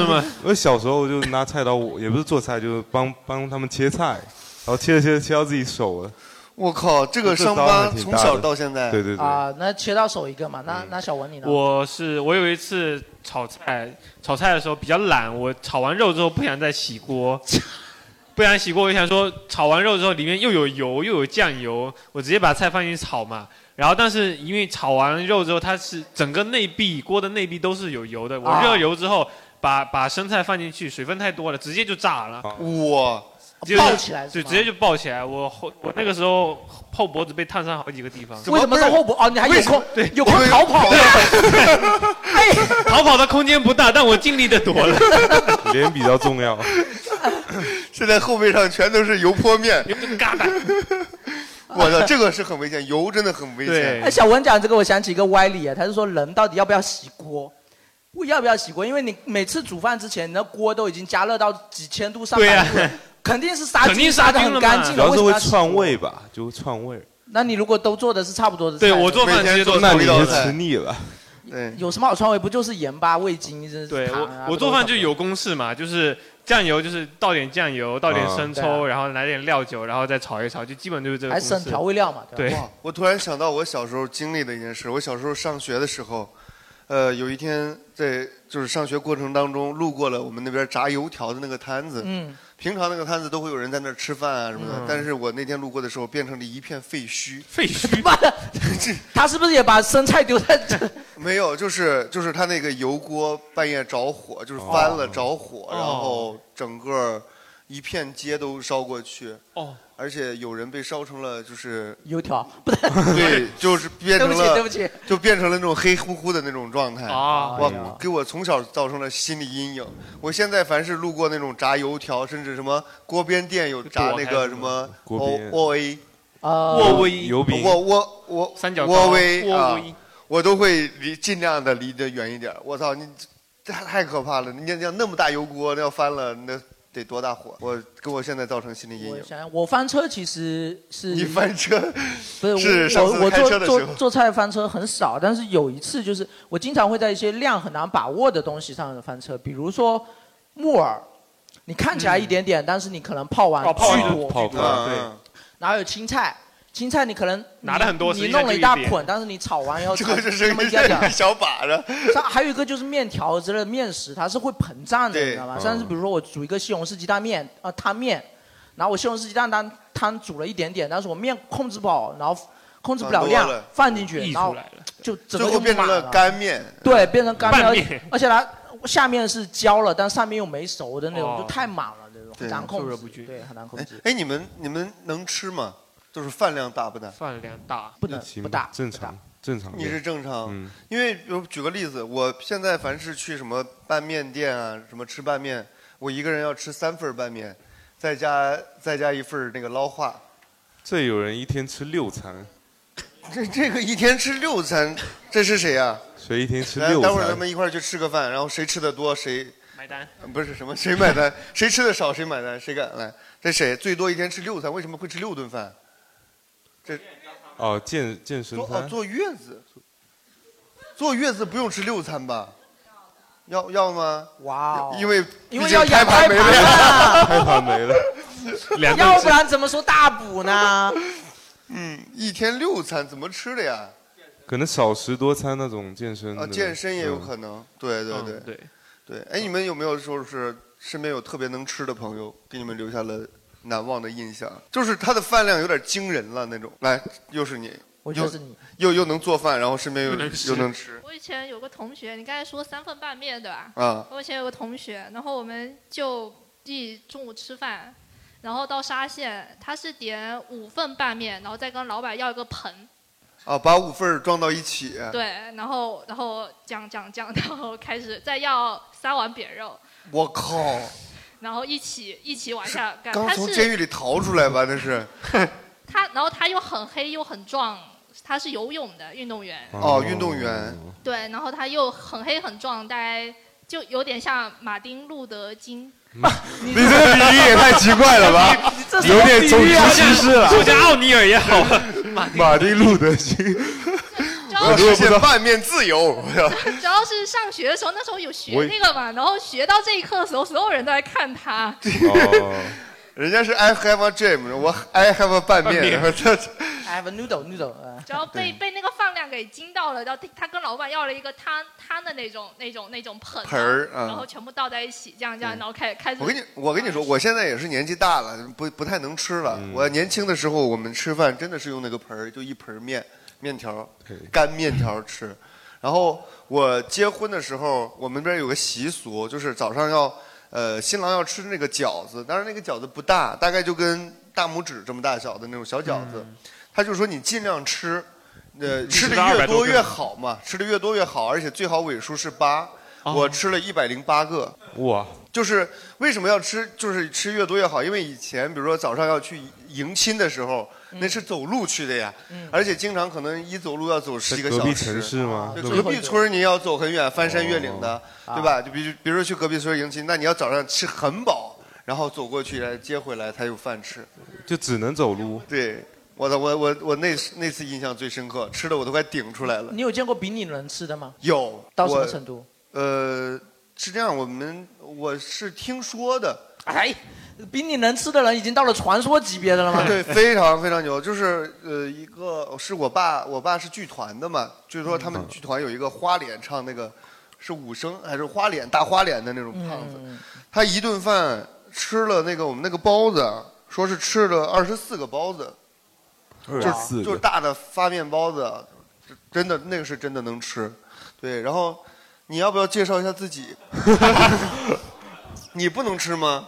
Speaker 4: 吗？
Speaker 5: 我小时候就拿菜刀，我也不是做菜，就是帮帮他们切菜，然后切着切着切到自己手了。
Speaker 3: 我靠，这个伤
Speaker 5: 刀
Speaker 3: 疤
Speaker 5: 还挺
Speaker 3: 从
Speaker 5: 大的
Speaker 3: 小到现在，
Speaker 5: 对对对，
Speaker 2: 啊、那切到手一个嘛。那、那小文你呢？
Speaker 4: 我是我有一次炒菜，炒菜的时候比较懒，我炒完肉之后不想再 洗锅，不想洗锅，我就想说炒完肉之后里面又有油又有酱油，我直接把菜放进去炒嘛。然后但是因为炒完肉之后，它是整个内壁锅的内壁都是有油的，我
Speaker 2: 啊
Speaker 4: 热油之后把把生菜放进去，水分太多了，直接就炸了。
Speaker 3: 哇！
Speaker 4: 就
Speaker 2: 爆起来是
Speaker 4: 对，
Speaker 2: 吗
Speaker 4: 直接就爆起来。我后我那个时候后脖子被烫伤好几个地方。
Speaker 2: 为什么是后补？哦，你还有空
Speaker 4: 对，
Speaker 2: 有空逃跑。 啊
Speaker 4: 逃跑的空间不大，但我尽力的躲了。
Speaker 5: 脸比较重要。
Speaker 3: 现在后背上全都是油泼面，
Speaker 4: 嘎哒！
Speaker 3: 我操，这个是很危险，油真的很危险。
Speaker 2: 哎，小文讲这个，我想起一个歪理啊，他是说人到底要不要洗锅？不要不要洗锅？因为你每次煮饭之前，你的锅都已经加热到几千度、上
Speaker 5: 对
Speaker 2: 百
Speaker 5: 啊
Speaker 2: 度了，肯定是杀
Speaker 4: 肯
Speaker 2: 菌
Speaker 4: 定
Speaker 2: 杀
Speaker 4: 杀
Speaker 2: 的
Speaker 4: 菌
Speaker 2: 很
Speaker 4: 了嘛
Speaker 2: 干净
Speaker 5: 主
Speaker 2: 的，
Speaker 5: 要
Speaker 2: 为
Speaker 5: 是
Speaker 2: 什么
Speaker 5: 会
Speaker 2: 要洗？
Speaker 5: 串味吧，就会串味。
Speaker 2: 那你如果都做的是差不多的菜，
Speaker 4: 对我做饭直接做
Speaker 5: 那
Speaker 4: 同
Speaker 5: 你
Speaker 4: 一
Speaker 5: 就
Speaker 4: 道菜
Speaker 5: 吃腻了。
Speaker 3: 对，
Speaker 2: 有什么好川味？不就是盐巴、味精、这
Speaker 4: 对
Speaker 2: 糖啊？
Speaker 4: 我
Speaker 2: 不都
Speaker 4: 做饭
Speaker 2: 是
Speaker 4: 就有公式嘛，就是酱油就是倒点酱油，倒点
Speaker 3: 啊
Speaker 4: 生
Speaker 3: 对
Speaker 4: 抽，然后来点料酒，然后再炒一炒，就基本就是这个。
Speaker 2: 还省调味料嘛对吧
Speaker 4: 对，
Speaker 3: 哇我突然想到我小时候经历的一件事。我小时候上学的时候，呃，有一天在就是上学过程当中路过了我们那边炸油条的那个摊子，
Speaker 2: 嗯，
Speaker 3: 平常那个摊子都会有人在那儿吃饭啊什么的，
Speaker 2: 嗯
Speaker 3: 但是我那天路过的时候变成了一片废墟，
Speaker 2: 废墟，妈 的，他是不是也把生菜丢在这？
Speaker 3: 没有，就是就是他那个油锅半夜着火，就是翻了
Speaker 2: 哦
Speaker 3: 着火，然后整个一片街都烧过去。
Speaker 2: 哦。
Speaker 3: 而且有人被烧成了，就是
Speaker 2: 油条，
Speaker 3: 对，就是变成了，
Speaker 2: 对不起对不起
Speaker 3: 就变成了那种黑乎乎的那种状态
Speaker 2: 啊哎呀
Speaker 3: 我给我从小造成了心理阴影。我现在凡是路过那种炸油条，甚至什么锅边店有炸那个什么哦
Speaker 5: 锅
Speaker 3: O
Speaker 5: 边
Speaker 3: O A，
Speaker 2: 啊
Speaker 5: 沃威油饼
Speaker 3: 呃我我我
Speaker 5: 三角糕
Speaker 3: 沃威
Speaker 5: 沃
Speaker 3: 啊
Speaker 5: 威，
Speaker 3: 我都会离尽量的离得远一点。我操，你这太太可怕了！你要那么大油锅，那要翻了，那得多大火？我给我现在造成心理阴影。
Speaker 2: 想想我翻车其实是
Speaker 3: 你翻车，
Speaker 2: 不是
Speaker 3: 是上
Speaker 2: 我
Speaker 3: 次
Speaker 2: 我我
Speaker 3: 开车
Speaker 2: 做
Speaker 3: 的时候
Speaker 2: 做做菜翻车很少，但是有一次就是我经常会在一些量很难把握的东西上翻车，比如说木耳，你看起来一点点，但是你可能泡完
Speaker 11: 哦泡完
Speaker 2: 巨
Speaker 11: 就
Speaker 2: 多
Speaker 5: 泡
Speaker 2: 巨
Speaker 5: 过
Speaker 2: 多
Speaker 5: 来，
Speaker 2: 对然后有青菜，青菜你可能
Speaker 11: 拿得很多
Speaker 2: 你
Speaker 11: 实际
Speaker 2: 你
Speaker 11: 上
Speaker 2: 弄了
Speaker 11: 就
Speaker 2: 大
Speaker 11: 一点
Speaker 2: 捆，但是你炒完以后
Speaker 3: 这个
Speaker 2: 炒
Speaker 3: 是
Speaker 2: 那么一点点，
Speaker 3: 小把着。
Speaker 2: 像还有一个就是面条之类的面食，它是会膨胀的，
Speaker 3: 对
Speaker 2: 你知道吗？
Speaker 3: 嗯
Speaker 2: 像是比如说我煮一个西红柿鸡蛋面啊、呃汤面，然后我西红柿鸡蛋汤汤煮了一点点，但是我面控制不好，然后控制不了量
Speaker 3: 放多啊了，
Speaker 2: 放进去，
Speaker 3: 溢
Speaker 2: 然后
Speaker 3: 出来了
Speaker 2: 就整
Speaker 3: 最
Speaker 2: 个
Speaker 3: 后
Speaker 2: 就
Speaker 3: 变成
Speaker 2: 满
Speaker 3: 了干面。
Speaker 2: 对，变成干面，
Speaker 3: 拌
Speaker 2: 而
Speaker 3: 面
Speaker 2: 且而且它下面是焦了，但上面又没熟的那种，
Speaker 3: 哦
Speaker 2: 就太满了，这种很
Speaker 3: 对
Speaker 2: 难控
Speaker 3: 受
Speaker 2: 制
Speaker 3: 之不，惧
Speaker 2: 对，很难控
Speaker 3: 哎
Speaker 2: 制。
Speaker 3: 哎，你们你们能吃吗？就是饭量大不大？
Speaker 4: 饭量大，
Speaker 2: 不能
Speaker 5: 不大，正常正常。
Speaker 3: 你是正常，
Speaker 5: 嗯
Speaker 3: 因为比如举个例子，我现在凡是去什么拌面店啊，什么吃拌面，我一个人要吃三份拌面，再加再加一份那个捞化，
Speaker 5: 这有人一天吃六餐，
Speaker 3: 这这个一天吃六餐，这是谁呀、
Speaker 5: 谁一天吃
Speaker 3: 来，
Speaker 5: 六
Speaker 3: 待会儿咱
Speaker 5: 餐？
Speaker 3: 们一块儿去吃个饭，然后谁吃的多谁
Speaker 12: 买单
Speaker 3: 呃不是什么谁买单，谁吃的少谁买单，谁敢来？这谁最多一天吃六餐？为什么会吃六顿饭？
Speaker 5: 哦，健健身
Speaker 3: 坐哦
Speaker 5: 餐。
Speaker 3: 坐月子，坐月子不用吃六餐吧？要要吗？
Speaker 2: 哇哦
Speaker 3: 因为
Speaker 2: 因为
Speaker 3: 毕竟
Speaker 2: 要养
Speaker 3: 开盘没
Speaker 2: 胎盘
Speaker 3: 了，
Speaker 2: 啊开盘
Speaker 5: 没了
Speaker 3: 两顿
Speaker 2: 要
Speaker 3: 吃
Speaker 2: 不然怎么说大补呢？
Speaker 3: 嗯，一天六餐怎么吃的呀？
Speaker 5: 可能少食多餐那种健身
Speaker 2: 嗯
Speaker 5: 的、
Speaker 3: 啊，健身也有可能，对对
Speaker 5: 嗯
Speaker 3: 对、
Speaker 5: 对
Speaker 3: 对。哎，你们有没有说是身边有特别能吃的朋友，给你们留下了难忘的印象？就是他的饭量有点惊人了那种。来，又是你，
Speaker 2: 我
Speaker 3: 又
Speaker 2: 就是你，
Speaker 3: 又又能做饭，然后身边又
Speaker 5: 又能吃
Speaker 3: 又能吃，
Speaker 9: 我以前有个同学，你刚才说三份拌面对吧？
Speaker 3: 啊
Speaker 9: 我以前有个同学，然后我们就一中午吃饭，然后到沙县，他是点五份拌面，然后再跟老板要一个盆。
Speaker 3: 啊，把五份儿装到一起。
Speaker 9: 对，，然后然后讲讲讲， 然后开始再要三碗扁肉，
Speaker 3: 我靠，
Speaker 9: 然后一起一起往下干。
Speaker 3: 刚
Speaker 9: 他
Speaker 3: 从监狱
Speaker 9: 是
Speaker 3: 里逃出来吧？那是。
Speaker 9: 他，然后他又很黑又很壮，他是游泳的运动员。
Speaker 3: 哦，运动员，
Speaker 9: 对，然后他又很黑很壮，大概就有点像马丁路德金。
Speaker 3: 你这个比喻也太奇怪了吧
Speaker 9: 你这？什么
Speaker 3: 有点种
Speaker 9: 比喻
Speaker 3: 族
Speaker 9: 啊
Speaker 3: 歧视了。
Speaker 9: 就像奥尼尔也
Speaker 5: 好
Speaker 3: 马丁路德 金，
Speaker 9: 要
Speaker 3: 我实现拌面自由。我 要
Speaker 9: 主要是上学的时候，那时候有学
Speaker 3: 我
Speaker 9: 那个嘛，然后学到这一课的时候，所有人都在看他。
Speaker 5: 哦，
Speaker 3: 人家是 I have a dream，我 I have a 拌面，然后他
Speaker 2: I have a noodle noodle，呃
Speaker 9: 然后被被那个饭量给惊到了，然后他跟老板要了一个汤汤的那种那种那种盆啊
Speaker 3: 盆儿嗯
Speaker 9: 然后全部倒在一起，这样这样，然后开始开始。啊
Speaker 3: 我跟你我跟你说，我现在也是年纪大了，不不太能吃了。
Speaker 5: 嗯
Speaker 3: 我年轻的时候，我们吃饭真的是用那个盆儿，就一盆儿面面条儿
Speaker 5: 对，
Speaker 3: 干面条儿吃。然后我结婚的时候，我们这边有个习俗，就是早上要呃新郎要吃那个饺子，当然那个饺子不大，大概就跟大拇指这么大小的那种小饺子。他就说你尽量吃，呃，
Speaker 5: 嗯
Speaker 3: 吃的
Speaker 5: 200
Speaker 3: 越
Speaker 5: 多
Speaker 3: 多
Speaker 5: 个
Speaker 3: 越好嘛，吃的越多越好，而且最好尾数是八。
Speaker 5: 哦
Speaker 3: 我吃了一百零八个，
Speaker 5: 嗯哇，
Speaker 3: 就是为什么要吃，就是吃越多越好，因为以前比如说早上要去迎亲的时候，那是走路去的呀，
Speaker 2: 嗯
Speaker 3: 而且经常可能一走路要走十几个
Speaker 5: 隔
Speaker 3: 小
Speaker 5: 壁
Speaker 3: 时。
Speaker 5: 城市吗？
Speaker 3: 嗯对啊
Speaker 5: 路
Speaker 3: 隔壁村儿你要走很远，翻山越岭的，
Speaker 5: 哦
Speaker 3: 对吧？就比如比如说去隔壁村迎亲，那你要早上吃很饱，然后走过去来接回来才有饭吃。
Speaker 5: 就只能走路。
Speaker 3: 对，我的我我我那那次印象最深刻，吃的我都快顶出来了。
Speaker 2: 你有见过比你能吃的吗？
Speaker 3: 有
Speaker 2: 到什么
Speaker 3: 我
Speaker 2: 程度？
Speaker 3: 呃，是这样，我们我是听说的。
Speaker 2: 哎，比你能吃的人已经到了传说级别的了吗？
Speaker 3: 对，非常非常牛，就是呃，一个是我爸，我爸是剧团的嘛，就是说他们剧团有一个花脸唱那个是武生还是花脸大花脸的那种
Speaker 2: 嗯
Speaker 3: 胖子，
Speaker 14: 嗯
Speaker 3: 他一顿饭吃了那个我们那个包子，啊说是吃了二十四个包子，
Speaker 13: 哎
Speaker 3: 就是就是大的发面包子，啊真的那个是真的能吃，对，然后你要不要介绍一下自己？ 你不能吃吗？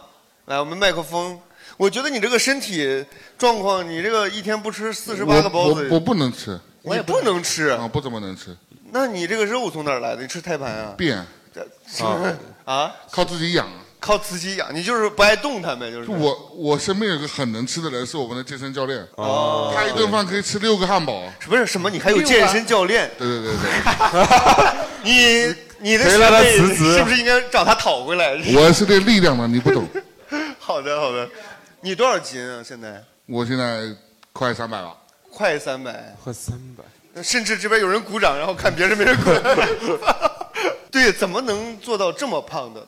Speaker 3: 来，我们麦克风。我觉得你这个身体状况，你这个一天不吃四十八
Speaker 13: 我
Speaker 3: 个包
Speaker 13: 我
Speaker 3: 子，
Speaker 13: 我不能吃，
Speaker 3: 我也不能吃
Speaker 13: 啊，不怎么能吃，
Speaker 3: 那你这个肉从哪儿来的？你吃胎盘啊？
Speaker 13: 变
Speaker 3: 这是不是 啊？
Speaker 13: 靠自己养。
Speaker 3: 靠自己养，你就是不爱动弹呗，就是。
Speaker 13: 就我我身边有个很能吃的人，是我们的健身教练。
Speaker 3: 哦
Speaker 13: 他一顿饭可以吃六个汉堡。
Speaker 3: 不是什么？你还有健身教练？
Speaker 13: 对对对对。
Speaker 3: 你你的
Speaker 13: 谁让他
Speaker 3: 学
Speaker 13: 辞
Speaker 3: 费
Speaker 13: 职
Speaker 3: 是不是应该找他讨回来？
Speaker 13: 我是练力量的，你不懂。
Speaker 3: 好的好的，你多少斤啊？现在
Speaker 13: 我现在快三百了，
Speaker 3: 快三百，
Speaker 5: 快三百。
Speaker 3: 甚至这边有人鼓掌，然后看别人没人鼓。 对，怎么能做到这么胖的？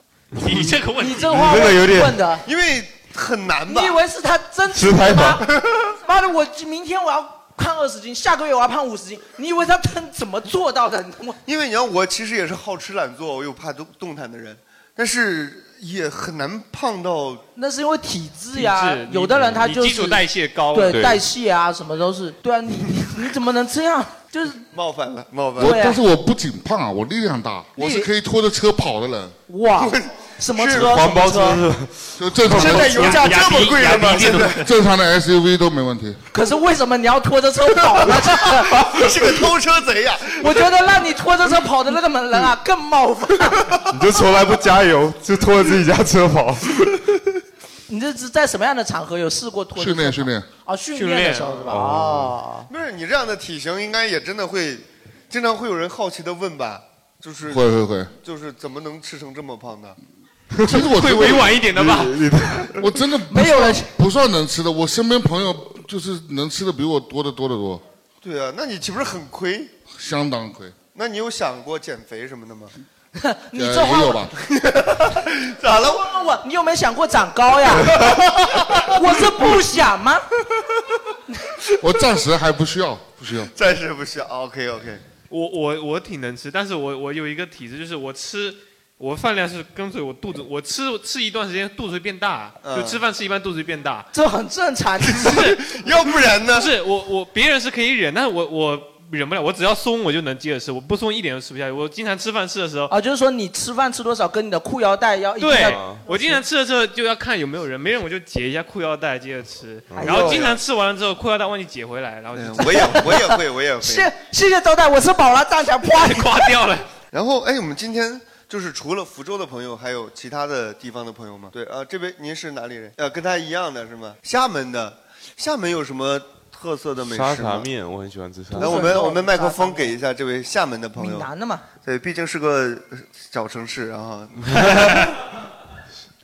Speaker 11: 你这个问
Speaker 2: 题你这话我问的，
Speaker 3: 因为很难吧？
Speaker 2: 你以为是他真
Speaker 3: 吃排
Speaker 2: 吗？ 妈的，我明天我要胖二十斤，下个月我要胖五十斤，你以为他真怎么做到的？
Speaker 3: 因为你看，我其实也是好吃懒做，我又怕动动弹的人，但是也很难胖到。
Speaker 2: 那是因为体质呀，有的人他就是对代谢啊，什么都是。对啊，你你你怎么能这样？就是
Speaker 3: 冒犯了，冒犯
Speaker 13: 我
Speaker 2: 啊
Speaker 3: 了。
Speaker 13: 但是我不仅胖啊，我力量大，我是可以拖着车跑的人。
Speaker 2: 哇，什么哦车？什么车
Speaker 13: 就正常的。
Speaker 2: 现在油价这么贵了吗
Speaker 13: 雅迪雅迪
Speaker 2: 现在
Speaker 13: 正常的 SUV 都没问题。
Speaker 2: 可是为什么你要拖着车跑呢？
Speaker 3: 你是个偷车贼啊呀、
Speaker 2: 我觉得让你拖着车跑的那个人啊，更冒犯。
Speaker 5: 你就从来不 加油，就拖着自己家车跑。
Speaker 2: 你这是在什么样的场合有试过拖着车跑？
Speaker 13: 训练训练
Speaker 2: 哦，训练的时候是吧？哦，
Speaker 3: 不是你这样的体型，应该也真的会，经常会有人好奇的问吧？就是
Speaker 13: 会会会，
Speaker 3: 就是怎么能吃成这么胖的？
Speaker 13: 其实我
Speaker 3: 会委婉一点的吧你
Speaker 13: 我真的没有了，不算能吃的。我身边朋友就是能吃的比我多得多得多，
Speaker 3: 对啊，那你岂不是很亏？
Speaker 13: 相当亏。
Speaker 3: 那你有想过减肥什么的吗？
Speaker 2: 你这话
Speaker 13: 也有吧？
Speaker 3: 咋了？
Speaker 2: 我问我，你有没有想过长高呀？ 我是不想吗？
Speaker 13: 我暂时还不需要，不需要。
Speaker 3: 暂时不需要。OK OK。
Speaker 4: 我我我挺能吃，但是我我有一个体质，就是我吃我饭量是跟随我肚子，我吃吃一段时间肚子会变大，
Speaker 2: 嗯
Speaker 4: 就吃饭吃一半肚子就变大，
Speaker 2: 这很正常。
Speaker 3: 要不然呢？
Speaker 4: 不是我我别人是可以忍，但是我我忍不了，我只要松我就能接着吃，我不松一点都吃不下去。我经常吃饭吃的时候，
Speaker 2: 啊，就是说你吃饭吃多少跟你的裤腰带要一定要
Speaker 4: 对，
Speaker 3: 啊
Speaker 4: 我经常吃的时候就要看有没有人，没人我就解一下裤腰带接着吃，
Speaker 2: 哎呦
Speaker 4: 然后经常吃完了之后裤腰带忘记解回来，然后就
Speaker 3: 嗯我也我也会，我也会。
Speaker 2: 谢谢谢招待，我吃饱了，站起来啪
Speaker 4: 挂掉了。
Speaker 3: 然后，哎，我们今天就是除了福州的朋友，还有其他的地方的朋友吗？对啊、这位您是哪里人？呃，跟他一样的是吗？厦门的，厦门有什么特色的美食吗
Speaker 5: 沙茶面，我很喜欢吃沙茶面。
Speaker 3: 来，我们我们麦克风给一下这位厦门的朋友。
Speaker 2: 闽南的嘛。
Speaker 3: 对，毕竟是个呃小城市啊。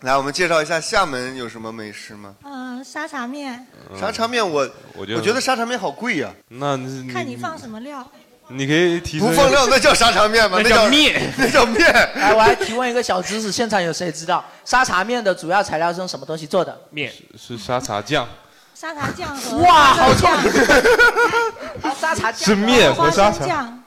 Speaker 3: 来，我们介绍一下厦门有什么美食吗？
Speaker 15: 呃，沙茶面，
Speaker 3: 沙茶面我，
Speaker 5: 嗯我
Speaker 3: 我
Speaker 5: 觉得
Speaker 3: 觉得沙茶面好贵呀、
Speaker 5: 那你
Speaker 15: 看你放什么料。
Speaker 5: 你可以提
Speaker 3: 不放料那叫沙茶面吗哎那叫那叫 面那叫面
Speaker 2: 来，哎我还提问一个小知识，现场有谁知道沙茶面的主要材料是用什么东西做的？
Speaker 4: 面
Speaker 5: 是沙茶酱，
Speaker 15: 沙茶酱和
Speaker 2: 哇，好
Speaker 15: 酱，
Speaker 2: 啊沙茶酱
Speaker 5: 是面和
Speaker 15: 花
Speaker 5: 沙
Speaker 15: 生
Speaker 5: 茶
Speaker 15: 酱，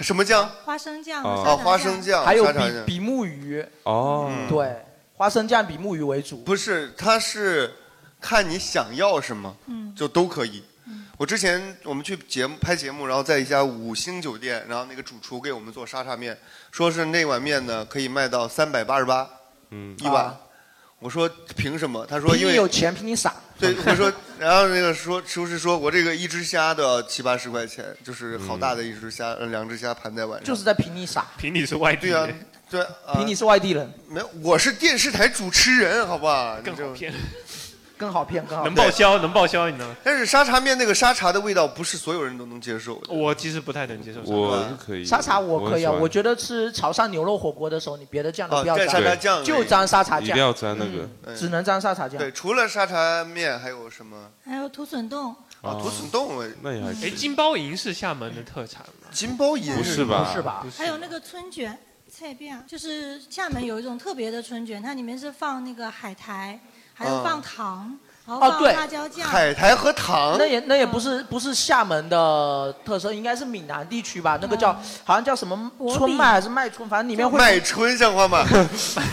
Speaker 3: 什么酱？
Speaker 15: 花生酱
Speaker 5: 哦
Speaker 15: 和
Speaker 3: 哦，
Speaker 15: 沙茶
Speaker 3: 花生酱，
Speaker 2: 还有
Speaker 3: 沙
Speaker 2: 比
Speaker 3: 茶酱嗯
Speaker 2: 比目鱼，
Speaker 5: 哦，
Speaker 2: 对，花生酱比目鱼为主。
Speaker 3: 不是，它是看你想要什么，
Speaker 2: 嗯
Speaker 3: 就都可以。我之前我们去节目拍节目，然后在一家五星酒店，然后那个主厨给我们做沙茶面，说是那碗面呢可以卖到三百八十八
Speaker 5: 嗯
Speaker 3: 一碗。我说凭什么？他说
Speaker 2: 比
Speaker 3: 因
Speaker 2: 你
Speaker 3: 为
Speaker 2: 有钱，比你傻。
Speaker 3: 对，我说，然后那个说厨师说我这个一只虾都要七八十块钱，就是好大的一只虾，呃两只虾盘在碗上，
Speaker 2: 就是在比你傻。
Speaker 4: 凭你是外地
Speaker 3: 对啊
Speaker 4: 人，
Speaker 3: 对啊，啊
Speaker 2: 比你是外地人，
Speaker 3: 没有，我是电视台主持人，好不好？更
Speaker 4: 好骗，
Speaker 2: 更好骗，更好
Speaker 4: 能报销能报销，你能？
Speaker 3: 但是沙茶面那个沙茶的味道，不是所有人都能接受的。
Speaker 4: 我其实不太能接受
Speaker 5: 我是可以。
Speaker 2: 沙茶我可以啊，
Speaker 5: 很喜欢
Speaker 2: 我觉得吃潮汕牛肉火锅的时候，你别的酱都不要
Speaker 3: 哦蘸沙茶酱
Speaker 2: 就沾沙茶酱，
Speaker 5: 一定要沾那个
Speaker 2: 嗯只能沾沙茶酱。
Speaker 3: 对，除了沙茶面还有什么？
Speaker 15: 还有土笋冻，
Speaker 5: 哦
Speaker 3: 啊，土笋冻我嗯
Speaker 5: 那也还
Speaker 4: 哎，金包银是厦门的特产吗？
Speaker 3: 金包银
Speaker 5: 不是吧不是吧不
Speaker 15: 还有那个春卷。啊菜变就是厦门有一种特别的春卷，它里面是放那个海苔，还有
Speaker 2: 嗯
Speaker 15: 放糖，然后
Speaker 2: 哦，
Speaker 15: 放
Speaker 2: 对，
Speaker 15: 辣椒酱，嗯
Speaker 2: 那也那也不是不是厦门的特色，应该是闽南地区吧？那个叫好像叫什么
Speaker 15: 嗯薄
Speaker 2: 春
Speaker 15: 饼
Speaker 2: 麦还是麦春，反正里面会
Speaker 3: 卖春像话吗？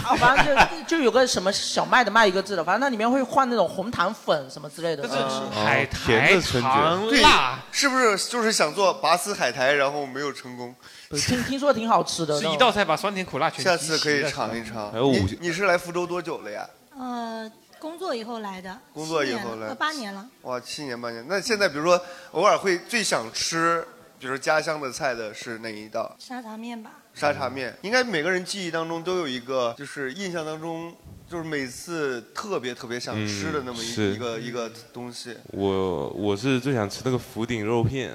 Speaker 2: 啊，反正就就有个什么小麦的麦一个字的，反正那里面会换那种红糖粉什么之类的。
Speaker 5: 哦
Speaker 3: 嗯
Speaker 4: 海苔糖
Speaker 3: 对
Speaker 4: 辣，
Speaker 3: 是不是就是想做拔丝海苔，然后没有成功？
Speaker 2: 听听说挺好吃的，
Speaker 4: 是一道菜把酸甜苦辣全
Speaker 3: 下
Speaker 4: 集
Speaker 3: 次
Speaker 4: 齐
Speaker 3: 可以
Speaker 4: 了
Speaker 3: 尝一尝。
Speaker 5: 还有五
Speaker 3: 你你是来福州多久了呀？
Speaker 15: 呃，工作以后来的，
Speaker 3: 工作
Speaker 15: 七
Speaker 3: 以
Speaker 15: 年
Speaker 3: 后
Speaker 15: 了
Speaker 3: 来
Speaker 15: 呃八年了，
Speaker 3: 哇，七年八年。那现在比如说偶尔会最想吃，比如家乡的菜的是哪一道？
Speaker 15: 沙茶面吧，
Speaker 3: 沙茶面，应该每个人记忆当中都有一个，就是印象当中，就是每次特别特别想吃的那么
Speaker 5: 嗯
Speaker 3: 一、
Speaker 5: 是
Speaker 3: 一个一个东西。
Speaker 5: 我我是最想吃那个福鼎肉片。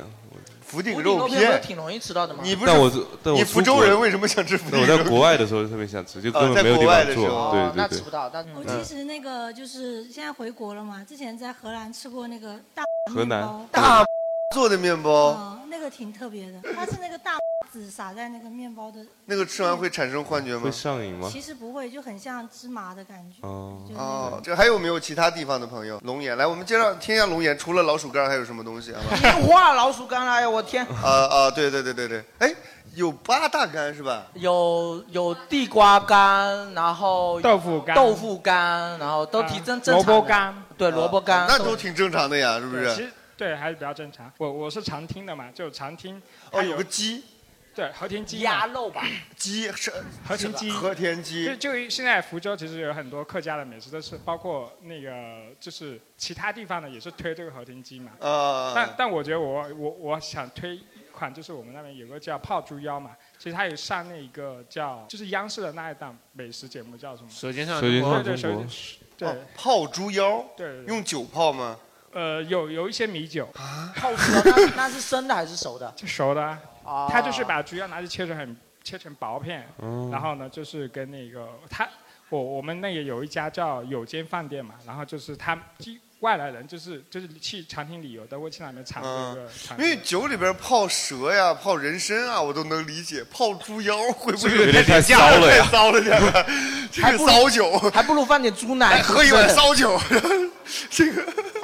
Speaker 3: 福
Speaker 2: 福
Speaker 3: 鼎
Speaker 2: 鼎
Speaker 3: 肉
Speaker 2: 片不是挺容易吃到的吗？
Speaker 3: 你不
Speaker 5: 但我是
Speaker 3: 是，
Speaker 5: 但我
Speaker 3: 你
Speaker 5: 出
Speaker 3: 福州
Speaker 5: 国
Speaker 3: 人为什么想吃福鼎
Speaker 5: 但我在
Speaker 3: 肉
Speaker 5: 国外
Speaker 3: 片
Speaker 5: 的时候特别想吃，就
Speaker 3: 啊
Speaker 5: 根本
Speaker 3: 在
Speaker 5: 没有地
Speaker 3: 国外
Speaker 5: 方
Speaker 3: 的时候
Speaker 5: 做。
Speaker 3: 哦
Speaker 5: 对
Speaker 3: 那
Speaker 5: 对对，
Speaker 3: 吃不到但
Speaker 15: 我
Speaker 5: 嗯
Speaker 15: 其实那个就是现在回国了嘛，之前在荷兰吃过那个大
Speaker 5: 河南
Speaker 15: 面包
Speaker 3: 大做的面包，
Speaker 2: 嗯
Speaker 15: 哦，那个挺特别的，它是那个大籽撒在那个面包的，
Speaker 3: 那个吃完会产生幻觉吗？
Speaker 5: 会上瘾吗
Speaker 15: 其实不会，就很像芝麻的感觉。
Speaker 5: 哦
Speaker 15: 就是那种
Speaker 3: 哦，这还有没有其他地方的朋友？龙岩，来，我们介绍听一下龙岩，除了老鼠干儿还有什么 东西？好吧？
Speaker 2: 棉花老鼠干啦！哎呦我天！
Speaker 3: 啊啊，对对对对对，哎，有八大干是吧？
Speaker 2: 有有地瓜干，然后
Speaker 3: 豆腐干啊
Speaker 2: 豆腐干，然后都挺正正常的。
Speaker 17: 萝卜干，
Speaker 2: 对萝卜干，
Speaker 3: 哦那都挺正常的呀，是不
Speaker 17: 其实
Speaker 3: 是？
Speaker 17: 对还是比较正常。我我是常听的嘛，就常听。
Speaker 3: 哦
Speaker 17: 它
Speaker 3: 有个鸡。
Speaker 17: 对，和田鸡嘛。
Speaker 2: 鸭肉吧。
Speaker 3: 鸡是
Speaker 17: 和田鸡。
Speaker 3: 和田鸡
Speaker 17: 就就现在福州其实有很多客家的美食都是，包括那个就是其他地方的也是推这个和田鸡嘛。
Speaker 3: 呃
Speaker 17: 但但我觉得我我我想推一款，就是我们那边有个叫泡猪腰嘛，其实它有上那个叫就是央视的那一档美食节目叫什么？
Speaker 4: 舌尖上的
Speaker 5: 舌尖
Speaker 4: 中国
Speaker 5: 上的
Speaker 17: 对对
Speaker 5: 中国
Speaker 17: 舌，对
Speaker 3: 哦泡猪腰，
Speaker 17: 对，
Speaker 3: 用酒泡吗？啊
Speaker 17: 呃，有有一些米酒，
Speaker 2: 泡熟了，那那是生的还是熟的？
Speaker 17: 就熟的啊。
Speaker 2: 啊
Speaker 17: 他就是把猪腰拿去切成很切成薄片，
Speaker 5: 哦
Speaker 17: 然后呢，就是跟那个他我我们那个有一家叫有间饭店嘛，然后就是他基外来人就是就是去餐厅旅游都会去那边尝这
Speaker 3: 嗯
Speaker 17: 个尝
Speaker 3: 因。为酒里边泡蛇呀、泡人参啊，我都能理解。泡猪 腰会不会
Speaker 5: 这个有点太
Speaker 3: 吓
Speaker 5: 骚了呀
Speaker 3: 太骚 了点儿，这
Speaker 2: 还
Speaker 3: 个
Speaker 2: 不如
Speaker 3: 骚酒，
Speaker 2: 还不如放点猪奶。
Speaker 3: 来 喝一碗骚酒。这个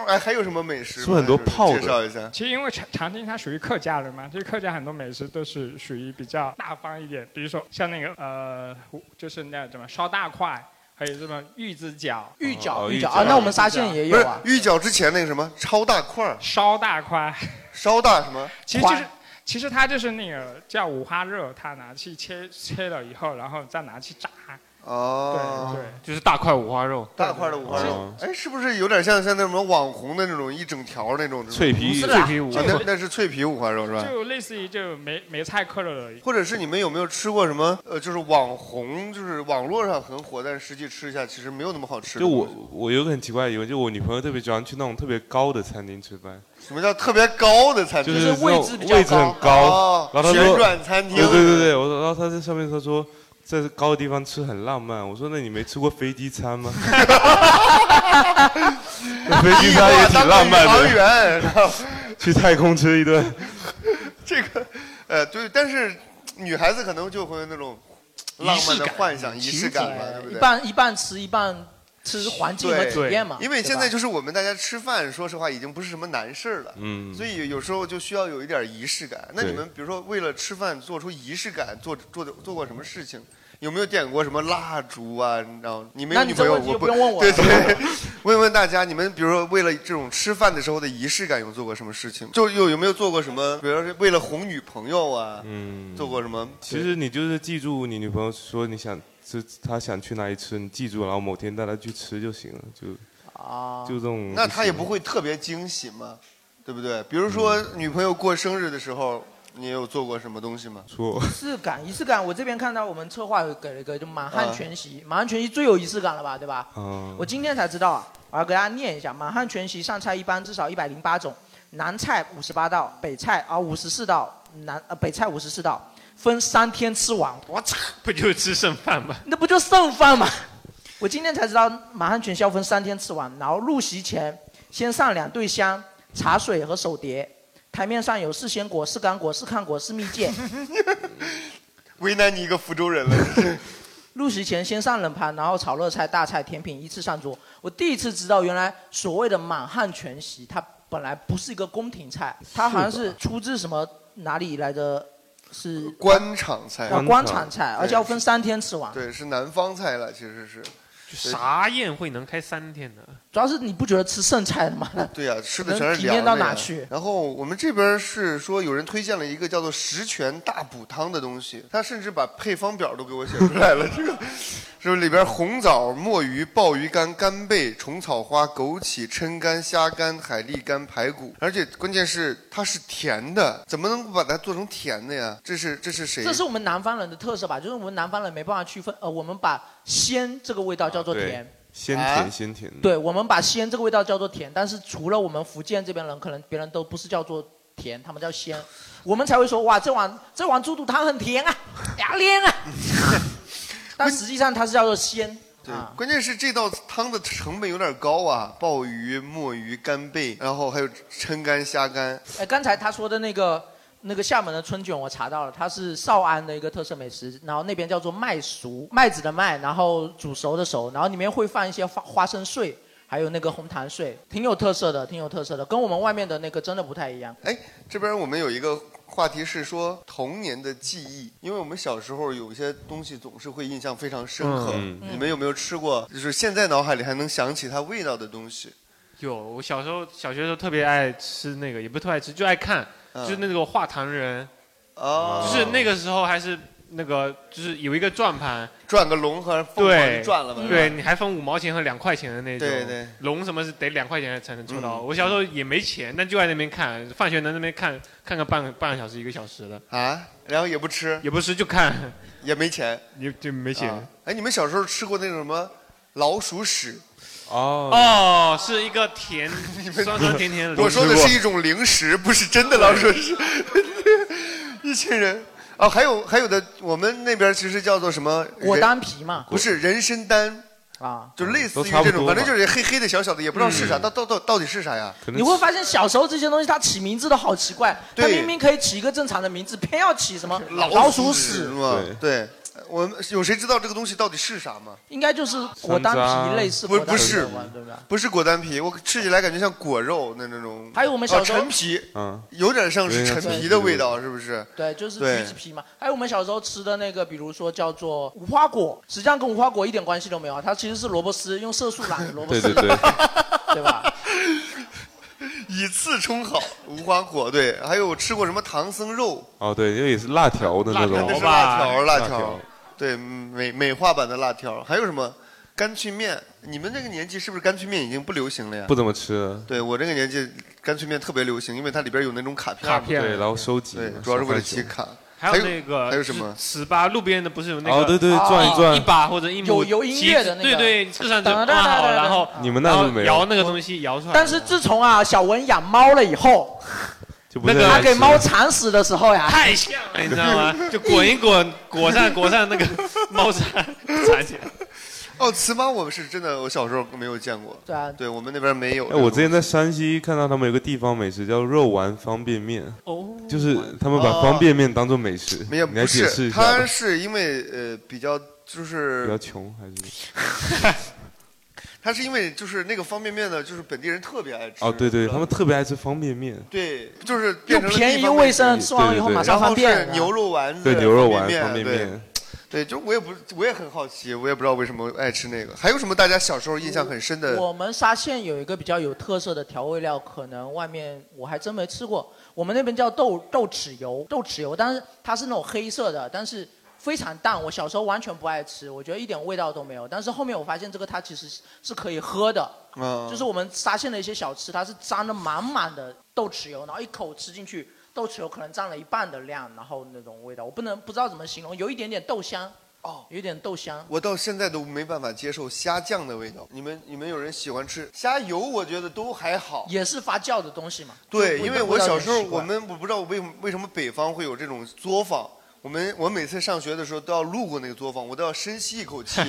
Speaker 3: 哎，还有什么美食吗？
Speaker 5: 是不是很多泡的
Speaker 3: 介绍一下。
Speaker 17: 其实因为长长汀它属于客家人嘛，就是客家很多美食都是属于比较大方一点，比如说像那个呃，就是那什么烧大块，还有什么玉子饺、
Speaker 2: 玉饺哦玉饺玉饺啊那我们沙县也有啊
Speaker 3: 不是玉饺之前那个什么超大块儿
Speaker 17: 烧大块，
Speaker 3: 烧大什么？
Speaker 17: 其实就是，其实它就是那个叫五花肉，它拿去切切了以后，然后再拿去炸。
Speaker 3: 哦，
Speaker 17: 对对
Speaker 4: 就是大块五花肉，
Speaker 3: 大块的五花肉
Speaker 4: 哦，
Speaker 5: 嗯
Speaker 3: 哎，是不是有点像像那什么网红的那种一整条那种
Speaker 4: 脆皮
Speaker 3: 啊
Speaker 4: 脆皮五花肉
Speaker 3: 那那是脆皮五花肉是吧？
Speaker 17: 就类似于就梅梅菜扣肉的，
Speaker 3: 或者是你们有没有吃过什么呃，就是网红，就是网络上很火，但是实际吃一下其实没有那么好吃的
Speaker 5: 就
Speaker 3: 东西。
Speaker 5: 我我有个很奇怪的疑问，就我女朋友特别喜欢去那种特别高的餐厅吃饭。
Speaker 3: 什么叫特别高的餐厅？
Speaker 5: 就是那种位置很高
Speaker 3: 哦，
Speaker 5: 然后他说
Speaker 3: 旋转餐厅。
Speaker 5: 对对对对，我说，然后他在上面他说在高的地方吃很浪漫，我说那你没吃过飞机餐 吗？那飞机餐也挺浪漫
Speaker 3: 当个宇航员然后
Speaker 5: 的，去太空吃一顿。
Speaker 3: 这个呃，对，但是女孩子可能就会有那种浪漫的幻想、仪式感嘛，对不
Speaker 2: 嗯一
Speaker 3: 对？
Speaker 2: 半一半吃一半吃环境和
Speaker 3: 对，
Speaker 2: 体验嘛。
Speaker 3: 因为
Speaker 2: 对
Speaker 3: 现
Speaker 2: 吧
Speaker 3: 在就是我们大家吃饭，说实话已经不是什么难事儿了。
Speaker 5: 嗯
Speaker 3: 所以有时候就需要有一点仪式感。那你
Speaker 5: 对
Speaker 3: 们比如说为了吃饭做出仪式感，做做做过什么事情？有没有点过什么蜡烛啊？你知道吗？你没有
Speaker 2: 那你
Speaker 3: 女朋友，
Speaker 2: 这问题就
Speaker 3: 我
Speaker 2: 不用问我
Speaker 3: 对
Speaker 2: 了
Speaker 3: 对，问问大家，你们比如说为了这种吃饭的时候的仪式感，有做过什么事情？就有有没有做过什么？比如说为了哄女朋友啊，
Speaker 5: 嗯，
Speaker 3: 做过什么？
Speaker 5: 其实你就是记住你女朋友说你想吃，她想去哪里吃，你记住，然后某天带她去吃就行了，就
Speaker 2: 啊
Speaker 5: 就这种。
Speaker 3: 那他也不会特别惊喜嘛，对不对？比如
Speaker 5: 嗯
Speaker 3: 说女朋友过生日的时候，你有做过什么东西吗？
Speaker 5: 错
Speaker 2: 仪式感，仪式感，我这边看到我们策划有给了一个，就满汉全席，满汉全席最有仪式感了吧，对吧？
Speaker 5: 嗯
Speaker 2: 我今天才知道啊，我要给大家念一下：满汉全席上菜一般至少一百零八种，南菜五十八道，北菜啊五十四道，南呃北菜五十四道，分三天吃完。我操，
Speaker 4: 不就是吃剩饭吗？
Speaker 2: 那不就剩饭吗？我今天才知道满汉全席要分三天吃完，然后入席前先上两对香、茶水和手碟，台面上有四鲜果、四干果、四看果、四蜜饯。
Speaker 3: 为难你一个福州人了。
Speaker 2: 入席前先上冷盘，然后炒热菜、大菜、甜品依次上桌。我第一次知道，原来所谓的满汉全席，它本来不是一个宫廷菜，它好像是出自什么哪里来的？是
Speaker 3: 官场菜
Speaker 2: 啊，官场菜，而且要分三天吃完。
Speaker 3: 对，是南方菜了，其实是。
Speaker 4: 啥宴会能开三天呢？
Speaker 2: 主要是你不觉得吃剩菜的吗？
Speaker 3: 对啊呀、吃的
Speaker 2: 能
Speaker 3: 全是
Speaker 2: 体
Speaker 3: 凉
Speaker 2: 验
Speaker 3: 的
Speaker 2: 到哪
Speaker 3: 呀
Speaker 2: 去？
Speaker 3: 然后我们这边是说有人推荐了一个叫做十全大补汤的东西，他甚至把配方表都给我写出来了。 这个是不是里边红枣、墨鱼、鲍鱼干、干贝、虫草花、枸杞、蛏干、虾干、海蛎干、排骨？而且关键是它是甜的，怎么能不把它做成甜的呀？这是这是谁？
Speaker 2: 这是我们南方人的特色吧？就是我们南方人没办法区分，呃，我们把鲜这个味道叫做甜，
Speaker 5: 啊鲜
Speaker 2: 啊
Speaker 5: 甜鲜甜。
Speaker 2: 对，我们把鲜这个味道叫做甜，但是除了我们福建这边人，可能别人都不是叫做甜，他们叫鲜，我们才会说哇，这碗这碗猪肚汤很甜啊，牙连啊。但实际上它是叫做鲜。
Speaker 3: 对，
Speaker 2: 啊
Speaker 3: 关键是这道汤的成本有点高啊，鲍鱼、墨鱼、干贝，然后还有蛏干、虾干，
Speaker 2: 哎，刚才他说的那个那个厦门的春卷，我查到了，它是绍安的一个特色美食，然后那边叫做麦熟，麦子的麦，然后煮熟的熟，然后里面会放一些花花生碎，还有那个红糖碎，挺有特色的，挺有特色的，跟我们外面的那个真的不太一样。
Speaker 3: 哎，这边我们有一个话题是说童年的记忆，因为我们小时候有一些东西总是会印象非常深刻。
Speaker 4: 嗯
Speaker 3: 你们有没有吃过？就是现在脑海里还能想起它味道的东西？
Speaker 4: 有，我小时候小学的时候特别爱吃那个，也不是特别爱吃，就爱看，
Speaker 3: 嗯
Speaker 4: 就是那个画糖人，
Speaker 3: 哦
Speaker 4: 就是那个时候还是那个，就是有一个转盘，
Speaker 3: 转个龙和凤凰
Speaker 4: 对
Speaker 3: 就转了嘛是吧
Speaker 4: 对，你还分五毛钱和两块钱的那种，
Speaker 3: 对对，
Speaker 4: 龙什么是得两块钱才能抽到，
Speaker 3: 嗯
Speaker 4: 我小时候也没钱，但就在那边看，放学在那边看看个半半个小时一个小 时的，
Speaker 3: 啊，然后也不吃，
Speaker 4: 也不吃就看，
Speaker 3: 也没钱，
Speaker 4: 也就没
Speaker 3: 没
Speaker 4: 钱。
Speaker 3: 哎，你们小时候吃过那种什么老鼠屎？
Speaker 5: 哦
Speaker 4: 哦，是一个甜， 酸酸甜甜的。
Speaker 3: 我说的是一种零食，不是真的老鼠屎。 一群人哦，还有还有的，我们那边其实叫做什么？
Speaker 2: 果
Speaker 3: 人
Speaker 2: 丹皮嘛
Speaker 3: 不是人参丹
Speaker 2: 啊，
Speaker 3: 就类似
Speaker 5: 都
Speaker 3: 于
Speaker 5: 差不
Speaker 3: 这种，
Speaker 5: 多
Speaker 3: 反
Speaker 5: 吧
Speaker 3: 正就是黑黑的、小小的，也不知道是啥，
Speaker 5: 嗯
Speaker 3: 到到到到底是啥呀？
Speaker 2: 你会发现小时候这些东西，它起名字都好奇怪，它
Speaker 3: 对
Speaker 2: 明明可以起一个正常的名字，偏要起什么鼠屎，
Speaker 3: 嘛？对，我们有谁知道这个东西到底是啥吗？
Speaker 2: 应该就是果丹皮类似
Speaker 3: 不
Speaker 2: 果
Speaker 3: 不
Speaker 2: 丹皮
Speaker 3: 是
Speaker 2: 的吧，对不对？
Speaker 3: 不是果丹皮，我吃起来感觉像果肉那那种。
Speaker 2: 还有我们小时候
Speaker 3: 哦陈皮，
Speaker 5: 嗯，
Speaker 3: 有点像是
Speaker 5: 有点
Speaker 3: 陈皮
Speaker 5: 像陈皮
Speaker 3: 的
Speaker 5: 的
Speaker 3: 味
Speaker 5: 味道
Speaker 3: 道，是不是？
Speaker 2: 对，就是
Speaker 3: 对
Speaker 2: 橘子皮嘛。还有我们小时候吃的那个，比如说叫做无花果，实际上跟无花果一点关系都没有啊，它其实是萝卜丝，用色素染的萝卜
Speaker 5: 对
Speaker 2: 丝。
Speaker 5: 对对，
Speaker 3: 以次充好，无花果对，还有吃过什么唐僧肉，
Speaker 5: 哦对，因为也是辣条的那种。
Speaker 3: 那是辣条，辣
Speaker 5: 辣
Speaker 3: 条，对，嗯美美化版的辣条，还有什么干脆面？你们那个年纪是不是干脆面已经不流行了呀？
Speaker 5: 不怎么吃啊了。
Speaker 3: 对我这个年纪，干脆面特别流行，因为它里边有那种卡片嘛，
Speaker 4: 卡片
Speaker 5: 对，然后收集
Speaker 3: 对
Speaker 5: 嘛，
Speaker 3: 主要是为了
Speaker 5: 小
Speaker 3: 集
Speaker 5: 浣
Speaker 3: 卡。
Speaker 4: 还有那个
Speaker 3: 还有什么？
Speaker 4: 糍粑，路边的不是有那个？啊
Speaker 5: 哦对对转一转
Speaker 4: 一把或者一
Speaker 2: 有
Speaker 4: 亩
Speaker 2: 有音乐的那个
Speaker 4: 对对，这上就
Speaker 2: 哒
Speaker 4: 按
Speaker 2: 哒哒
Speaker 4: 好，
Speaker 2: 哒
Speaker 4: 然后
Speaker 5: 你们那时候没有
Speaker 4: 然后摇那个东西摇出来。
Speaker 2: 但是自从啊小文养猫了以后，
Speaker 5: 就不
Speaker 4: 那
Speaker 5: 是
Speaker 4: 个
Speaker 2: 他
Speaker 5: 爱
Speaker 2: 给
Speaker 5: 吃
Speaker 2: 猫铲死的时候呀，
Speaker 4: 太像了，你知道 吗？就滚一滚，裹上裹上那个猫砂，缠起来。
Speaker 3: 哦，糍粑我们是真的，我小时候没有见过。
Speaker 2: 对啊，
Speaker 3: 对我们那边没有这
Speaker 5: 哎，
Speaker 3: 种。
Speaker 5: 我之前在山西看到他们有个地方美食叫肉丸方便面，
Speaker 4: 哦，
Speaker 5: 就是他们把方便面当做美食，
Speaker 3: 哦没有，
Speaker 5: 你来
Speaker 3: 不
Speaker 5: 解释
Speaker 3: 是，
Speaker 5: 一下吧。
Speaker 3: 他是因为呃比较就是
Speaker 5: 比较穷还是？
Speaker 3: 他是因为就是那个方便面呢，就是本地人特别爱吃。
Speaker 5: 哦，对对，
Speaker 3: 是吧
Speaker 5: 他们特别爱吃方便面。
Speaker 3: 对，就是变成了
Speaker 2: 又便宜
Speaker 3: 地方
Speaker 2: 又卫生
Speaker 3: 美食
Speaker 2: 吃完了以后
Speaker 5: 对对对马上
Speaker 3: 然
Speaker 2: 方便
Speaker 3: 是牛肉丸子，
Speaker 5: 对牛肉丸
Speaker 3: 方
Speaker 5: 方便
Speaker 3: 对
Speaker 5: 面。
Speaker 3: 对，就我也不，我也很好奇，我也不知道为什么爱吃那个。还有什么大家小时候印象很深的？
Speaker 2: 我们沙县有一个比较有特色的调味料，可能外面我还真没吃过。我们那边叫豆豆豉油，豆豉油，但是它是那种黑色的，但是非常淡。我小时候完全不爱吃，我觉得一点味道都没有。但是后面我发现这个它其实是是可以喝的，
Speaker 3: 嗯
Speaker 2: 就是我们沙县的一些小吃，它是沾的满满的豆豉油，然后一口吃进去，豆豉油可能占了一半的量，然后那种味道，我不能不知道怎么形容，有一点点豆香，
Speaker 3: 哦，
Speaker 2: 有一点豆香。
Speaker 3: 我到现在都没办法接受虾酱的味道。你们你们有人喜欢吃虾油？我觉得都还好。
Speaker 2: 也是发酵的东西嘛。
Speaker 3: 对，
Speaker 2: 就
Speaker 3: 因为
Speaker 2: 味
Speaker 3: 我
Speaker 2: 道
Speaker 3: 小
Speaker 2: 很
Speaker 3: 时候
Speaker 2: 奇怪
Speaker 3: 我们我不知道为什么为什么北方会有这种作坊。我们我每次上学的时候都要路过那个作坊，我都要深吸一口气，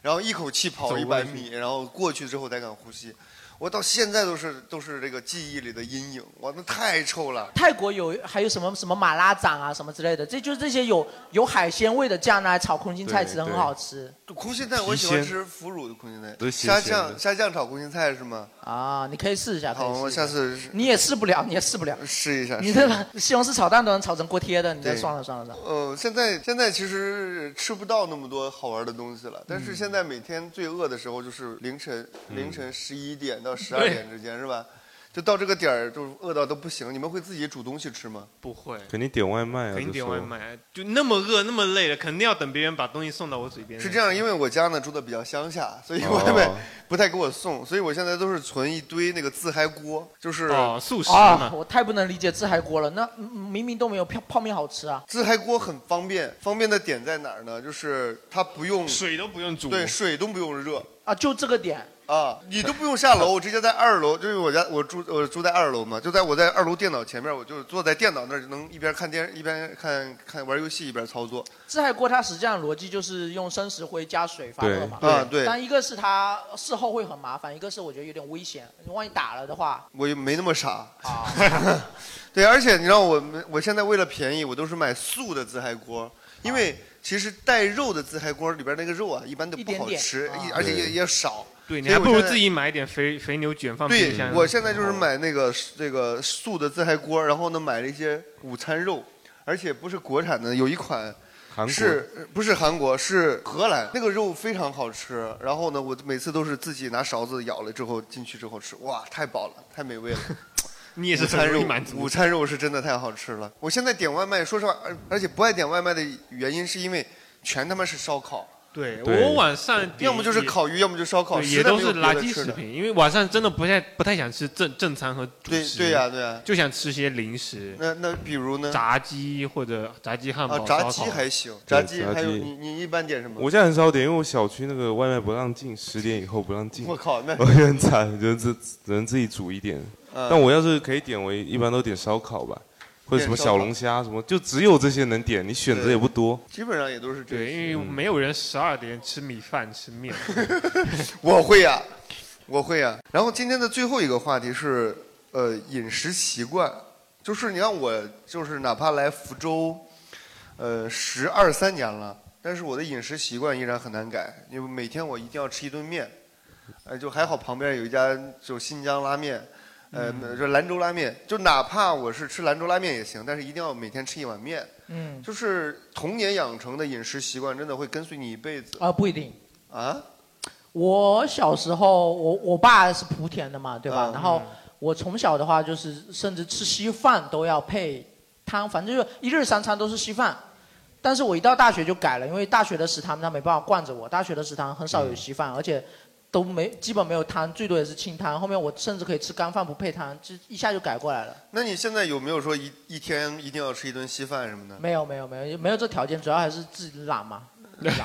Speaker 3: 然后一口气跑
Speaker 5: 走
Speaker 3: 一
Speaker 5: 过
Speaker 3: 百
Speaker 5: 去
Speaker 3: 米，然后过去之后才敢呼吸。我到现在都是都是这个记忆里的阴影，哇，那太臭了。
Speaker 2: 泰国有还有什么什么马拉掌啊什么之类的，这就是这些有有海鲜味的酱啊，炒空心菜
Speaker 3: 对
Speaker 2: 吃很
Speaker 3: 对
Speaker 2: 好吃。
Speaker 3: 空心菜我喜欢吃腐乳的空心菜
Speaker 2: 都，新鲜的
Speaker 3: 虾酱虾酱炒空心菜是吗？
Speaker 2: 啊，你可以试一下。可以
Speaker 3: 好，
Speaker 2: 试一
Speaker 3: 我下次
Speaker 2: 你也试不了，你也试不了。
Speaker 3: 试一下。
Speaker 2: 你
Speaker 3: 试一
Speaker 2: 这
Speaker 3: 下
Speaker 2: 西红柿炒蛋都能炒成锅贴的，你这
Speaker 3: 对
Speaker 2: 算了算了算了。
Speaker 3: 呃，现在现在其实吃不到那么多好玩的东西了，但是
Speaker 2: 嗯
Speaker 3: 现在每天最饿的时候就是凌晨
Speaker 2: 嗯
Speaker 3: 凌晨十一点到十二点之间是吧？就到这个点儿就饿到都不行。你们会自己煮东西吃吗？
Speaker 4: 不会，
Speaker 5: 肯定点外卖啊，
Speaker 4: 肯定点
Speaker 5: 这时
Speaker 4: 外
Speaker 5: 候。
Speaker 4: 卖，就那么饿那么累了，肯定要等别人把东西送到我嘴边。
Speaker 3: 是这样，因为我家呢住的比较乡下，所以
Speaker 4: 哦
Speaker 3: 外卖不太给我送，所以我现在都是存一堆那个自嗨锅，就是
Speaker 4: 哦
Speaker 2: 啊，我太不能理解自嗨锅了。那嗯明明都没有泡泡面好吃啊。
Speaker 3: 自嗨锅很方便，方便的点在哪儿呢？就是它不用
Speaker 4: 水都不用煮
Speaker 3: 对，水都不用热
Speaker 2: 啊，就这个点
Speaker 3: 啊，你都不用下楼，我直接在二楼，就是我家我住我住在二楼嘛，就在我在二楼电脑前面，我就坐在电脑那儿，就能一边看电一边看看玩游戏一边操作。
Speaker 2: 自嗨锅它实际上逻辑就是用生石灰加水发热嘛。
Speaker 3: 对啊对
Speaker 2: 但一个是它事后会很麻烦，一个是我觉得有点危险，你万一打了的话，
Speaker 3: 我也没那么傻。
Speaker 4: 啊
Speaker 3: 对，而且你让我们，我现在为了便宜，我都是买素的自嗨锅，因为
Speaker 4: 啊
Speaker 3: 其实带肉的自嗨锅里边那个肉啊，一般都不好吃，
Speaker 4: 一点点
Speaker 3: 一
Speaker 4: 啊
Speaker 3: 而且也
Speaker 4: 对
Speaker 3: 也少。
Speaker 4: 对你
Speaker 3: 所以
Speaker 4: 还
Speaker 3: 我
Speaker 4: 不如
Speaker 3: 现在
Speaker 4: 自己买一点肥肥牛卷放冰
Speaker 3: 对
Speaker 4: 箱。，哦
Speaker 3: 我现在就是买那个这个素的自嗨锅，然后呢买了一些午餐肉，而且不是国产的，有一款
Speaker 5: 韩国
Speaker 3: 是呃不是韩国是荷兰，那个肉非常好吃。然后呢，我每次都是自己拿勺子舀了之后进去之后吃，哇，太饱了，太美味了。
Speaker 4: 你也是
Speaker 3: 午餐
Speaker 4: 很容易
Speaker 3: 肉
Speaker 4: 满，足
Speaker 3: 午餐肉是真的太好吃了。我现在点外卖，说实话，而而且不爱点外卖的原因是因为全他妈是烧烤。
Speaker 4: 对
Speaker 3: 对
Speaker 4: 我晚上点
Speaker 3: 要么就是
Speaker 4: 也
Speaker 3: 烤鱼要么就烧烤
Speaker 4: 对
Speaker 3: 实
Speaker 4: 也
Speaker 3: 在
Speaker 4: 都
Speaker 3: 没有
Speaker 4: 是
Speaker 3: 别的
Speaker 4: 垃圾
Speaker 3: 吃
Speaker 4: 食
Speaker 3: 的
Speaker 4: 品，因为晚上真的不太不太想吃正正餐和主
Speaker 3: 对
Speaker 4: 食，
Speaker 3: 对呀对呀
Speaker 4: 就想吃些零食。
Speaker 3: 那那比如呢？
Speaker 4: 炸鸡或者炸鸡汉堡、
Speaker 3: 啊，炸
Speaker 4: 烧
Speaker 3: 鸡
Speaker 4: 烤
Speaker 3: 还行，
Speaker 5: 对
Speaker 3: 炸鸡
Speaker 5: 炸
Speaker 3: 还有
Speaker 5: 鸡
Speaker 3: 你你一般点什么？
Speaker 5: 我现在很少点，因为我小区那个外卖不让进，十点以后不让进。
Speaker 3: 我靠那
Speaker 5: 我就很惨，就只只能自己煮一点。
Speaker 3: 嗯
Speaker 5: 但我要是可以点，我一般都点烧烤吧，或者什么小龙虾什么，就只有这些能点，你选择也不多。
Speaker 3: 基本上也都是嗯
Speaker 4: 这对，因为没有人十二点吃米饭吃 面。
Speaker 3: 我会呀、我会呀、然后今天的最后一个话题是，呃，饮食习惯，就是你让我就是哪怕来福州，呃，十二三年了，但是我的饮食习惯依然很难改，因为每天我一定要吃一顿面，呃，就还好旁边有一家就新疆拉面。呃，
Speaker 1: 嗯
Speaker 3: 就兰州拉面，就哪怕我是吃兰州拉面也行，但是一定要每天吃一碗面。
Speaker 2: 嗯，
Speaker 3: 就是童年养成的饮食习惯，真的会跟随你一辈子
Speaker 2: 啊不一定。
Speaker 3: 啊。
Speaker 2: 我小时候，我我爸是莆田的嘛，对吧？
Speaker 3: 嗯
Speaker 2: 然后我从小的话，就是甚至吃稀饭都要配汤，反正就是一日三餐都是稀饭。但是我一到大学就改了，因为大学的食堂他没办法惯着我，大学的食堂很少有稀饭，而且都没基本没有汤，最多也是清汤。后面我甚至可以吃干饭不配汤，就一下就改过来了。
Speaker 3: 那你现在有没有说一一天一定要吃一顿稀饭什么的？
Speaker 2: 没有没有没有没有这条件，主要还是自己懒嘛。懒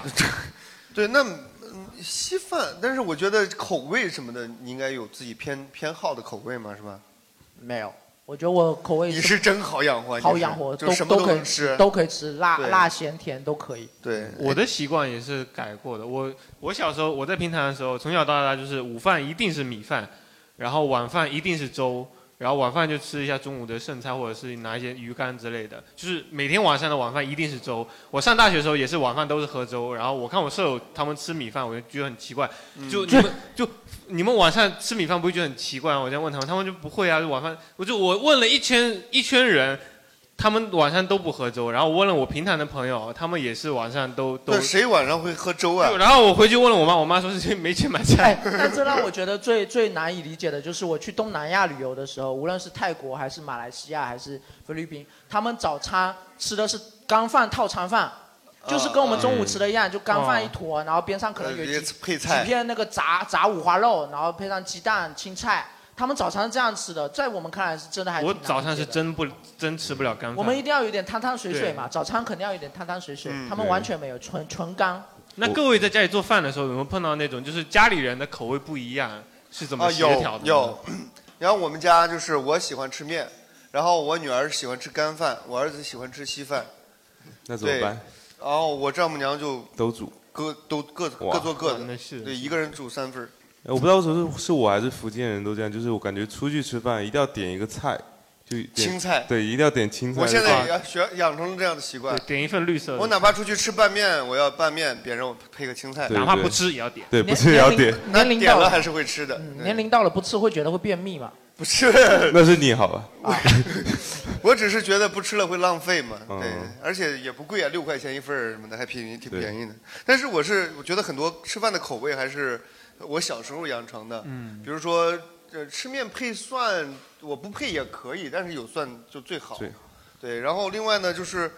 Speaker 3: 对，那嗯稀饭，但是我觉得口味什么的，你应该有自己偏偏好的口味嘛，是吧？
Speaker 2: 没有，我觉得我口味
Speaker 3: 你是真好养活，
Speaker 2: 好
Speaker 3: 你是
Speaker 2: 养活，
Speaker 3: 就
Speaker 2: 都
Speaker 3: 什么
Speaker 2: 可以
Speaker 3: 能吃，
Speaker 2: 都可以吃辣
Speaker 4: 对
Speaker 2: 辣咸甜都可以。
Speaker 3: 对
Speaker 4: 我的习惯也是改过的。我我小时候我在平潭的时候，从小到大就是午饭一定是米饭，然后晚饭一定是粥，然后晚饭就吃一下中午的剩菜或者是拿一些鱼干之类的，就是每天晚上的晚饭一定是粥。我上大学的时候也是晚饭都是喝粥，然后我看我舍友他们吃米饭，我就觉得很奇怪，就你们就你们晚上吃米饭不会觉得很奇怪吗？我这样问他们，他们就不会啊，就晚饭我就我问了一圈一圈人。他们晚上都不喝粥，然后我问了我平潭的朋友，他们也是晚上都都
Speaker 3: 那谁晚上会喝粥啊
Speaker 4: 对？然后我回去问了我妈，我妈说是没钱买
Speaker 3: 哎
Speaker 4: 菜。
Speaker 2: 但这让我觉得最最难以理解的就是，我去东南亚旅游的时候，无论是泰国还是马来西亚还是菲律宾，他们早餐吃的是干饭套餐饭，
Speaker 3: 啊
Speaker 2: 就是跟我们中午吃的一样，就干饭一坨，然后边上可能有
Speaker 3: 嗯哦呃也
Speaker 2: 几
Speaker 3: 配菜
Speaker 2: 几片那个炸炸五花肉，然后配上鸡蛋、青菜。他们早餐是这样吃的，在我们看来是真的还挺
Speaker 4: 我
Speaker 2: 难
Speaker 4: 早上
Speaker 2: 理解
Speaker 4: 是
Speaker 2: 的
Speaker 4: 真不真吃不了干饭。
Speaker 2: 我们一定要有点汤汤水水
Speaker 4: 对
Speaker 2: 嘛，早餐肯定要有点汤汤水水，
Speaker 4: 嗯
Speaker 2: 他们
Speaker 4: 对
Speaker 2: 完全没有，纯纯干。
Speaker 4: 那各位在家里做饭的时候，有没有碰到那种就是家里人的口味不一样，是怎么
Speaker 3: 啊，
Speaker 4: 协
Speaker 3: 有
Speaker 4: 调的呢？
Speaker 3: 有。 然后我们家就是我喜欢吃面，然后我女儿喜欢吃干饭，我儿子喜欢吃稀饭。
Speaker 5: 那怎么
Speaker 3: 对
Speaker 5: 办？
Speaker 3: 然后我丈母娘就
Speaker 5: 都煮。
Speaker 3: 各都各
Speaker 5: 哇
Speaker 3: 各做各
Speaker 4: 哇
Speaker 3: 的
Speaker 4: 那是，
Speaker 3: 对，一个人煮三份儿
Speaker 5: 哎我不知道为什么是是我还是福建人都这样，就是我感觉出去吃饭一定要点一个菜，就点
Speaker 3: 青菜
Speaker 5: 对，一定要点青菜。
Speaker 3: 我现在
Speaker 5: 啊
Speaker 3: 也要学养成了这样的习惯，
Speaker 4: 点一份绿色的
Speaker 3: 我哪怕出去吃拌面，我要拌面，别让我配个青菜，
Speaker 5: 对哪怕对不吃也要点对不吃也要点
Speaker 3: 那
Speaker 2: 年龄
Speaker 3: 点
Speaker 2: 到
Speaker 3: 了
Speaker 2: 了嗯
Speaker 3: 还是会吃的。对
Speaker 2: 年龄到了不吃会觉得会便秘嘛？
Speaker 3: 不是 啊
Speaker 5: 那是你好吧？
Speaker 3: 我只是觉得不吃了会浪费嘛，
Speaker 5: 嗯
Speaker 3: 对，而且也不贵啊，六块钱一份儿什么的，还便宜，挺便宜的。但是我是我觉得很多吃饭的口味还是我小时候养成的，
Speaker 1: 嗯
Speaker 3: 比如说呃吃面配蒜，我不配也可以，但是有蒜就最好，
Speaker 5: 最好
Speaker 3: 对。然后另外呢就是，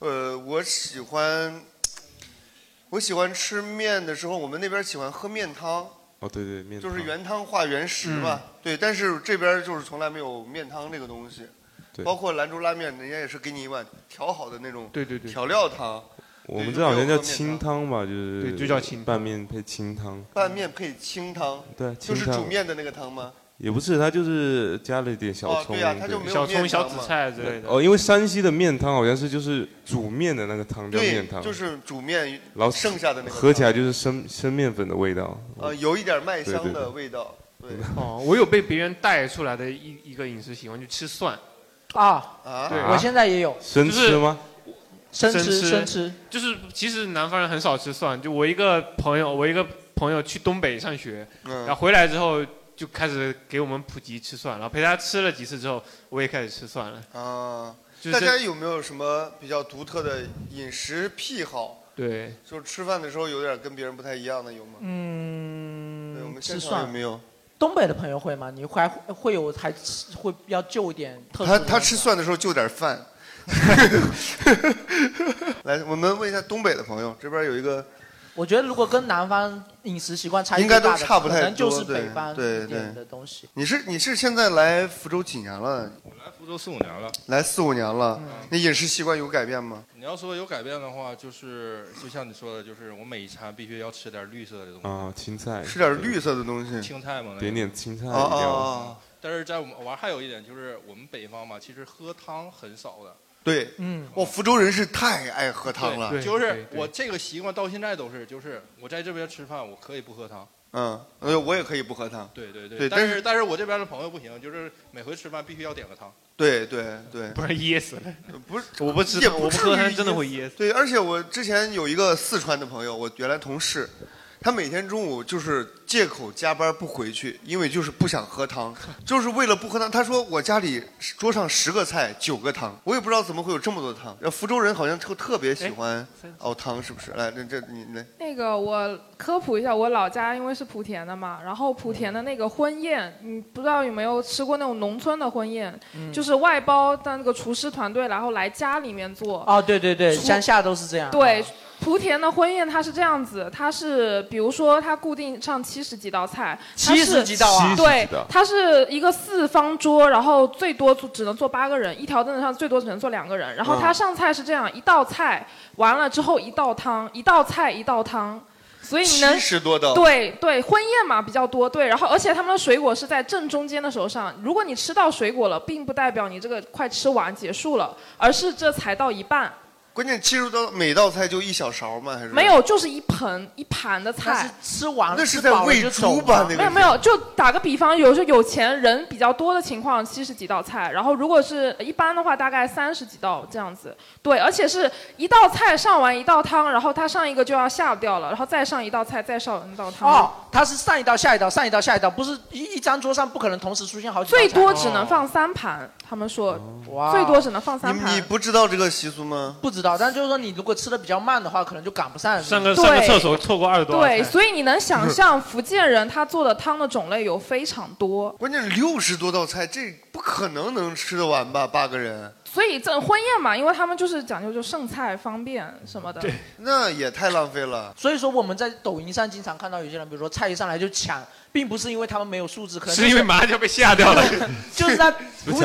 Speaker 3: 呃，我喜欢我喜欢吃面的时候，我们那边喜欢喝面汤，
Speaker 5: 哦，对对，面
Speaker 3: 就是
Speaker 5: 汤嗯
Speaker 3: 原汤化原食嘛。对，但是这边就是从来没有面汤这个东西，
Speaker 5: 对
Speaker 3: 包括兰州拉面，人家也是给你一碗调好的那种，
Speaker 4: 对对对
Speaker 3: 调料汤，
Speaker 5: 我
Speaker 3: 对
Speaker 5: 们
Speaker 3: 就
Speaker 5: 这好
Speaker 3: 没有
Speaker 5: 像叫
Speaker 3: 喝面
Speaker 5: 清汤吧，就是
Speaker 4: 对就叫清
Speaker 5: 拌面配清汤，
Speaker 3: 拌面配清汤，
Speaker 5: 对啊
Speaker 3: 就是
Speaker 5: 清汤
Speaker 3: 煮面的那个汤吗？
Speaker 5: 也不是，它就是加了一点小
Speaker 3: 哦
Speaker 5: 葱，
Speaker 3: 对呀它就没有小葱面汤小紫嘛菜之类的
Speaker 5: 哦，因为山西的面汤好像是就是煮面的那个汤叫面
Speaker 3: 对
Speaker 5: 汤，，
Speaker 3: 就是煮面
Speaker 5: 然后
Speaker 3: 剩下的那个汤，
Speaker 5: 合起来就是生生面粉的味道。
Speaker 3: 呃有一点麦香
Speaker 5: 对对
Speaker 3: 的
Speaker 5: 对
Speaker 3: 味道，对
Speaker 4: 哦，我有被别人带出来的一一个饮食习惯，就吃蒜。
Speaker 2: 啊
Speaker 3: 啊
Speaker 4: 对，
Speaker 2: 我现在也有
Speaker 5: 生吃吗？
Speaker 2: 生吃
Speaker 4: 吃，
Speaker 2: 生吃，
Speaker 4: 就是其实南方人很少吃蒜。就我一个朋友，我一个朋友去东北上学，
Speaker 3: 嗯
Speaker 4: 然后回来之后就开始给我们普及吃蒜，然后陪他吃了几次之后，我也开始吃蒜了。
Speaker 3: 啊
Speaker 4: 就，
Speaker 3: 大
Speaker 4: 是
Speaker 3: 家有没有什么比较独特的饮食癖好？
Speaker 4: 对，
Speaker 3: 就是吃饭的时候有点跟别人不太一样的有吗？对我
Speaker 2: 嗯，
Speaker 3: 们现
Speaker 2: 吃
Speaker 3: 场
Speaker 2: 蒜
Speaker 3: 有没有？
Speaker 2: 东北的朋友会吗？你还会有还吃会要就一点特殊
Speaker 3: 他
Speaker 2: 的
Speaker 3: 他吃蒜的时候就 点饭。来，我们问一下东北的朋友，这边有一个
Speaker 2: 我觉得如果跟南方饮食习惯差异
Speaker 3: 应该
Speaker 2: 最
Speaker 3: 都
Speaker 2: 大的
Speaker 3: 差不
Speaker 2: 可
Speaker 3: 太
Speaker 2: 能
Speaker 3: 多，
Speaker 2: 就是
Speaker 3: 对
Speaker 2: 北方
Speaker 3: 对
Speaker 2: 一
Speaker 3: 对
Speaker 2: 点的东西。。
Speaker 3: 你是你是现在来福州几年了？
Speaker 6: 来福州四五年了。
Speaker 3: 来四五年了，
Speaker 2: 嗯
Speaker 3: 你饮食习惯有改变吗？
Speaker 6: 你要说有改变的话，就是就像你说的，就是我每一餐必须要吃点绿色的东西，
Speaker 5: 啊，青菜
Speaker 3: 吃点绿色的东西，
Speaker 6: 青菜嘛那个
Speaker 5: 点点青菜
Speaker 3: 哦
Speaker 5: 一定
Speaker 3: 哦
Speaker 5: 要
Speaker 3: 哦，
Speaker 6: 但是在我们玩还有一点就是我们北方嘛，其实喝汤很少的。
Speaker 3: 对，
Speaker 2: 嗯，
Speaker 3: 我福州人是太爱喝汤了，
Speaker 6: 就是我这个习惯到现在都是，就是我在这边吃饭，我可以不喝汤。
Speaker 3: 嗯，呃，我也可以不喝汤，
Speaker 6: 对对
Speaker 3: 对，
Speaker 6: 但
Speaker 3: 是
Speaker 6: 但是我这边的朋友不行，就是每回吃饭必须要点个汤。
Speaker 3: 对对对，
Speaker 4: 不然噎死了。
Speaker 3: 不是，
Speaker 4: 我不吃
Speaker 3: 也
Speaker 4: 汤我不
Speaker 3: 至
Speaker 4: 喝汤
Speaker 3: 于
Speaker 4: 真的会噎死
Speaker 3: 对，而且我之前有一个四川的朋友，我原来同事，他每天中午就是借口加班不回去，因为就是不想喝汤，就是为了不喝汤。他说我家里桌上十个菜，九个汤，我也不知道怎么会有这么多汤。呃福州人好像特特别
Speaker 4: 哎
Speaker 3: 喜欢熬汤，是不是？来，这这你来。
Speaker 18: 那个我科普一下，我老家因为是莆田的嘛，然后莆田的那个婚宴，你不知道有没有吃过那种农村的婚宴，
Speaker 2: 嗯
Speaker 18: 就是外包的那个厨师团队，然后来家里面做。
Speaker 2: 哦，对对对，
Speaker 18: 出
Speaker 2: 乡下都是这样。
Speaker 18: 对，莆田的婚宴它是这样子，它是比如说它固定上七十几道菜，它是
Speaker 2: 70几道啊70几道
Speaker 18: 对，它是一个四方桌，然后最多坐只能坐八个人，一条凳子上最多只能坐两个人。然后它
Speaker 19: 嗯
Speaker 18: 上菜是这样，一道菜完了之后一道汤，一道菜一道汤。所以你能
Speaker 3: 70多道
Speaker 18: 对对，婚宴嘛比较多，对，然后而且他们的水果是在正中间的手上，如果你吃到水果了，并不代表你这个快吃完结束了，而是这才到一半，
Speaker 3: 关键七十道每道菜就一小勺吗？还是
Speaker 18: 没有，就是一盆一盘的菜。
Speaker 2: 吃完
Speaker 3: 了那是在吃饱了喂就走猪吧了那个
Speaker 18: 没有没有，就打个比方，有时候有钱人比较多的情况，七十几道菜，然后如果是一般的话，大概三十几道这样子。对，而且是一道菜上完一道汤，然后他上一个就要下掉了，然后再上一道菜，再上一道汤。
Speaker 2: 哦，它是上一道下一道，上一道下一道，不是一一张桌上不可能同时出现好几道菜。
Speaker 18: 最多只能放三盘，他们说，
Speaker 4: 哦
Speaker 2: 哇
Speaker 18: 最多只能放三
Speaker 3: 你
Speaker 18: 盘。
Speaker 3: 不知道这个习俗吗？
Speaker 2: 不知道，但就是说你如果吃的比较慢的话，可能就赶不上。
Speaker 4: 上个
Speaker 18: 对
Speaker 4: 上个厕所错过二十多道菜。
Speaker 18: 对，所以你能想象福建人他做的汤的种类有非常多。
Speaker 3: 关键六十多道菜，这不可能能吃得完吧？八个人，
Speaker 18: 所以这婚宴嘛，因为他们就是讲究就剩菜方便什么的。
Speaker 3: 那也太浪费 了。
Speaker 2: 所以说我们在抖音上经常看到有些人，比如说菜一上来就抢，并不是因为他们没有素质，可能就是
Speaker 4: 因为马上就被吓掉了，
Speaker 2: 就是他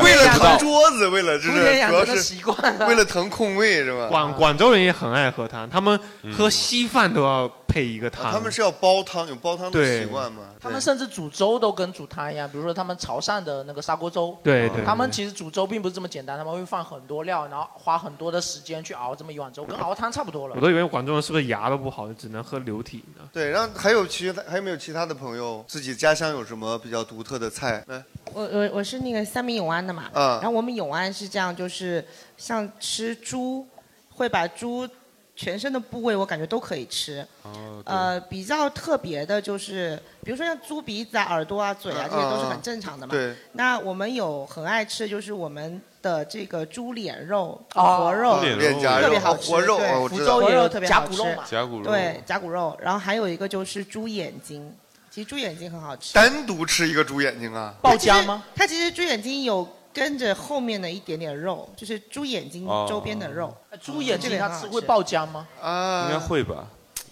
Speaker 3: 为了腾桌子，为了这
Speaker 2: 服务
Speaker 3: 是
Speaker 2: 员养
Speaker 3: 主要
Speaker 2: 成的
Speaker 3: 是
Speaker 2: 习惯了
Speaker 3: 为了腾空位是吧？
Speaker 4: 广广州人也很爱喝汤，他们
Speaker 5: 嗯
Speaker 4: 喝稀饭都要配一个汤。
Speaker 3: 啊他们是要煲汤，有煲汤的
Speaker 4: 啊对
Speaker 3: 习惯吗？
Speaker 2: 他们甚至煮粥都跟煮汤一样，比如说他们潮汕的那个砂锅粥，
Speaker 4: 对对
Speaker 3: 啊
Speaker 2: 他们其实煮粥并不是这么简单，他们会放换很多料，然后花很多的时间去熬这么一碗粥，跟熬汤差不多了。
Speaker 4: 我都以为广州人是不是牙都不好，只能喝流体呢？
Speaker 3: 对，然后还有其他还有没有其他的朋友自己家乡有什么比较独特的菜？来，
Speaker 16: 我我我是那个三明永安的嘛，
Speaker 3: 嗯
Speaker 16: 然后我们永安是这样，就是像吃猪，会把猪全身的部位我感觉都可以吃。
Speaker 5: 哦，
Speaker 16: 呃，比较特别的就是，比如说像猪鼻子啊、耳朵啊、嘴啊，这些都是很正常的嘛。
Speaker 3: 对。
Speaker 16: 那我们有很爱吃，就是我们的这个猪脸肉、
Speaker 2: 哦
Speaker 16: 活肉，
Speaker 3: 猪脸肉脸颊肉
Speaker 16: 特别好吃。
Speaker 3: 活肉
Speaker 16: 对
Speaker 3: 哦我
Speaker 16: 福
Speaker 3: 知道
Speaker 16: 州也
Speaker 3: 活
Speaker 16: 有
Speaker 3: 肉
Speaker 16: 特别
Speaker 3: 甲
Speaker 16: 好
Speaker 3: 骨
Speaker 16: 吃
Speaker 3: 肉嘛甲骨肉
Speaker 16: 对，甲骨肉。然后还有一个就是猪眼睛，其实猪眼睛很好吃。
Speaker 3: 单独吃一个猪眼睛啊？
Speaker 16: 爆浆吗？它其实猪眼睛有跟着后面的一点点肉，就是猪眼睛
Speaker 5: 哦
Speaker 16: 周边的肉。
Speaker 2: 猪眼睛它吃会
Speaker 16: 爆
Speaker 2: 浆吗？
Speaker 3: 啊
Speaker 5: 应该会吧？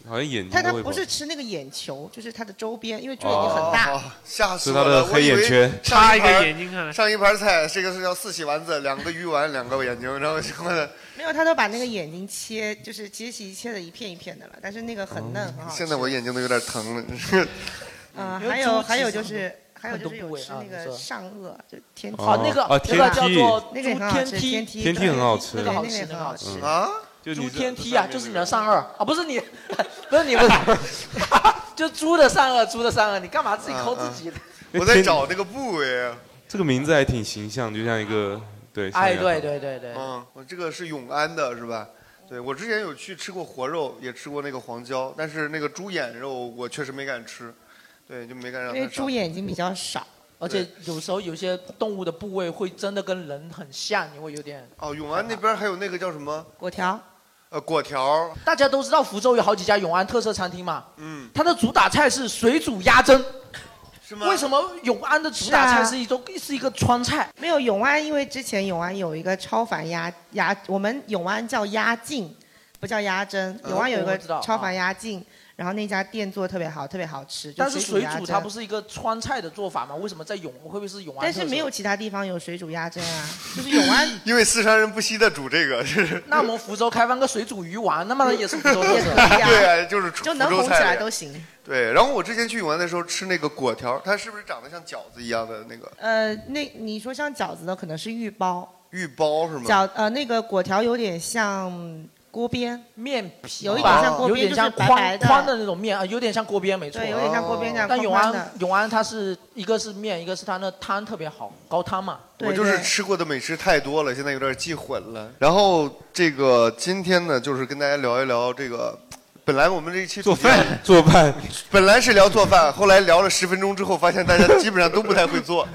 Speaker 5: 好像眼睛
Speaker 16: 但它
Speaker 5: 会吧
Speaker 16: 不是吃那个眼球，就是它的周边，因为猪眼睛很大。
Speaker 3: 哦吓死
Speaker 5: 是他
Speaker 3: 我
Speaker 5: 的
Speaker 3: 了！我
Speaker 5: 黑
Speaker 3: 以
Speaker 5: 眼
Speaker 3: 为
Speaker 5: 圈
Speaker 3: 上
Speaker 4: 插一个
Speaker 3: 盘
Speaker 4: 眼睛上来
Speaker 3: 上一盘菜，这个是叫四喜丸子，两个鱼丸，两个眼睛，然后什么的。
Speaker 16: 没有，他都把那个眼睛切，就是其实切的一片一片的了，但是那个很嫩，很好吃。
Speaker 3: 现在我眼睛都有点疼 了，真是
Speaker 16: 嗯，
Speaker 2: 因为
Speaker 16: 还
Speaker 2: 猪
Speaker 16: 有
Speaker 2: 其
Speaker 16: 还有
Speaker 2: 实
Speaker 16: 就
Speaker 2: 很
Speaker 16: 是
Speaker 2: 多
Speaker 16: 还有
Speaker 2: 很
Speaker 16: 就
Speaker 2: 多
Speaker 16: 是
Speaker 2: 部
Speaker 16: 有
Speaker 2: 位
Speaker 16: 吃
Speaker 2: 啊
Speaker 16: 那
Speaker 2: 你
Speaker 16: 个
Speaker 2: 说
Speaker 16: 上颚，就天梯。
Speaker 5: 哦那个啊
Speaker 16: 那个叫
Speaker 5: 天梯
Speaker 16: 做那个
Speaker 2: 猪
Speaker 16: 很好吃，
Speaker 2: 天梯
Speaker 16: 天梯
Speaker 5: 天梯
Speaker 16: 对
Speaker 5: 很好吃
Speaker 16: 对
Speaker 5: 那个好
Speaker 16: 那
Speaker 5: 吃
Speaker 16: 个很
Speaker 5: 那
Speaker 16: 好
Speaker 5: 个好
Speaker 16: 吃
Speaker 5: 吃啊就
Speaker 2: 猪
Speaker 5: 你这
Speaker 2: 天梯啊，就是你的上颚啊，不是你， 不是你，不是， 就猪的上颚，猪的上颚，你干嘛
Speaker 3: 啊
Speaker 2: 自己抠自己？
Speaker 3: 我在找那个部位。
Speaker 5: 这个名字还挺形象，就像一
Speaker 16: 啊
Speaker 5: 个对。
Speaker 2: 哎
Speaker 5: 像一个
Speaker 2: 对对对对
Speaker 3: 嗯，我这个是永安的是吧？对，我之前有去吃过活肉，也吃过那个黄椒，但是那个猪眼肉我确实没敢吃，对，就没敢让
Speaker 16: 因
Speaker 3: 他上。
Speaker 16: 为猪眼睛比较少。
Speaker 2: 而且有时候有些动物的部位会真的跟人很像，你会有点。
Speaker 3: 哦，永安那边还有那个叫什么？
Speaker 16: 果条。
Speaker 3: 呃，果条。
Speaker 2: 大家都知道福州有好几家永安特色餐厅嘛，
Speaker 3: 嗯，
Speaker 2: 它的主打菜是水煮鸭胗，
Speaker 3: 是
Speaker 2: 吗？为什么永安的主
Speaker 16: 是
Speaker 2: 打菜
Speaker 16: 啊
Speaker 2: 是一种是一个川菜？
Speaker 16: 没有永安，因为之前永安有一个超凡鸭鸭，我们永安叫鸭劲，不叫鸭胗。
Speaker 2: 嗯
Speaker 16: 永安有一
Speaker 2: 我
Speaker 16: 个
Speaker 2: 知道
Speaker 16: 超凡鸭劲，然后那家店做的特别好，特别好吃。就
Speaker 2: 但是水
Speaker 16: 鸭
Speaker 2: 煮
Speaker 16: 胗
Speaker 2: 它不是一个川菜的做法吗？为什么在永会不会是永安？
Speaker 16: 但是没有。其他地方有水煮鸭 胗啊，就是永安
Speaker 3: 因为四川人不惜的煮这个，是。
Speaker 2: 那我们福州开放个水煮鱼丸，那么也是福州 特色。
Speaker 3: 对啊，就是
Speaker 16: 哎就能
Speaker 3: 福州
Speaker 16: 红起
Speaker 3: 菜
Speaker 16: 来
Speaker 3: 呀
Speaker 16: 都行。
Speaker 3: 对，然后我之前去永安的时候吃那个果条，它是不是长得像饺子一样的那个
Speaker 16: 呃，那你说像饺子的可能是玉包，
Speaker 3: 玉包是吗？
Speaker 16: 饺呃那个果条有点像锅边
Speaker 2: 面皮，
Speaker 16: 有一点像锅
Speaker 2: 有
Speaker 16: 边，
Speaker 2: 点
Speaker 16: 就
Speaker 2: 像
Speaker 16: 是白
Speaker 2: 宽
Speaker 16: 白
Speaker 2: 宽的那种面啊，有点像锅边，没错，
Speaker 16: 对有点像锅边这样
Speaker 2: 但永
Speaker 16: 宽宽的
Speaker 2: 安永安它是一个是面，一个是它那汤特别好，高汤嘛。
Speaker 3: 我就是吃过的美食太多了，现在有点记混了。然后这个今天呢，就是跟大家聊一聊这个。本来我们这一期做饭，
Speaker 5: 做饭，
Speaker 3: 本来是聊做饭，后来聊了十分钟之后，发现大家基本上都不太会做，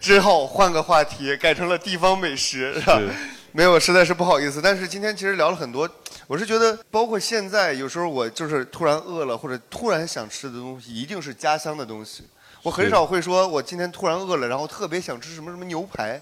Speaker 3: 只好换个话题，改成了地方美食，是吧？没有，实在是不好意思。但是今天其实聊了很多，我是觉得，包括现在有时候我就是突然饿了，或者突然想吃的东西，一定是家乡的东西。我很
Speaker 5: 是
Speaker 3: 少会说，我今天突然饿了，然后特别想吃什么什么牛排，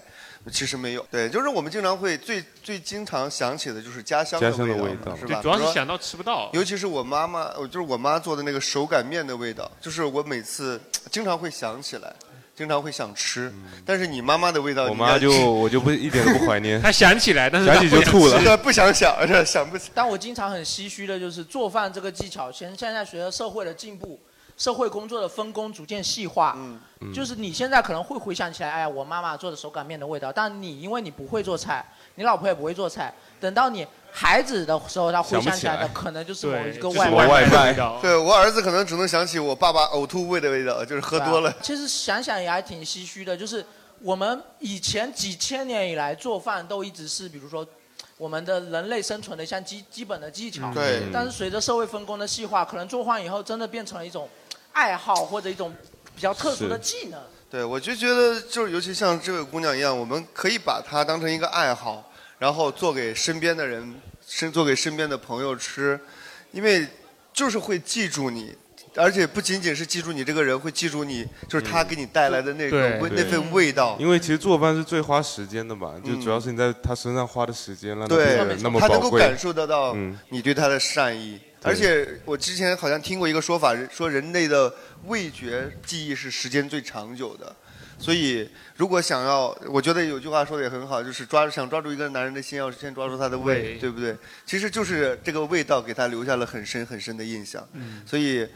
Speaker 3: 其实没有。对，就是我们经常会最最经常想起的就是家乡
Speaker 5: 家乡的
Speaker 3: 味
Speaker 5: 味道
Speaker 3: 是
Speaker 5: 对
Speaker 3: 吧？
Speaker 4: 主要
Speaker 3: 比
Speaker 4: 是
Speaker 3: 如说
Speaker 4: 想到吃不到。
Speaker 3: 尤其是我妈妈，我就是我妈做的那个手擀面的味道，就是我每次经常会想起来，经常会想吃。但是你妈妈的味道，
Speaker 5: 嗯我
Speaker 3: 你
Speaker 5: 妈
Speaker 3: 应该
Speaker 5: 就我就不一点都不怀念。
Speaker 4: 她想起来，但
Speaker 5: 想起就吐 了。
Speaker 3: 不想想， 想不起。
Speaker 2: 但我经常很唏嘘的就是做饭这个技巧，现现在随着社会的进步，社会工作的分工逐渐细化，
Speaker 5: 嗯
Speaker 2: 就是你现在可能会回想起来，哎呀，我妈妈做的手擀面的味道，但你因为你不会做菜，你老婆也不会做菜，等到你孩子的时候，他回想起来的
Speaker 5: 想不起来
Speaker 2: 可能就是某一个
Speaker 5: 就是
Speaker 2: 卖。
Speaker 5: 外卖
Speaker 3: 对我儿子可能只能想起我爸爸呕吐味的味道，就是喝多了。
Speaker 2: 对啊其实想想也还挺唏嘘的，就是我们以前几千年以来做饭都一直是，比如说。我们的人类生存的一项基基本的技巧，
Speaker 3: 嗯对
Speaker 2: 但是随着社会分工的细化，可能做饭以后真的变成了一种爱好或者一种比较特殊的
Speaker 3: 是
Speaker 2: 技能。
Speaker 3: 对，我就觉得就是，尤其像这位姑娘一样，我们可以把它当成一个爱好，然后做给身边的人，身做给身边的朋友吃，因为就是会记住你，而且不仅仅是记住你这个人，会记住你，就是他给你带来的那个
Speaker 5: 嗯对
Speaker 3: 味、
Speaker 5: 对
Speaker 3: 那份味道。
Speaker 5: 因为其实做饭是最花时间的吧，就
Speaker 3: 嗯
Speaker 5: 主要是你在他身上花的时间，让他
Speaker 3: 对
Speaker 5: 变得那么
Speaker 3: 他能
Speaker 5: 宝
Speaker 3: 够
Speaker 5: 贵，
Speaker 3: 感受得到
Speaker 5: 嗯，
Speaker 3: 你对他的善意。
Speaker 5: 对
Speaker 3: 而且我之前好像听过一个说法，说人类的味觉记忆是时间最长久的，所以如果想要，我觉得有句话说的也很好，就是抓想抓住一个男人的心，要先抓住他的胃，
Speaker 5: 胃
Speaker 3: 对不对？其实就是这个味道给他留下了很深很深的印象。
Speaker 5: 嗯
Speaker 3: 所以呃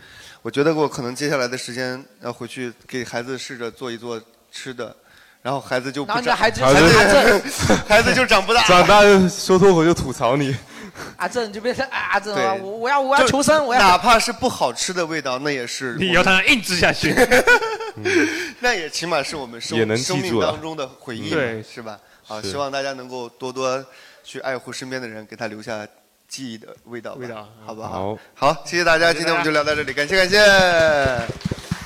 Speaker 3: 我觉得我可能接下来的时间要回去给孩子试着做一做吃的，然后孩子就不
Speaker 2: 然后你的
Speaker 3: 长
Speaker 2: 孩子就
Speaker 3: 孩子
Speaker 2: 成
Speaker 3: 孩子就长不大，
Speaker 5: 长大说脱口就吐槽你。
Speaker 2: 啊，这你就变成啊，这
Speaker 3: 对
Speaker 2: 我我要我要求生，我要
Speaker 3: 哪怕是不好吃的味道，那也是
Speaker 5: 你要
Speaker 3: 它
Speaker 5: 它硬吃 下去，嗯
Speaker 3: 那也起码是我们生
Speaker 5: 也能记住
Speaker 3: 生命
Speaker 5: 啊
Speaker 3: 当中的回忆嘛，
Speaker 5: 对
Speaker 3: 是吧？啊，
Speaker 5: 是
Speaker 3: 希望大家能够多多去爱护身边的人，给他留下记忆
Speaker 5: 嗯
Speaker 3: 的味道吧，味道好不好？好，谢谢大家，今天我们就聊到这里，感谢感谢。